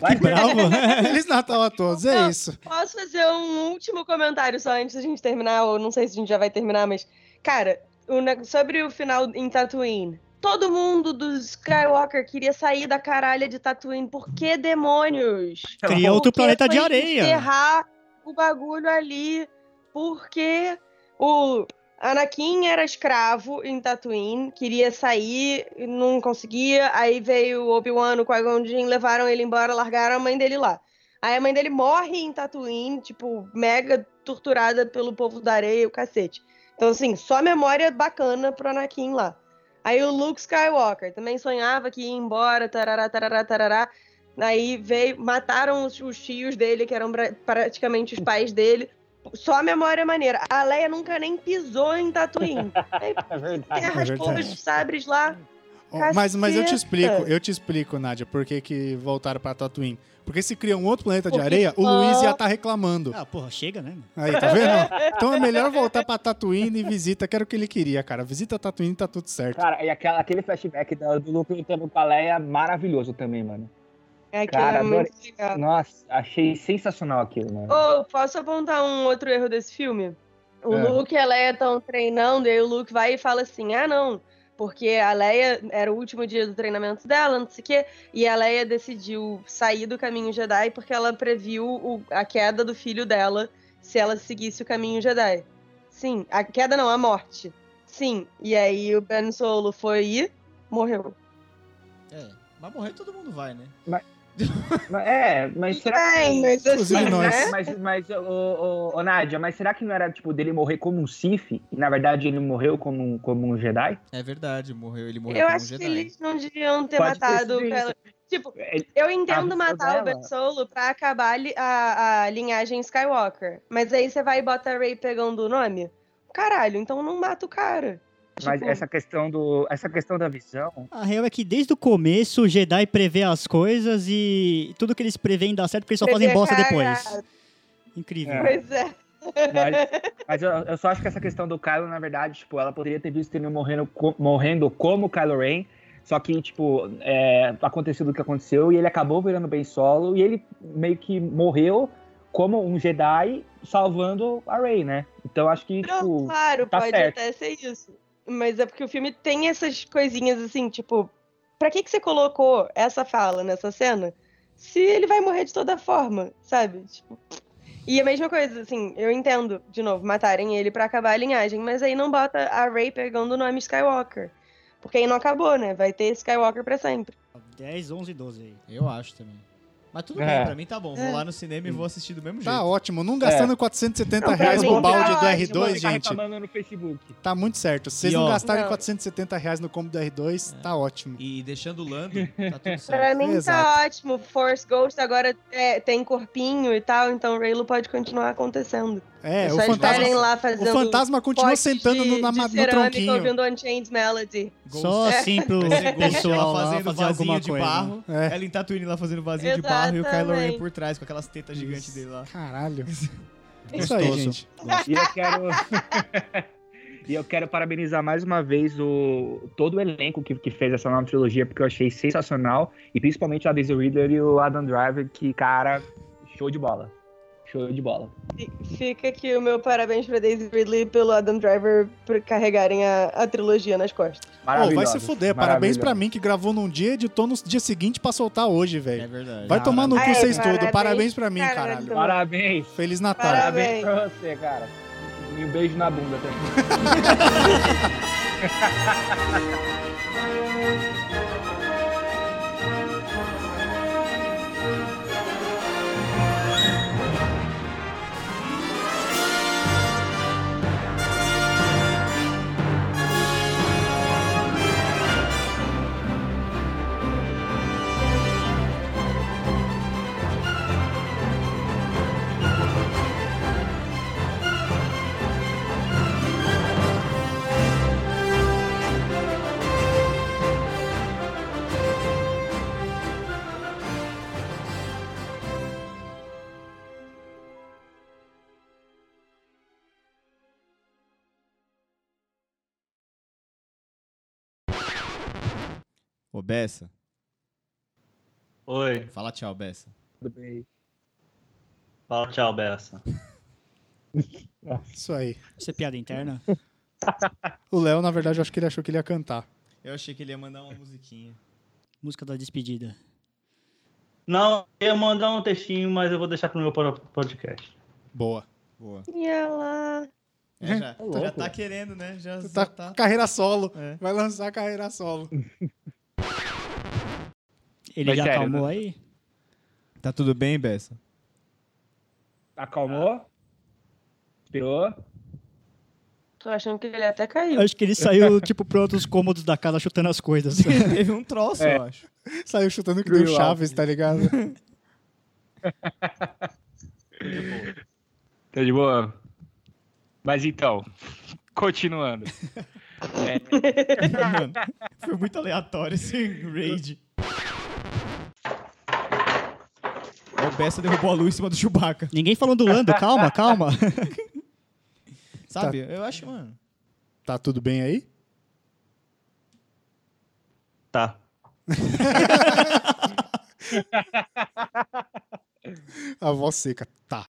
[SPEAKER 7] Vai
[SPEAKER 5] Bravo, né?
[SPEAKER 1] Feliz Natal a todos. É isso.
[SPEAKER 3] Posso fazer um último comentário só antes da gente terminar? Ou não sei se a gente já vai terminar, mas. Cara, o ne- sobre o final em Tatooine. Todo mundo do Skywalker queria sair da caralha de Tatooine. Por que demônios?
[SPEAKER 5] Cria outro
[SPEAKER 3] Por que
[SPEAKER 5] planeta de
[SPEAKER 3] foi
[SPEAKER 5] areia.
[SPEAKER 3] Encerrar o bagulho ali. Porque o Anakin era escravo em Tatooine, queria sair, não conseguia. Aí veio o Obi-Wan, o Qui-Gon Jinn, levaram ele embora, largaram a mãe dele lá. Aí a mãe dele morre em Tatooine, tipo, mega torturada pelo povo da areia e o cacete. Então, assim, só memória bacana pro Anakin lá. Aí o Luke Skywalker também sonhava que ia embora, tarará, tarará, tarará. Aí veio, mataram os, os tios dele, que eram pra- praticamente os pais dele. Só a memória é maneira. A Leia nunca nem pisou em Tatooine. Aí
[SPEAKER 7] É verdade.
[SPEAKER 3] terra as
[SPEAKER 1] verdade.
[SPEAKER 3] porras de sabres lá.
[SPEAKER 1] Ó, Mas, mas eu te explico,
[SPEAKER 3] Caceta.
[SPEAKER 1] eu te explico, Nádia, por que, que voltaram pra Tatooine. Porque se cria um outro planeta de
[SPEAKER 3] Porque
[SPEAKER 1] areia, o
[SPEAKER 3] só-
[SPEAKER 1] Luiz ia estar reclamando.
[SPEAKER 5] Ah, porra, chega, né?
[SPEAKER 1] Aí, tá vendo? Então é melhor voltar pra Tatooine e visita, que era o que ele queria, cara. Visita Tatooine e tá tudo certo.
[SPEAKER 7] Cara, e aquela- aquele flashback da- do Luke lutando com a Leia é maravilhoso também, mano.
[SPEAKER 3] É que
[SPEAKER 7] Cara,
[SPEAKER 3] é muito legal.
[SPEAKER 7] Nossa, achei sensacional aquilo, mano.
[SPEAKER 3] Ô, posso apontar um outro erro desse filme? O
[SPEAKER 7] É.
[SPEAKER 3] Luke e a Leia estão treinando, e aí o Luke vai e fala assim: ah, não, porque a Leia era o último dia do treinamento dela, não sei o quê, e a Leia decidiu sair do caminho Jedi porque ela previu o- a queda do filho dela se ela seguisse o caminho Jedi. Sim, a queda não, a morte. Sim, e aí o Ben Solo foi e morreu.
[SPEAKER 2] É, mas morrer todo mundo vai, né?
[SPEAKER 7] Mas- É, mas será
[SPEAKER 3] Bem, mas assim,
[SPEAKER 1] Inclusive
[SPEAKER 7] Mas,
[SPEAKER 1] nós.
[SPEAKER 3] né?
[SPEAKER 7] mas, mas, mas ô, ô, ô, Nádia, mas será que não era, tipo, dele morrer como um Sif? E, na verdade, ele morreu como um, como um Jedi?
[SPEAKER 2] É verdade, morreu, ele morreu
[SPEAKER 3] Eu
[SPEAKER 2] como um
[SPEAKER 3] acho que
[SPEAKER 2] Jedi.
[SPEAKER 3] eles não deviam ter
[SPEAKER 7] Pode ter
[SPEAKER 3] matado
[SPEAKER 7] sido
[SPEAKER 3] o Kylo- Tipo,
[SPEAKER 7] Ele-
[SPEAKER 3] eu entendo
[SPEAKER 7] Ah,
[SPEAKER 3] matar o Ben
[SPEAKER 7] dela.
[SPEAKER 3] Solo pra acabar a li- a, a linhagem Skywalker. Mas aí você vai e bota a Rey pegando o nome? Caralho, então não mata o cara.
[SPEAKER 7] Mas
[SPEAKER 3] Tipo,
[SPEAKER 7] essa questão, do, essa questão da visão...
[SPEAKER 5] A real é que desde o começo o Jedi prevê as coisas e tudo que eles preveem dá certo porque eles só fazem
[SPEAKER 3] prevê
[SPEAKER 5] bosta
[SPEAKER 3] cagada.
[SPEAKER 5] depois. Incrível.
[SPEAKER 7] É.
[SPEAKER 3] Pois é.
[SPEAKER 7] Mas, mas eu, eu só acho que essa questão do Kylo, na verdade, tipo, ela poderia ter visto ele morrendo, co- morrendo como Kylo Ren, só que, tipo, é, aconteceu o que aconteceu e ele acabou virando bem solo e ele meio que morreu como um Jedi salvando a Rey, né? Então acho que,
[SPEAKER 3] Não,
[SPEAKER 7] tipo...
[SPEAKER 3] claro,
[SPEAKER 7] tá
[SPEAKER 3] pode
[SPEAKER 7] certo.
[SPEAKER 3] até ser isso. Mas é porque o filme tem essas coisinhas assim, tipo, pra que, que você colocou essa fala nessa cena se ele vai morrer de toda forma, sabe? Tipo. E a mesma coisa, assim, eu entendo, de novo, matarem ele pra acabar a linhagem, mas aí não bota a Rey pegando o nome Skywalker. Porque aí não acabou, né? Vai ter Skywalker pra sempre.
[SPEAKER 5] 10, 11, 12 aí.
[SPEAKER 2] Eu acho também. Mas tudo
[SPEAKER 7] É.
[SPEAKER 2] bem, pra mim tá bom. Vou lá no cinema e vou assistir do mesmo
[SPEAKER 1] Tá
[SPEAKER 2] jeito.
[SPEAKER 1] ótimo, não gastando 470
[SPEAKER 3] é. Não, pra
[SPEAKER 1] reais
[SPEAKER 3] mim
[SPEAKER 1] no
[SPEAKER 3] tá
[SPEAKER 1] balde do
[SPEAKER 3] ótimo.
[SPEAKER 1] R2,
[SPEAKER 7] Ficar
[SPEAKER 1] gente.
[SPEAKER 7] reclamando no Facebook.
[SPEAKER 1] Tá muito certo. Se vocês
[SPEAKER 2] E,
[SPEAKER 1] não
[SPEAKER 2] ó- É.
[SPEAKER 1] gastarem
[SPEAKER 3] Não.
[SPEAKER 1] 470 reais no combo do R2, tá ótimo.
[SPEAKER 2] E deixando o Lando, tá tudo
[SPEAKER 3] Pra
[SPEAKER 2] certo.
[SPEAKER 3] mim
[SPEAKER 1] Exato.
[SPEAKER 3] tá ótimo. Force Ghost agora é- tem corpinho e tal, então Reylo pode continuar acontecendo.
[SPEAKER 1] É,
[SPEAKER 3] É
[SPEAKER 1] o
[SPEAKER 3] só estarem
[SPEAKER 1] fantasma.
[SPEAKER 3] lá
[SPEAKER 1] O
[SPEAKER 3] fazendo
[SPEAKER 1] fantasma continua
[SPEAKER 3] potes
[SPEAKER 1] sentando no,
[SPEAKER 3] de-
[SPEAKER 1] na,
[SPEAKER 3] de
[SPEAKER 1] ma- no
[SPEAKER 3] cerâmica
[SPEAKER 1] tronquinho.
[SPEAKER 3] ouvindo Unchained Melody.
[SPEAKER 2] Ghost.
[SPEAKER 5] Só assim pro
[SPEAKER 2] Vai ser Ghost é
[SPEAKER 5] pessoal
[SPEAKER 2] lá
[SPEAKER 5] lá
[SPEAKER 2] fazendo
[SPEAKER 5] fazer
[SPEAKER 2] vasinho
[SPEAKER 5] alguma
[SPEAKER 2] de
[SPEAKER 5] coisa.
[SPEAKER 2] barro.
[SPEAKER 1] É.
[SPEAKER 2] Ela em Tatooine lá fazendo vasinho de barro e o Kylo Ren
[SPEAKER 3] Exatamente.
[SPEAKER 2] por trás com aquelas tetas gigantes É dele lá.
[SPEAKER 1] Caralho. Isso aí,
[SPEAKER 2] Gostoso.
[SPEAKER 1] gente.
[SPEAKER 7] E eu quero. e eu quero parabenizar mais uma vez o, todo o elenco que, que fez essa nova trilogia, porque eu achei sensacional. E principalmente a Daisy Ridley e o Adam Driver, que, cara, show de bola. Show de bola.
[SPEAKER 3] Fi- Fica aqui o meu parabéns pra Daisy Ridley e pelo Adam Driver por carregarem a, a trilogia nas costas.
[SPEAKER 1] Ô,
[SPEAKER 7] Maravilhoso.
[SPEAKER 1] vai se fuder. Parabéns pra
[SPEAKER 7] maravilhoso.
[SPEAKER 1] mim que gravou num dia e editou no dia seguinte pra soltar hoje,
[SPEAKER 2] É
[SPEAKER 1] velho.
[SPEAKER 2] verdade.
[SPEAKER 1] Vai tomar no cu
[SPEAKER 3] Ai,
[SPEAKER 2] É,
[SPEAKER 1] vocês tudo.
[SPEAKER 3] parabéns,
[SPEAKER 1] Parabéns pra mim,
[SPEAKER 3] caralho.
[SPEAKER 7] então.
[SPEAKER 1] caralho.
[SPEAKER 7] Parabéns.
[SPEAKER 1] Feliz Natal.
[SPEAKER 7] Parabéns
[SPEAKER 3] Parabéns.
[SPEAKER 7] pra você, cara. E um beijo na bunda também.
[SPEAKER 2] Ô, Bessa.
[SPEAKER 9] Oi,
[SPEAKER 2] Fala tchau, Bessa.
[SPEAKER 7] Tudo bem.
[SPEAKER 9] fala tchau, Bessa.
[SPEAKER 1] Isso aí.
[SPEAKER 5] Isso é piada interna?
[SPEAKER 1] O Léo, na verdade, eu acho que ele achou que ele ia cantar.
[SPEAKER 2] Eu achei que ele ia mandar uma musiquinha.
[SPEAKER 5] Música da despedida.
[SPEAKER 9] Não, eu ia mandar um textinho, mas eu vou deixar pro meu pro- podcast.
[SPEAKER 1] Boa.
[SPEAKER 2] Boa.
[SPEAKER 3] E ela.
[SPEAKER 2] É, já,
[SPEAKER 1] louco.
[SPEAKER 2] já tá querendo, né? Já
[SPEAKER 1] Tu tá
[SPEAKER 2] já tá.
[SPEAKER 1] carreira solo.
[SPEAKER 2] É.
[SPEAKER 1] Vai lançar carreira solo.
[SPEAKER 5] Ele
[SPEAKER 7] Mas
[SPEAKER 5] já
[SPEAKER 7] sério,
[SPEAKER 5] acalmou aí?
[SPEAKER 2] Tá tudo bem, Bessa?
[SPEAKER 7] Acalmou? Inspirou?
[SPEAKER 3] Tô achando que ele até caiu.
[SPEAKER 5] Acho que ele saiu, tipo, pra outros cômodos da casa chutando as coisas.
[SPEAKER 2] Teve um troço,
[SPEAKER 7] É.
[SPEAKER 2] eu acho.
[SPEAKER 1] Saiu chutando que
[SPEAKER 7] Drew
[SPEAKER 1] deu Chaves, tá ligado?
[SPEAKER 7] Tá de boa? Mas então, continuando.
[SPEAKER 2] Mano, foi muito aleatório esse raid. Ó, O Bessa derrubou a luz em cima do Chewbacca.
[SPEAKER 5] Ninguém falando do Lando, calma, calma.
[SPEAKER 2] Sabe? Eu acho, mano.
[SPEAKER 1] Tá tudo bem aí?
[SPEAKER 9] Tá.
[SPEAKER 1] A voz seca. Tá.